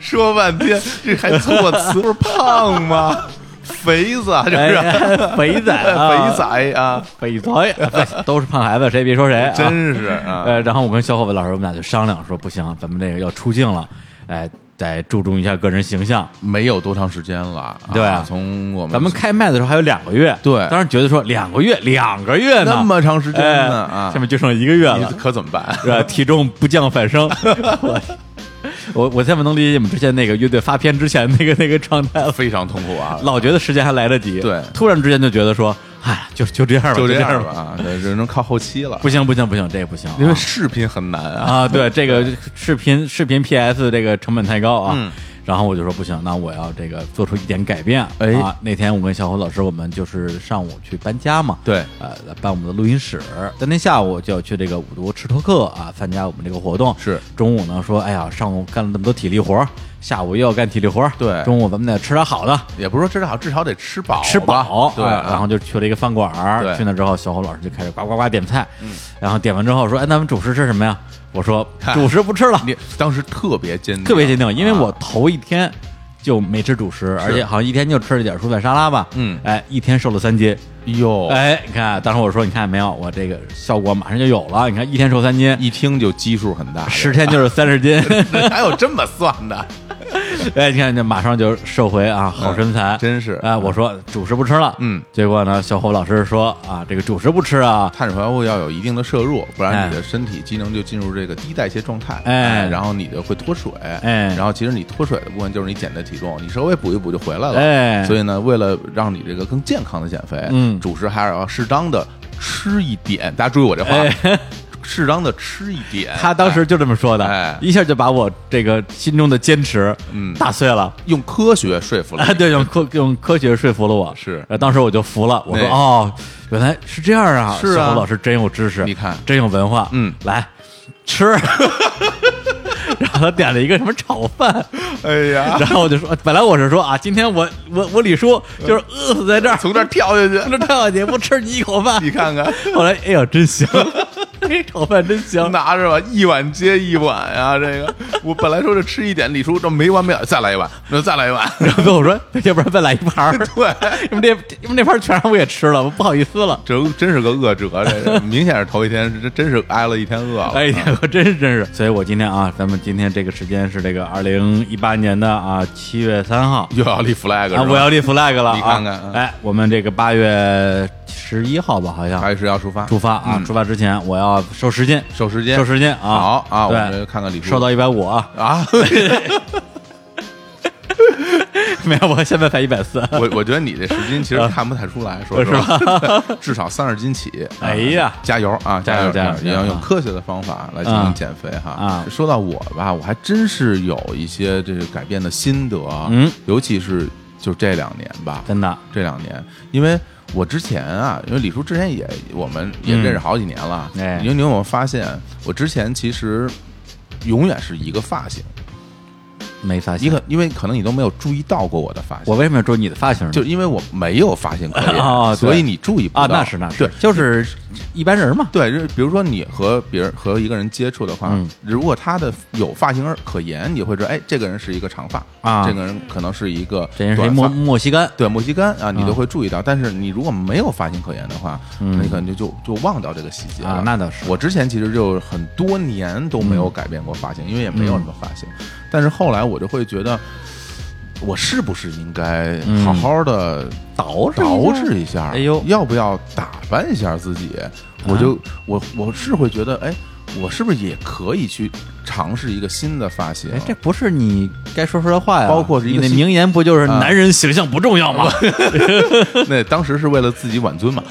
[SPEAKER 2] 说半天这还错词，不是胖吗？ 肥子 啊，这
[SPEAKER 1] 哎
[SPEAKER 2] 是
[SPEAKER 1] 呀肥仔啊，
[SPEAKER 2] 肥仔啊，
[SPEAKER 1] 肥仔，啊都是胖孩子，谁也别说谁啊。
[SPEAKER 2] 真是啊，
[SPEAKER 1] 呃，然后我跟小伙伴老师，我们俩就商量说，不行，咱们这个要出镜了，哎，得注重一下个人形象。
[SPEAKER 2] 没有多长时间了啊，
[SPEAKER 1] 对啊
[SPEAKER 2] 从我们
[SPEAKER 1] 咱们开麦的时候还有两个月，
[SPEAKER 2] 对
[SPEAKER 1] 当时觉得说两个月，两个月呢，
[SPEAKER 2] 那么长时间
[SPEAKER 1] 哎
[SPEAKER 2] 呢啊
[SPEAKER 1] 下，面就剩一个月
[SPEAKER 2] 你
[SPEAKER 1] 了，
[SPEAKER 2] 可怎么办？
[SPEAKER 1] 是吧？体重不降反升。 我我我现在能理解你们之前那个乐队发片之前那个那个状态了，
[SPEAKER 2] 非常痛苦啊，
[SPEAKER 1] 老觉得时间还来得及，
[SPEAKER 2] 对
[SPEAKER 1] 突然之间就觉得说，哎，就就这样吧，
[SPEAKER 2] 就
[SPEAKER 1] 这
[SPEAKER 2] 这样
[SPEAKER 1] 吧，
[SPEAKER 2] 啊，对只能靠后期了，
[SPEAKER 1] 不行不行不行，这个不行啊，
[SPEAKER 2] 因为视频很难啊，
[SPEAKER 1] 啊，对，这个视频视频 PS 这个成本太高啊。
[SPEAKER 2] 嗯
[SPEAKER 1] 然后我就说不行，那我要这个做出一点改变。
[SPEAKER 2] 哎
[SPEAKER 1] 啊，那天我跟小侯老师，我们就是上午去搬家嘛，
[SPEAKER 2] 对，
[SPEAKER 1] 呃，搬我们的录音室。当天下午就要去这个五毒吃托克啊，参加我们这个活动。
[SPEAKER 2] 是
[SPEAKER 1] 中午呢说，哎呀，上午干了那么多体力活儿，下午又要干体力活儿，
[SPEAKER 2] 对
[SPEAKER 1] 中午咱们得吃点好的，
[SPEAKER 2] 也不是说至少至少得吃饱吧，
[SPEAKER 1] 吃饱，
[SPEAKER 2] 对，
[SPEAKER 1] 哎
[SPEAKER 2] 啊
[SPEAKER 1] 然后就去了一个饭馆儿
[SPEAKER 2] 对嗯
[SPEAKER 1] 去那之后，小侯老师就开始呱呱呱点菜，然后点完之后说，哎，咱们主食吃什么呀？我说
[SPEAKER 2] 看
[SPEAKER 1] 主食不吃了，
[SPEAKER 2] 你当时特别坚定，
[SPEAKER 1] 特别坚定，因为我
[SPEAKER 2] 啊
[SPEAKER 1] 头一天就没吃主食，而且好像一天就吃了点蔬菜沙拉吧。
[SPEAKER 2] 嗯哦
[SPEAKER 1] 哎，一天瘦了三斤。
[SPEAKER 2] 哟，
[SPEAKER 1] 哎，你看，当时我说，你看没有，我这个效果马上就有了。你看，一天瘦三斤，
[SPEAKER 2] 一听就基数很大，
[SPEAKER 1] 十天就是三十斤。
[SPEAKER 2] 哪有这么算的？
[SPEAKER 1] 哎，你看，这马上就瘦回啊好身材，
[SPEAKER 2] 嗯真是
[SPEAKER 1] 哎，我说主食不吃了，
[SPEAKER 2] 嗯，
[SPEAKER 1] 结果呢，小侯老师说啊，这个主食不吃啊，
[SPEAKER 2] 碳水化合物要有一定的摄入，不
[SPEAKER 1] 哎
[SPEAKER 2] 然你的身体机能就进入这个低代谢状态，
[SPEAKER 1] 哎
[SPEAKER 2] 然后你就会脱水，
[SPEAKER 1] 哎
[SPEAKER 2] 然后其实你脱水的部分就是你减的体重，你稍微补一补就回来了，
[SPEAKER 1] 哎
[SPEAKER 2] 所以呢，为了让你这个更健康的减肥，
[SPEAKER 1] 嗯
[SPEAKER 2] 主食还是要适当的吃一点，大家注意我这话， 适当的吃一点，
[SPEAKER 1] 哎他当时
[SPEAKER 2] 哎
[SPEAKER 1] 就这么说的，
[SPEAKER 2] 哎
[SPEAKER 1] 一下就把我这个心中的坚持，
[SPEAKER 2] 嗯
[SPEAKER 1] 打碎了。
[SPEAKER 2] 用科学说服了
[SPEAKER 1] 啊，
[SPEAKER 2] 你，
[SPEAKER 1] 对，用科用科学说服了我，
[SPEAKER 2] 是
[SPEAKER 1] 呃，当时我就服了，我说
[SPEAKER 2] 对
[SPEAKER 1] 哦，原来是这样啊，
[SPEAKER 2] 是啊
[SPEAKER 1] 小侯老师真有知识，
[SPEAKER 2] 你看
[SPEAKER 1] 真有文化，
[SPEAKER 2] 嗯
[SPEAKER 1] 来吃， 然后他点了一个什么炒饭，
[SPEAKER 2] 哎呀，
[SPEAKER 1] 然后我就说，本来我是说啊，今天我我我李叔就是饿死在这儿，
[SPEAKER 2] 呃从这儿跳下去，
[SPEAKER 1] 这太好姐不吃你一口饭
[SPEAKER 2] 你，看看。
[SPEAKER 1] 后来哎呀真香， 这炒饭真香，
[SPEAKER 2] 拿着吧，一碗接一碗啊！这个我本来说这吃一点，李叔这没完没了，再来一碗，那再来一碗，
[SPEAKER 1] 然后跟我说，要不然再来一盘儿，
[SPEAKER 2] 对，
[SPEAKER 1] 你们这你们这盘儿全让我给吃了，我不好意思 了。
[SPEAKER 2] 这真是个恶折，这 个明显是头一天，这真是挨了一天饿了。
[SPEAKER 1] 哎呀，我真是真是，所以我今天啊，咱们今天这个时间是这个二零一八年的啊七月三号
[SPEAKER 2] 又要立 flag 是吧
[SPEAKER 1] 啊，我要立 flag 了啊，
[SPEAKER 2] 你看看嗯
[SPEAKER 1] 哎，我们这个八月十一号吧，好像
[SPEAKER 2] 还是要出发，
[SPEAKER 1] 出发啊，
[SPEAKER 2] 哎嗯
[SPEAKER 1] 出发之前我要瘦十斤，
[SPEAKER 2] 瘦十斤，
[SPEAKER 1] 瘦十斤啊，
[SPEAKER 2] 好啊，我
[SPEAKER 1] 对
[SPEAKER 2] 们，看看李叔
[SPEAKER 1] 瘦到一百五啊，
[SPEAKER 2] 啊，
[SPEAKER 1] 没有，我现在才一百四，
[SPEAKER 2] 我我觉得你这十斤其
[SPEAKER 1] 啊
[SPEAKER 2] 实看不太出来，说实话，至少三十斤 起。
[SPEAKER 1] 呃
[SPEAKER 2] 啊
[SPEAKER 1] 哎呀
[SPEAKER 2] 加油啊！
[SPEAKER 1] 加油
[SPEAKER 2] 油
[SPEAKER 1] 加油
[SPEAKER 2] 也要
[SPEAKER 1] 加油
[SPEAKER 2] 用科学的方法来进行减肥哈。
[SPEAKER 1] 啊
[SPEAKER 2] 说到我吧，我还真是有一些这个改变的心得，啊
[SPEAKER 1] 嗯，
[SPEAKER 2] 尤其是就这两年吧，
[SPEAKER 1] 真的，
[SPEAKER 2] 这两年，因为我之前啊，因为李叔之前也我们也
[SPEAKER 1] 嗯
[SPEAKER 2] 认识好几年了，
[SPEAKER 1] 哎
[SPEAKER 2] 你你有没有发现，我之前其实永远是一个发型，
[SPEAKER 1] 没发
[SPEAKER 2] 一
[SPEAKER 1] 型，
[SPEAKER 2] 个因为可能你都没有注意到过我的发型，
[SPEAKER 1] 我为什么要注意你的发型呢？
[SPEAKER 2] 就因为我没有发 现可以，
[SPEAKER 1] 哦对
[SPEAKER 2] 所以你注意不到。
[SPEAKER 1] 啊，那是那是
[SPEAKER 2] 对，
[SPEAKER 1] 就是一般人嘛，
[SPEAKER 2] 对，就是比如说你和别人和一个人接触的话，
[SPEAKER 1] 嗯
[SPEAKER 2] 如果他的有发型而可言，你会知道，哎，这个人是一个长发
[SPEAKER 1] 啊
[SPEAKER 2] 这个人可能是一个
[SPEAKER 1] 这人是一
[SPEAKER 2] 短
[SPEAKER 1] 莫
[SPEAKER 2] 发。
[SPEAKER 1] 莫西干，
[SPEAKER 2] 对，莫西干啊，你
[SPEAKER 1] 啊
[SPEAKER 2] 都会注意到。但是你如果没有发型可言的话，
[SPEAKER 1] 嗯
[SPEAKER 2] 那你可能就就就忘掉这个细节了。
[SPEAKER 1] 啊那倒是嗯
[SPEAKER 2] 我之前其实就很多年都没有改变过发型，因为也没有什么发型。但是后来我就会觉得，我是不是应该
[SPEAKER 1] 嗯
[SPEAKER 2] 好好的捯
[SPEAKER 1] 饬一下
[SPEAKER 2] 捯饬一下？
[SPEAKER 1] 哎呦啊
[SPEAKER 2] 要不要打扮一下自己？我就我我是会觉得，哎，我是不是也可以去尝试一个新的发型？
[SPEAKER 1] 哎，这不是你该说出的话呀。
[SPEAKER 2] 包括是一
[SPEAKER 1] 你
[SPEAKER 2] 个
[SPEAKER 1] 的
[SPEAKER 2] 新
[SPEAKER 1] 名言，不就是
[SPEAKER 2] 啊
[SPEAKER 1] 男人形象不重 要吗？
[SPEAKER 2] 那当时是为了自己挽尊嘛，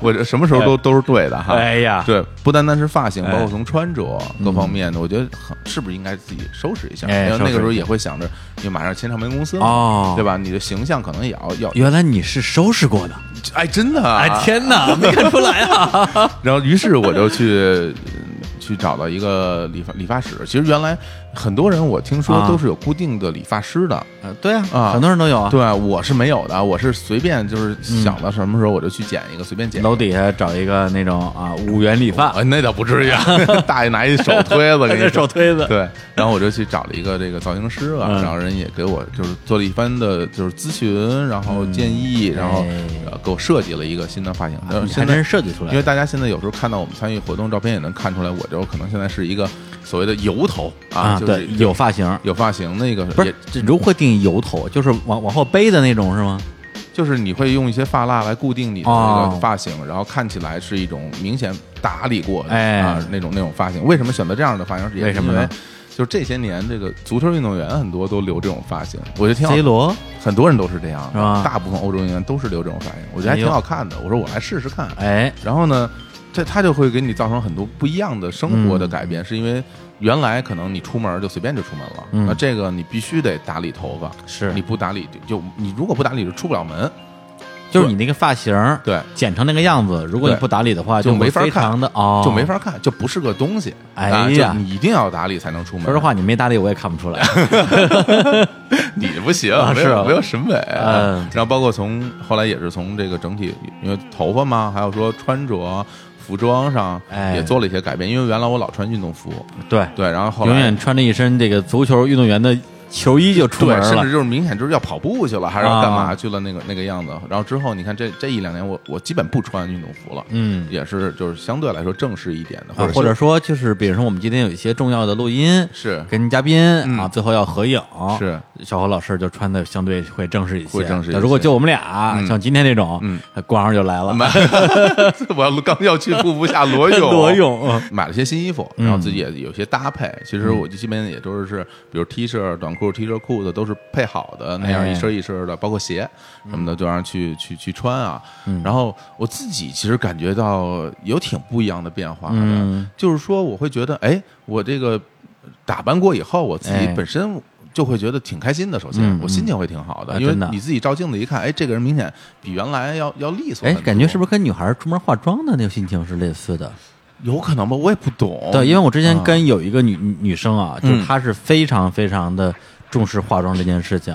[SPEAKER 2] 我这什么时候都都是对的哈。
[SPEAKER 1] 哎呀，
[SPEAKER 2] 对，不单单是发型，
[SPEAKER 1] 哎嗯
[SPEAKER 2] 包括从穿着各方面的，我觉得很是不是应该自己收拾一下？
[SPEAKER 1] 哎
[SPEAKER 2] 因为
[SPEAKER 1] 收
[SPEAKER 2] 那
[SPEAKER 1] 拾
[SPEAKER 2] 个时候
[SPEAKER 1] 一下
[SPEAKER 2] 也会想着，因为马上签唱片公司嘛，
[SPEAKER 1] 哦，
[SPEAKER 2] 对吧？你的形象可能也要要，
[SPEAKER 1] 原来你是收拾过的，
[SPEAKER 2] 哎，真的啊，
[SPEAKER 1] 哎 天 哪，没看出来啊！
[SPEAKER 2] 然后，于是我就去嗯去找到一个理发理发室。其实原来很多人我听说
[SPEAKER 1] 啊
[SPEAKER 2] 都是有固定的理发师的，
[SPEAKER 1] 呃对啊，
[SPEAKER 2] 啊
[SPEAKER 1] 很多人都有啊。嗯
[SPEAKER 2] 对我是没有的，我是随便就是想到什么时候我就去剪一个，随便剪一个。
[SPEAKER 1] 楼底下找一个那种啊五元理发，
[SPEAKER 2] 啊，那倒不 至于，啊，大爷拿一手推子给你
[SPEAKER 1] 这手推子，
[SPEAKER 2] 对，然后我就去找了一个这个造型师啊，
[SPEAKER 1] 嗯
[SPEAKER 2] 然后人也给我就是做了一番的，就是咨询，然后建议，然后
[SPEAKER 1] 哎啊
[SPEAKER 2] 呃给我设计了一个新的发型。然后
[SPEAKER 1] 你还
[SPEAKER 2] 嗯现在
[SPEAKER 1] 真设计出来
[SPEAKER 2] 因为
[SPEAKER 1] 了。
[SPEAKER 2] 大家现在有时候看到我们参与活动照片，也能看出来，我就可能现在是一个所谓的油头啊，
[SPEAKER 1] 啊，
[SPEAKER 2] 就
[SPEAKER 1] 对
[SPEAKER 2] 是，
[SPEAKER 1] 有发型，
[SPEAKER 2] 有发型那个，
[SPEAKER 1] 不
[SPEAKER 2] 也
[SPEAKER 1] 是这如何定义油头？啊就是往往后背的那种是吗？
[SPEAKER 2] 就是你会用一些发蜡来固定你的这
[SPEAKER 1] 哦
[SPEAKER 2] 个发型，然后看起来是一种明显打理过的、
[SPEAKER 1] 哎
[SPEAKER 2] 啊那种那种发型。为什么选择这样的发型？也是
[SPEAKER 1] 为什么
[SPEAKER 2] 因
[SPEAKER 1] 呢
[SPEAKER 2] 为就是这些年，这个足球运动员很多都留这种发型，我觉得挺好
[SPEAKER 1] C 罗
[SPEAKER 2] 很多人都是这样的，
[SPEAKER 1] 是吧
[SPEAKER 2] 大部分欧洲运动员都是留这种发型，我觉得还挺好看的。我说我来试试看，
[SPEAKER 1] 哎，
[SPEAKER 2] 然后呢，这他就会给你造成很多不一样的生活的改变，是因为原来可能你出门就随便就出门了，
[SPEAKER 1] 嗯
[SPEAKER 2] 那这个你必须得打理头发，
[SPEAKER 1] 是
[SPEAKER 2] 你不打理就你如果不打理就出不了门，
[SPEAKER 1] 就是你那个发型
[SPEAKER 2] 对，
[SPEAKER 1] 剪成那个样子，如果你
[SPEAKER 2] 对
[SPEAKER 1] 不打理的话，
[SPEAKER 2] 就
[SPEAKER 1] 会
[SPEAKER 2] 没法
[SPEAKER 1] 非
[SPEAKER 2] 看
[SPEAKER 1] 常的哦，
[SPEAKER 2] 就没。法看，就不是个东西。
[SPEAKER 1] 哎
[SPEAKER 2] 啊
[SPEAKER 1] 呀
[SPEAKER 2] 就你一定要打理才能出门。
[SPEAKER 1] 说实，话，你没打理我也看不出来。
[SPEAKER 2] 你不行，
[SPEAKER 1] 啊
[SPEAKER 2] 没
[SPEAKER 1] 是啊
[SPEAKER 2] 有没有审美。
[SPEAKER 1] 嗯
[SPEAKER 2] 然后包括从后来也是从这个整体，因为头发嘛，还有说穿着。服装上
[SPEAKER 1] 哎
[SPEAKER 2] 也做了一些改变，因为原来我老穿运动服，
[SPEAKER 1] 对，
[SPEAKER 2] 对，然后后来
[SPEAKER 1] 永远穿着一身这个足球运动员的球衣就出
[SPEAKER 2] 对
[SPEAKER 1] 门，
[SPEAKER 2] 甚至
[SPEAKER 1] 了。
[SPEAKER 2] 就是明显就是要跑步去了，还是要干嘛
[SPEAKER 1] 啊
[SPEAKER 2] 去了那个那个样子。然后之后你看这这一两年我，我基本不穿运动服了，
[SPEAKER 1] 嗯，
[SPEAKER 2] 也是就是相对来说正式一点的，
[SPEAKER 1] 啊，
[SPEAKER 2] 者
[SPEAKER 1] 或
[SPEAKER 2] 或
[SPEAKER 1] 者说就是，比如说我们今天有一些重要的录音，
[SPEAKER 2] 是
[SPEAKER 1] 跟嘉宾
[SPEAKER 2] 嗯
[SPEAKER 1] 啊，最后要合影，
[SPEAKER 2] 是
[SPEAKER 1] 小侯老师就穿的相对会正式一些。
[SPEAKER 2] 会正式一些
[SPEAKER 1] 那如果就我们俩，
[SPEAKER 2] 嗯
[SPEAKER 1] 像今天这种，呃
[SPEAKER 2] 嗯，
[SPEAKER 1] 光上就来了，
[SPEAKER 2] 我要刚要去瀑布下裸泳，
[SPEAKER 1] 裸泳，嗯
[SPEAKER 2] 买了些新衣服，
[SPEAKER 1] 嗯
[SPEAKER 2] 然后自己也有些搭配。其实我基本也都是是，比如 T 恤、短裤、T 恤、裤子都是配好的，那样
[SPEAKER 1] 哎
[SPEAKER 2] 一身一身的，包括鞋什么的，就让去去去穿啊。
[SPEAKER 1] 嗯
[SPEAKER 2] 然后我自己其实感觉到有挺不一样的变化的
[SPEAKER 1] 嗯，
[SPEAKER 2] 就是说我会觉得，哎，我这个打扮过以后，我自己
[SPEAKER 1] 哎
[SPEAKER 2] 本身。就会觉得挺开心的，首先
[SPEAKER 1] 嗯
[SPEAKER 2] 我心情会挺好的，
[SPEAKER 1] 啊
[SPEAKER 2] 因为
[SPEAKER 1] 真的
[SPEAKER 2] 你自己照镜子一看，哎，这个人明显比原来要要利索
[SPEAKER 1] 哎
[SPEAKER 2] 很多。，
[SPEAKER 1] 感觉是不是跟女孩出门化妆的那个心情是类似的？
[SPEAKER 2] 有可能吧？我也不懂。
[SPEAKER 1] 对，因为我之前
[SPEAKER 2] 啊
[SPEAKER 1] 跟有一个女、女女生啊，就
[SPEAKER 2] 嗯
[SPEAKER 1] 是她是非常非常的重视化妆这件事情，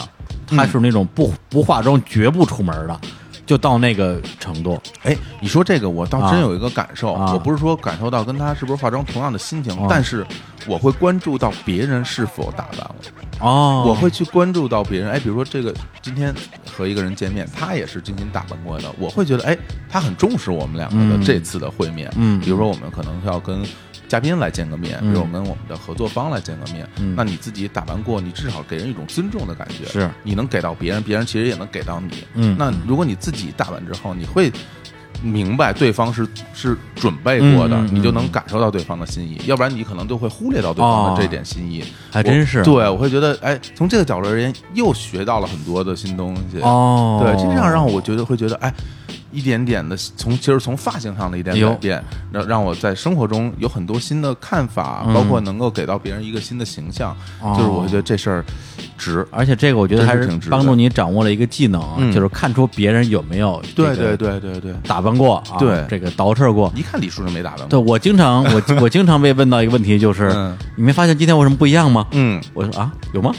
[SPEAKER 2] 嗯
[SPEAKER 1] 她是那种不不化妆绝不出门的，就到那个程度。
[SPEAKER 2] 哎，你说这个，我倒真有一个感受。
[SPEAKER 1] 啊啊
[SPEAKER 2] 我不是说感受到跟她是不是化妆同样的心情，
[SPEAKER 1] 啊
[SPEAKER 2] 但是我会关注到别人是否打扮了，
[SPEAKER 1] 哦，
[SPEAKER 2] 我会去关注到别人。哎，比如说这个今天和一个人见面，他也是精心打扮过的，我会觉得哎，他很重视我们两个
[SPEAKER 1] 嗯
[SPEAKER 2] 的这次的会面。
[SPEAKER 1] 嗯
[SPEAKER 2] 比如说我们可能要跟。嘉宾来见个面，比
[SPEAKER 1] 嗯
[SPEAKER 2] 如我跟我们的合作方来见个面，
[SPEAKER 1] 嗯
[SPEAKER 2] 那你自己打扮过，你至少给人一种尊重的感觉，
[SPEAKER 1] 是
[SPEAKER 2] 你能给到别人，别人其实也能给到你。
[SPEAKER 1] 嗯
[SPEAKER 2] 那如果你自己打扮之后，你会明白对方是是准备过的，
[SPEAKER 1] 嗯嗯嗯
[SPEAKER 2] 你就能感受到对方的心意，要不然你可能就会忽略到对方
[SPEAKER 1] 哦
[SPEAKER 2] 的这点心意。
[SPEAKER 1] 还真是
[SPEAKER 2] 我对，我会觉得，哎，从这个角度而言，又学到了很多的新东西。
[SPEAKER 1] 哦，
[SPEAKER 2] 对，这样让我觉得会觉得，哎，一点点的从其实从发型上的一点
[SPEAKER 1] 有
[SPEAKER 2] 改变，让让我在生活中有很多新的看法，
[SPEAKER 1] 嗯
[SPEAKER 2] 包括能够给到别人一个新的形象，
[SPEAKER 1] 哦
[SPEAKER 2] 就是我会觉得这事儿值。
[SPEAKER 1] 而且这个我觉得
[SPEAKER 2] 真
[SPEAKER 1] 还
[SPEAKER 2] 是
[SPEAKER 1] 是
[SPEAKER 2] 挺值
[SPEAKER 1] 帮
[SPEAKER 2] 得
[SPEAKER 1] 助你掌握了一个技能啊，
[SPEAKER 2] 嗯
[SPEAKER 1] 就是看出别人有没有这
[SPEAKER 2] 对
[SPEAKER 1] 个
[SPEAKER 2] 对对对对，
[SPEAKER 1] 打扮过啊，
[SPEAKER 2] 对
[SPEAKER 1] 这个捯饬过。
[SPEAKER 2] 一看李叔就没打扮
[SPEAKER 1] 对
[SPEAKER 2] 过。
[SPEAKER 1] 我经常我 我经常被问到一个问题，就是、
[SPEAKER 2] 嗯
[SPEAKER 1] 你没发现今天我有什么不一样吗？
[SPEAKER 2] 嗯，
[SPEAKER 1] 我说啊，有 吗？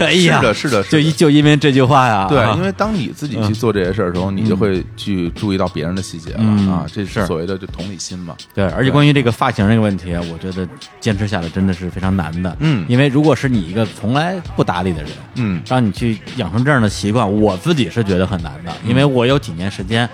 [SPEAKER 1] 哎呀
[SPEAKER 2] 是，的，是的，是
[SPEAKER 1] 就
[SPEAKER 2] 的
[SPEAKER 1] 一就嗯因为这句话呀，啊
[SPEAKER 2] 对，因为当你自己去做这些事儿的时候，你就会去注意到别人的细节
[SPEAKER 1] 嗯
[SPEAKER 2] 了啊，这
[SPEAKER 1] 是
[SPEAKER 2] 所谓的就同理心嘛。
[SPEAKER 1] 对，而且关于这个发型这个问题，啊我觉得坚持下来真的是非常难的。
[SPEAKER 2] 嗯
[SPEAKER 1] 因为如果是你一个从来不打理的人，
[SPEAKER 2] 嗯嗯
[SPEAKER 1] 让你去养成这样的习惯，我自己是觉得很难的，因为我有几年时间。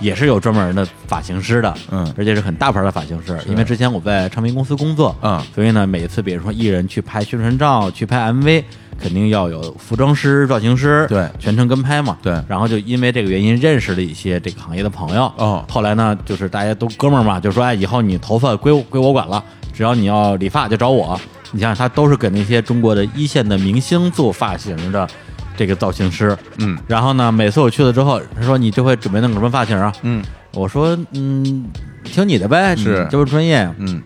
[SPEAKER 1] 也是有专门的发型师的，
[SPEAKER 2] 嗯
[SPEAKER 1] 而且是很大牌的发型师。因为之前我在唱片公司工作，
[SPEAKER 2] 嗯
[SPEAKER 1] 所以呢，每一次比如说艺人去拍宣传照、去拍 MV，肯定要有服装师、造型师，
[SPEAKER 2] 对
[SPEAKER 1] 全程跟拍嘛，
[SPEAKER 2] 对
[SPEAKER 1] 然后就因为这个原因认识了一些这个行业的朋友，
[SPEAKER 2] 哦
[SPEAKER 1] 啊后来呢，就是大家都哥们儿嘛，就说哎，以后你头发归我归我管了，只要你要理发就找我。你想想，他都是给那些中国的一线的明星做发型的这个造型师，
[SPEAKER 2] 嗯
[SPEAKER 1] 然后呢，每次我去了之后，他说你这回准备弄个什么发型啊？
[SPEAKER 2] 嗯
[SPEAKER 1] 我说嗯，听你的呗，你
[SPEAKER 2] 是
[SPEAKER 1] 这不是专业。
[SPEAKER 2] 嗯，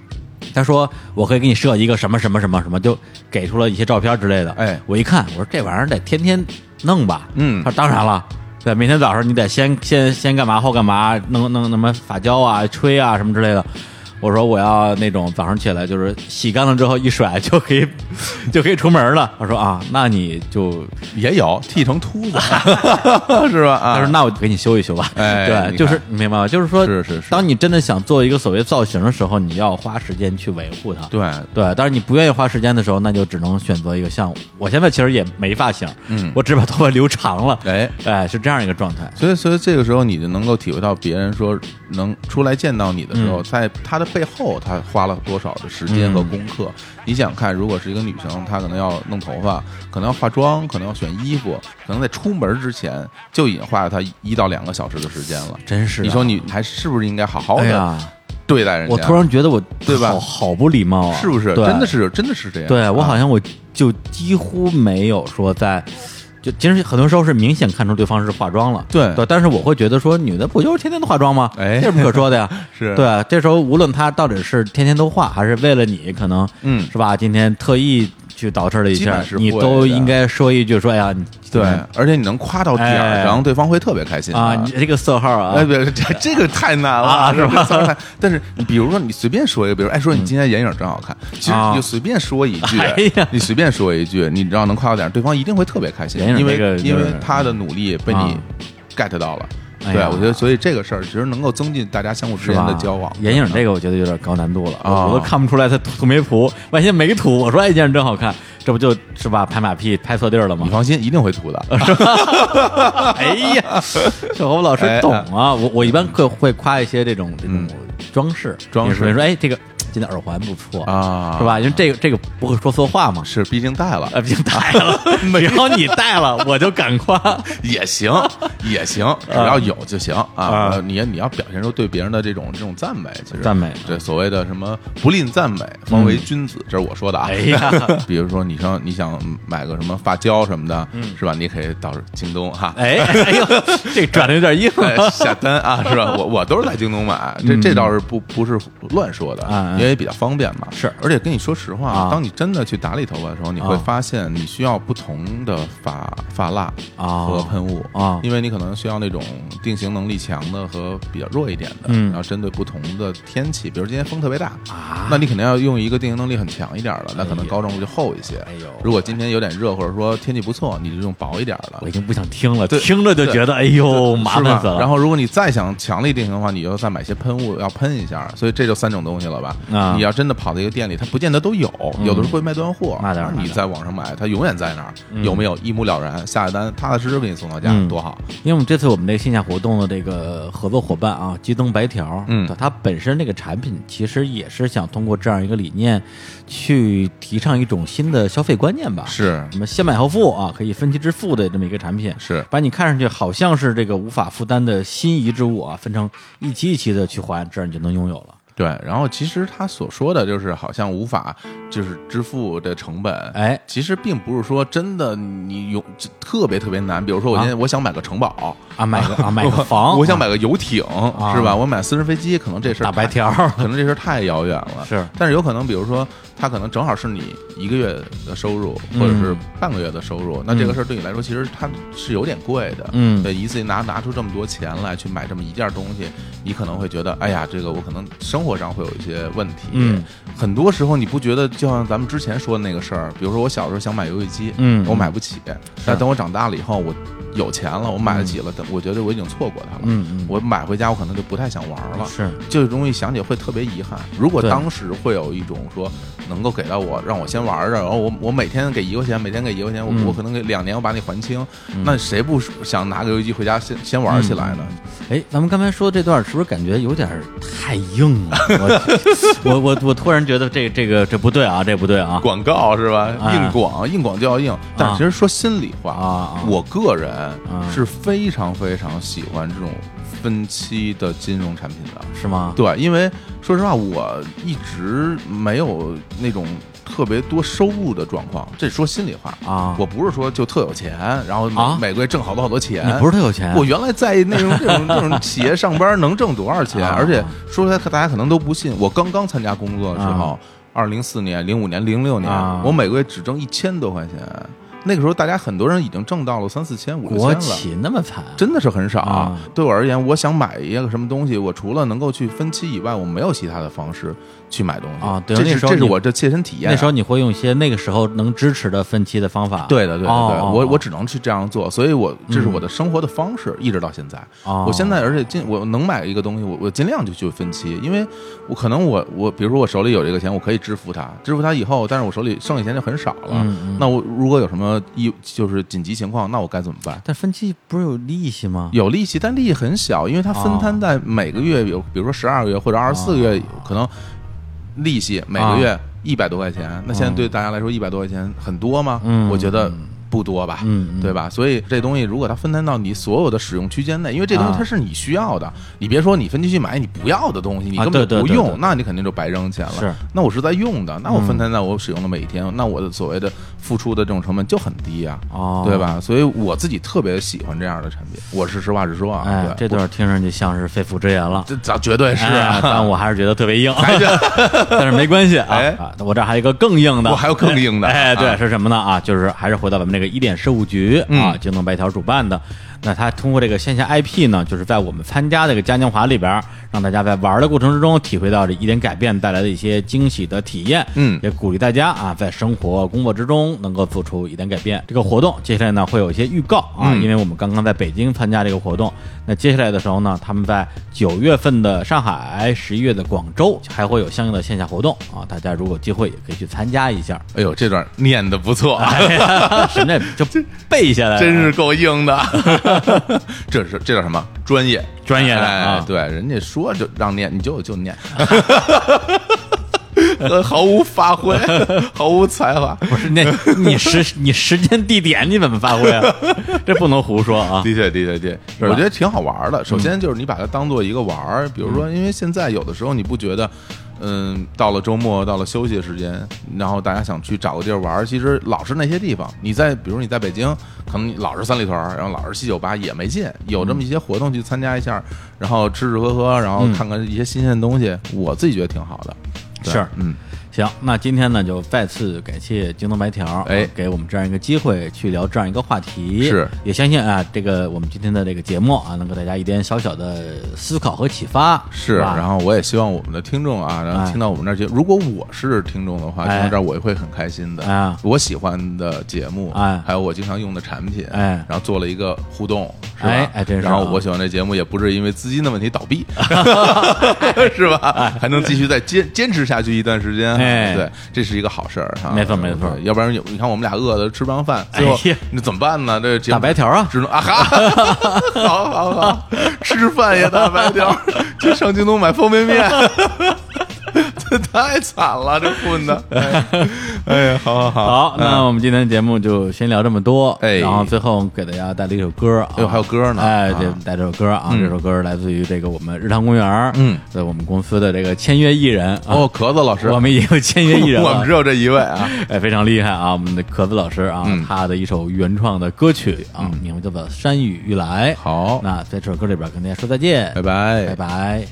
[SPEAKER 1] 他说我可以给你设一个什么什么什么什么，就给出了一些照片之类的。
[SPEAKER 2] 哎
[SPEAKER 1] 我一看，我说这玩意儿得天天弄吧。
[SPEAKER 2] 嗯
[SPEAKER 1] 他说当然了。对，每天早上你得先先先干嘛，后干嘛，弄弄什么发胶啊、吹啊什么之类的。我说我要那种早上起来就是洗干了之后一甩就可以 就可以出门了。他说啊，那你就
[SPEAKER 2] 也有剃成秃子， 是吧？啊，
[SPEAKER 1] 他说：“那我给你修一修吧。
[SPEAKER 2] 哎
[SPEAKER 1] 对，
[SPEAKER 2] 你看
[SPEAKER 1] 就是你明白吗？就是说，
[SPEAKER 2] 是是是
[SPEAKER 1] 当你真的想做一个所谓造型的时候，你要花时间去维护它。
[SPEAKER 2] 对，
[SPEAKER 1] 对，但是你不愿意花时间的时候，那就只能选择一个像我现在其实也没发型，
[SPEAKER 2] 嗯
[SPEAKER 1] 我只把头发留长 了，
[SPEAKER 2] 哎，
[SPEAKER 1] 哎，是这样一个状态。
[SPEAKER 2] 所以，所以这个时候你就能够体会到别人说能出来见到你的
[SPEAKER 1] 嗯
[SPEAKER 2] 时候，在他的背后他花了多少的时间和功课。你想看，如果是一个女生，她可能要弄头发，可能要化妆，可能要选衣服，可能在出门之前就已经花了她一到两个小时的时间了。
[SPEAKER 1] 真是啊
[SPEAKER 2] 你说你还是不是应该好好
[SPEAKER 1] 哎
[SPEAKER 2] 的
[SPEAKER 1] 呀，
[SPEAKER 2] 对待人家？
[SPEAKER 1] 我突然觉得我
[SPEAKER 2] 对吧
[SPEAKER 1] 好好不礼貌啊，
[SPEAKER 2] 是不是
[SPEAKER 1] 对
[SPEAKER 2] 真的是真的是这样？
[SPEAKER 1] 对我好
[SPEAKER 2] 啊
[SPEAKER 1] 像我就几乎没有说在，就其实很多时候是明显看出对方是化妆了，
[SPEAKER 2] 对
[SPEAKER 1] 对，但是我会觉得说女的不就是天天都化妆吗？
[SPEAKER 2] 哎
[SPEAKER 1] 这有什么可说的 呀？
[SPEAKER 2] 是
[SPEAKER 1] 对，这时候无论她到底是天天都化，还是为了你，可能
[SPEAKER 2] 嗯
[SPEAKER 1] 是吧？今天特意去捯饬了一
[SPEAKER 2] 基
[SPEAKER 1] 下
[SPEAKER 2] 本是，
[SPEAKER 1] 你
[SPEAKER 2] 会
[SPEAKER 1] 都
[SPEAKER 2] 的
[SPEAKER 1] 应该说一句说，哎呀，你今
[SPEAKER 2] 对
[SPEAKER 1] 天，
[SPEAKER 2] 而且你能夸到点
[SPEAKER 1] 哎
[SPEAKER 2] 儿上，对方会特别开心
[SPEAKER 1] 啊，你这个色号啊
[SPEAKER 2] 哎，，别这这个太难了，
[SPEAKER 1] 啊是吧嗯
[SPEAKER 2] 吧？但是你比如说，你随便说一个，比如哎，说你今天眼影真好看，其实
[SPEAKER 1] 啊
[SPEAKER 2] 你就随便说一句，
[SPEAKER 1] 哎呀
[SPEAKER 2] 你随便说一句，你只要能夸到点儿，对方一定会特别开心
[SPEAKER 1] 眼，影
[SPEAKER 2] 因为、
[SPEAKER 1] 这个就是
[SPEAKER 2] 因为他的努力被你
[SPEAKER 1] 啊
[SPEAKER 2] get 到了。
[SPEAKER 1] 哎
[SPEAKER 2] 对啊
[SPEAKER 1] 呀，
[SPEAKER 2] 我觉得，所以这个事儿其实能够增进大家相互之
[SPEAKER 1] 是
[SPEAKER 2] 间
[SPEAKER 1] 吧？
[SPEAKER 2] 的交往。
[SPEAKER 1] 眼影这个我觉得有点高难度了，
[SPEAKER 2] 啊
[SPEAKER 1] 我都看不出来他涂没涂，万一没涂，我说哎，眼影真好看，这不就是吧拍马屁拍错地儿了吗
[SPEAKER 2] 你？放心，一定会涂的。
[SPEAKER 1] 哎呀，小侯老师懂啊！我我一般会会夸一些这种这种
[SPEAKER 2] 哎嗯
[SPEAKER 1] 装饰，
[SPEAKER 2] 装饰
[SPEAKER 1] 比如说哎，这个今天耳环不错
[SPEAKER 2] 啊
[SPEAKER 1] 是吧？因为这个这个不会说错话嘛。
[SPEAKER 2] 是，毕竟戴了
[SPEAKER 1] 啊，毕竟戴 了，只要你戴了，我就敢夸。
[SPEAKER 2] 也 行，也行，
[SPEAKER 1] 啊
[SPEAKER 2] 只要有就行啊！呃你你要表现出对别人的这种这种赞美，其实
[SPEAKER 1] 赞美
[SPEAKER 2] 对所谓的什么不吝赞美，方为君子，这是我说的啊。
[SPEAKER 1] 哎呀，
[SPEAKER 2] 比如说你上你想买个什么发胶什么的，是吧？你可以到京东哈。
[SPEAKER 1] 嗯 哎哎呦，这转的有点硬
[SPEAKER 2] 哎 下单 啊，是吧？我我都是在京东买，这这倒是不不是乱说的
[SPEAKER 1] 嗯啊，啊
[SPEAKER 2] 因为比较方便嘛。
[SPEAKER 1] 是
[SPEAKER 2] 而且跟你说实
[SPEAKER 1] 啊
[SPEAKER 2] 话，当你真的去打理头发的时候，你会
[SPEAKER 1] 啊
[SPEAKER 2] 发现你需要不同的发发蜡
[SPEAKER 1] 啊
[SPEAKER 2] 和喷雾
[SPEAKER 1] 啊
[SPEAKER 2] 因为你可能需要那种定型能力强的和比较弱一点的，
[SPEAKER 1] 嗯
[SPEAKER 2] 然后针对不同的天气，比如今天风特别大
[SPEAKER 1] 啊
[SPEAKER 2] 那你肯定要用一个定型能力很强一点的，那可
[SPEAKER 1] 哎
[SPEAKER 2] 能
[SPEAKER 1] 呦
[SPEAKER 2] 高正度就厚一些。
[SPEAKER 1] 哎呦
[SPEAKER 2] 如果今天有点热，或者说天气不错，你就用薄一点的
[SPEAKER 1] 我已。经不想听了，
[SPEAKER 2] 对
[SPEAKER 1] 听着就觉得哎哎呦
[SPEAKER 2] 是
[SPEAKER 1] 麻烦
[SPEAKER 2] 吧
[SPEAKER 1] 死了。
[SPEAKER 2] 然后，如果你再想强力定型的话，你就再买些喷雾要喷一下。所以这就三种东西了吧？
[SPEAKER 1] 啊嗯
[SPEAKER 2] 你要真的跑到一个店里，它不见得都有，有的是会卖断货，
[SPEAKER 1] 那当然
[SPEAKER 2] 你在网上买，它永远在那儿，有没有一目了然，下单踏踏实实给你送到家，
[SPEAKER 1] 嗯
[SPEAKER 2] 多好。
[SPEAKER 1] 因为我们这次我们这个线下活动的这个合作伙伴啊，鸡灯白条，
[SPEAKER 2] 嗯
[SPEAKER 1] 它本身这个产品其实也是想通过这样一个理念，去提倡一种新的消费观念吧，
[SPEAKER 2] 是
[SPEAKER 1] 什么先买后付啊，可以分期支付的这么一个产品，
[SPEAKER 2] 是
[SPEAKER 1] 把你看上去好像是这个无法负担的心仪之物啊，分成一期一期的去还，这样你就能拥有了。
[SPEAKER 2] 对，然后其实他所说的就是好像无法就是支付的成本，
[SPEAKER 1] 哎
[SPEAKER 2] 其实并不是说真的你有这特别特别难。比如说我
[SPEAKER 1] 啊
[SPEAKER 2] 今天我想买个城堡
[SPEAKER 1] 啊买个啊买个房
[SPEAKER 2] 我想买个游艇是吧？
[SPEAKER 1] 啊
[SPEAKER 2] 我买私人飞机，可能这事儿
[SPEAKER 1] 大白
[SPEAKER 2] 太
[SPEAKER 1] 条儿
[SPEAKER 2] 可能这事儿太遥远了。
[SPEAKER 1] 是
[SPEAKER 2] 但是有可能比如说他可能正好是你一个月的收入，或者是
[SPEAKER 1] 嗯
[SPEAKER 2] 半个月的收入，那这个事儿对你来说其实它是有点贵的，
[SPEAKER 1] 嗯
[SPEAKER 2] 对，一次拿拿出这么多钱来去买这么一件东西，你可能会觉得，哎呀，这个我可能生活上会有一些问题。
[SPEAKER 1] 嗯，
[SPEAKER 2] 很多时候你不觉得，就像咱们之前说的那个事儿，比如说我小时候想买游戏机，
[SPEAKER 1] 嗯
[SPEAKER 2] 我买不起，但等我长大了以后，我有钱了，我买得起了，但我觉得我已经错过它了。
[SPEAKER 1] 嗯嗯，
[SPEAKER 2] 我买回家，我可能就不太想玩了，
[SPEAKER 1] 是
[SPEAKER 2] 这个东西想起会特别遗憾。如果
[SPEAKER 1] 对
[SPEAKER 2] 当时会有一种说能够给到我，让我先玩着，然后我我每天给一块钱，每天给一块钱，我、
[SPEAKER 1] 嗯
[SPEAKER 2] 我可能给两年，我把你还清。
[SPEAKER 1] 嗯
[SPEAKER 2] 那谁不想拿个游戏机回家先先玩起来呢？
[SPEAKER 1] 哎，咱们刚才说这段是不是感觉有点儿太硬了？我我我我突然觉得这这个这不对啊，这不对啊
[SPEAKER 2] 广告是吧？
[SPEAKER 1] 哎
[SPEAKER 2] 硬广，硬广就要硬。但其实说心里话
[SPEAKER 1] 啊，啊！
[SPEAKER 2] 我个人
[SPEAKER 1] 啊
[SPEAKER 2] 是非常非常喜欢这种分期的金融产品的。
[SPEAKER 1] 是吗？
[SPEAKER 2] 对，因为说实话，我一直没有那种特别多收入的状况。这说心里话，
[SPEAKER 1] 啊，
[SPEAKER 2] 我不是说就特有钱，然后每,、
[SPEAKER 1] 啊
[SPEAKER 2] 每个月挣好多好多钱。
[SPEAKER 1] 你不是特有钱，啊
[SPEAKER 2] 我原来在那种这种这种企业上班能挣多少钱？
[SPEAKER 1] 啊
[SPEAKER 2] 而且说出来大家可能都不信，我刚刚参加工作的时候
[SPEAKER 1] 啊，
[SPEAKER 2] 二零四年、零五年、零六年
[SPEAKER 1] 啊，
[SPEAKER 2] 我每个月只挣一千多块钱。那个时候，大家很多人已经挣到了三四千、五六
[SPEAKER 1] 国
[SPEAKER 2] 千了。
[SPEAKER 1] 企那么惨，
[SPEAKER 2] 真的是很少、
[SPEAKER 1] 啊
[SPEAKER 2] 对我而言，我想买一个什么东西，我除了能够去分期以外，我没有其他的方式去买东西
[SPEAKER 1] 啊对
[SPEAKER 2] 这
[SPEAKER 1] 那
[SPEAKER 2] 是
[SPEAKER 1] 时候
[SPEAKER 2] 这是
[SPEAKER 1] 你
[SPEAKER 2] 我这切身体验啊、
[SPEAKER 1] 那时候你会用一些那个时候能支持的分期的方法。
[SPEAKER 2] 对的，对的，对的
[SPEAKER 1] 哦哦
[SPEAKER 2] 我
[SPEAKER 1] 哦
[SPEAKER 2] 我只能去这样做，所以我这是
[SPEAKER 1] 嗯
[SPEAKER 2] 我的生活的方式，一直到现在。
[SPEAKER 1] 哦，
[SPEAKER 2] 我现在而且尽我能买一个东西，我我尽量就去分期，因为我可能我我比如说我手里有这个钱，我可以支付它，支付它以后，但是我手里剩下钱就很少了。
[SPEAKER 1] 嗯嗯
[SPEAKER 2] 那我如果有什么一就是紧急情况，那我该怎么办？
[SPEAKER 1] 但分期不是有利息吗？
[SPEAKER 2] 有利息，但利息很小，因为它分摊在每个月，
[SPEAKER 1] 啊
[SPEAKER 2] 有比如说十二个月或者二十四个月，可能利息每个月一百多块钱。那现在对大家来说，一百多块钱很多吗？
[SPEAKER 1] 嗯
[SPEAKER 2] 我觉得不多吧。
[SPEAKER 1] 嗯，嗯
[SPEAKER 2] 对？吧？所以这东西如果它分摊到你所有的使用区间内，因为这东西
[SPEAKER 1] 啊
[SPEAKER 2] 它是你需要的，你别说你分期去买你不要的东西，你
[SPEAKER 1] 啊
[SPEAKER 2] 根本
[SPEAKER 1] 对对
[SPEAKER 2] 不
[SPEAKER 1] 对
[SPEAKER 2] 用，
[SPEAKER 1] 对
[SPEAKER 2] 那你肯定就白扔钱了。
[SPEAKER 1] 是，
[SPEAKER 2] 那我是在用的，那我
[SPEAKER 1] 嗯
[SPEAKER 2] 分摊在我使用的每一天，那我的所谓的付出的这种成本就很低啊。
[SPEAKER 1] 哦，
[SPEAKER 2] 对？吧？所以我自己特别喜欢这样的产品，我是实话实说啊。
[SPEAKER 1] 哎，
[SPEAKER 2] 对
[SPEAKER 1] 这段听上去像是肺腑之言了。
[SPEAKER 2] 这咱绝对是
[SPEAKER 1] 哎
[SPEAKER 2] 啊，
[SPEAKER 1] 但我还是觉得特别硬，
[SPEAKER 2] 还是
[SPEAKER 1] 但是没关系啊
[SPEAKER 2] 哎
[SPEAKER 1] 啊！我这儿还有一个更硬的，
[SPEAKER 2] 我还有更硬的
[SPEAKER 1] 哎，对，
[SPEAKER 2] 啊
[SPEAKER 1] 是什么呢？啊，就是还是回到咱们这个一点事务局啊，
[SPEAKER 2] 嗯
[SPEAKER 1] 京东白条主办的。那它通过这个线下 IP 呢，就是在我们参加这个嘉年华里边儿，让大家在玩的过程之中体会到这一点改变带来的一些惊喜的体验。
[SPEAKER 2] 嗯
[SPEAKER 1] 也鼓励大家啊，在生活、工作之中能够做出一点改变。这个活动接下来呢会有一些预告啊，
[SPEAKER 2] 嗯
[SPEAKER 1] 因为我们刚刚在北京参加这个活动，那接下来的时候呢，他们在九月份的上海、十一月的广州还会有相应的线下活动啊，大家如果有机会也可以去参加一下。
[SPEAKER 2] 哎呦，这段念的不错，
[SPEAKER 1] 哎 什么就背下来了，
[SPEAKER 2] 真是够硬的。 这是这叫什么？专业，
[SPEAKER 1] 专业的
[SPEAKER 2] 哎
[SPEAKER 1] 啊，
[SPEAKER 2] 对，人家说就让念，你就就念， 呃毫无发挥，毫无才华。
[SPEAKER 1] 不是那你时你时间地点你怎么发挥啊？ 这不能胡说 啊！嗯
[SPEAKER 2] 的确，的确，的确，
[SPEAKER 1] 吧
[SPEAKER 2] 我觉得挺好玩的。首先就是你把它当做一个玩儿，比如
[SPEAKER 1] 嗯
[SPEAKER 2] 说，因为现在有的时候你不觉得，嗯，到了周末，到了休息的时间，然后大家想去找个地儿玩儿，其实老是那些地方。你在，比如你在北京，可能你老是三里屯儿，然后老是七九八也没劲。有这么一些活动去参加一下，然后吃吃喝喝，然后
[SPEAKER 1] 嗯
[SPEAKER 2] 看看一些新鲜的东西，我自己觉得挺好的。对
[SPEAKER 1] 是
[SPEAKER 2] 嗯，
[SPEAKER 1] 行，那今天呢，就再次感谢京东白条，
[SPEAKER 2] 哎
[SPEAKER 1] 给我们这样一个机会去聊这样一个话题。
[SPEAKER 2] 是，
[SPEAKER 1] 也相信啊，这个我们今天的这个节目啊，能给大家一点小小的思考和启发。
[SPEAKER 2] 是，
[SPEAKER 1] 吧
[SPEAKER 2] 然后我也希望我们的听众啊，然
[SPEAKER 1] 哎
[SPEAKER 2] 后听到我们这儿节，如果我是听众的话，
[SPEAKER 1] 哎
[SPEAKER 2] 听到这儿我也会很开心的。
[SPEAKER 1] 啊
[SPEAKER 2] 我喜欢的节目，
[SPEAKER 1] 哎
[SPEAKER 2] 还有我经常用的产品，
[SPEAKER 1] 哎
[SPEAKER 2] 然后做了一个互动，是吧？
[SPEAKER 1] 哎哎真是啊
[SPEAKER 2] 然后我喜欢这节目，也不是因为资金的问题倒闭， 是吧？还能继续再坚坚持下去一段时间，
[SPEAKER 1] 哎
[SPEAKER 2] 对，这是一个好事儿哈。
[SPEAKER 1] 没错没错
[SPEAKER 2] 对要不然有你看我们俩饿的吃不上饭，最后
[SPEAKER 1] 哎呀
[SPEAKER 2] 那怎么办呢？这节目
[SPEAKER 1] 打白条啊，
[SPEAKER 2] 只 能啊哈，好好好，吃饭也打白条， 去上京东买方便面， 这太惨了，这混的。 哎哎呀，好好好，
[SPEAKER 1] 好，那我们今天的节目就先聊这么多。
[SPEAKER 2] 哎
[SPEAKER 1] 然后最后给大家带了一首歌啊，
[SPEAKER 2] 哎呦还有歌呢
[SPEAKER 1] 哎，
[SPEAKER 2] 啊
[SPEAKER 1] 对，带这首歌啊，
[SPEAKER 2] 嗯
[SPEAKER 1] 这首歌来自于这个我们日坛公园，
[SPEAKER 2] 嗯，
[SPEAKER 1] 对我们公司的这个签约艺人啊，
[SPEAKER 2] 哦，壳子老师，
[SPEAKER 1] 我们也有签约艺人了，
[SPEAKER 2] 我们只有这一位啊，
[SPEAKER 1] 哎，非常厉害啊！我们的壳子老师啊，
[SPEAKER 2] 嗯
[SPEAKER 1] 他的一首原创的歌曲啊，名字叫做《山雨欲来》。
[SPEAKER 2] 好
[SPEAKER 1] 那在这首歌里边跟大家说再见，
[SPEAKER 2] 拜拜，
[SPEAKER 1] 拜拜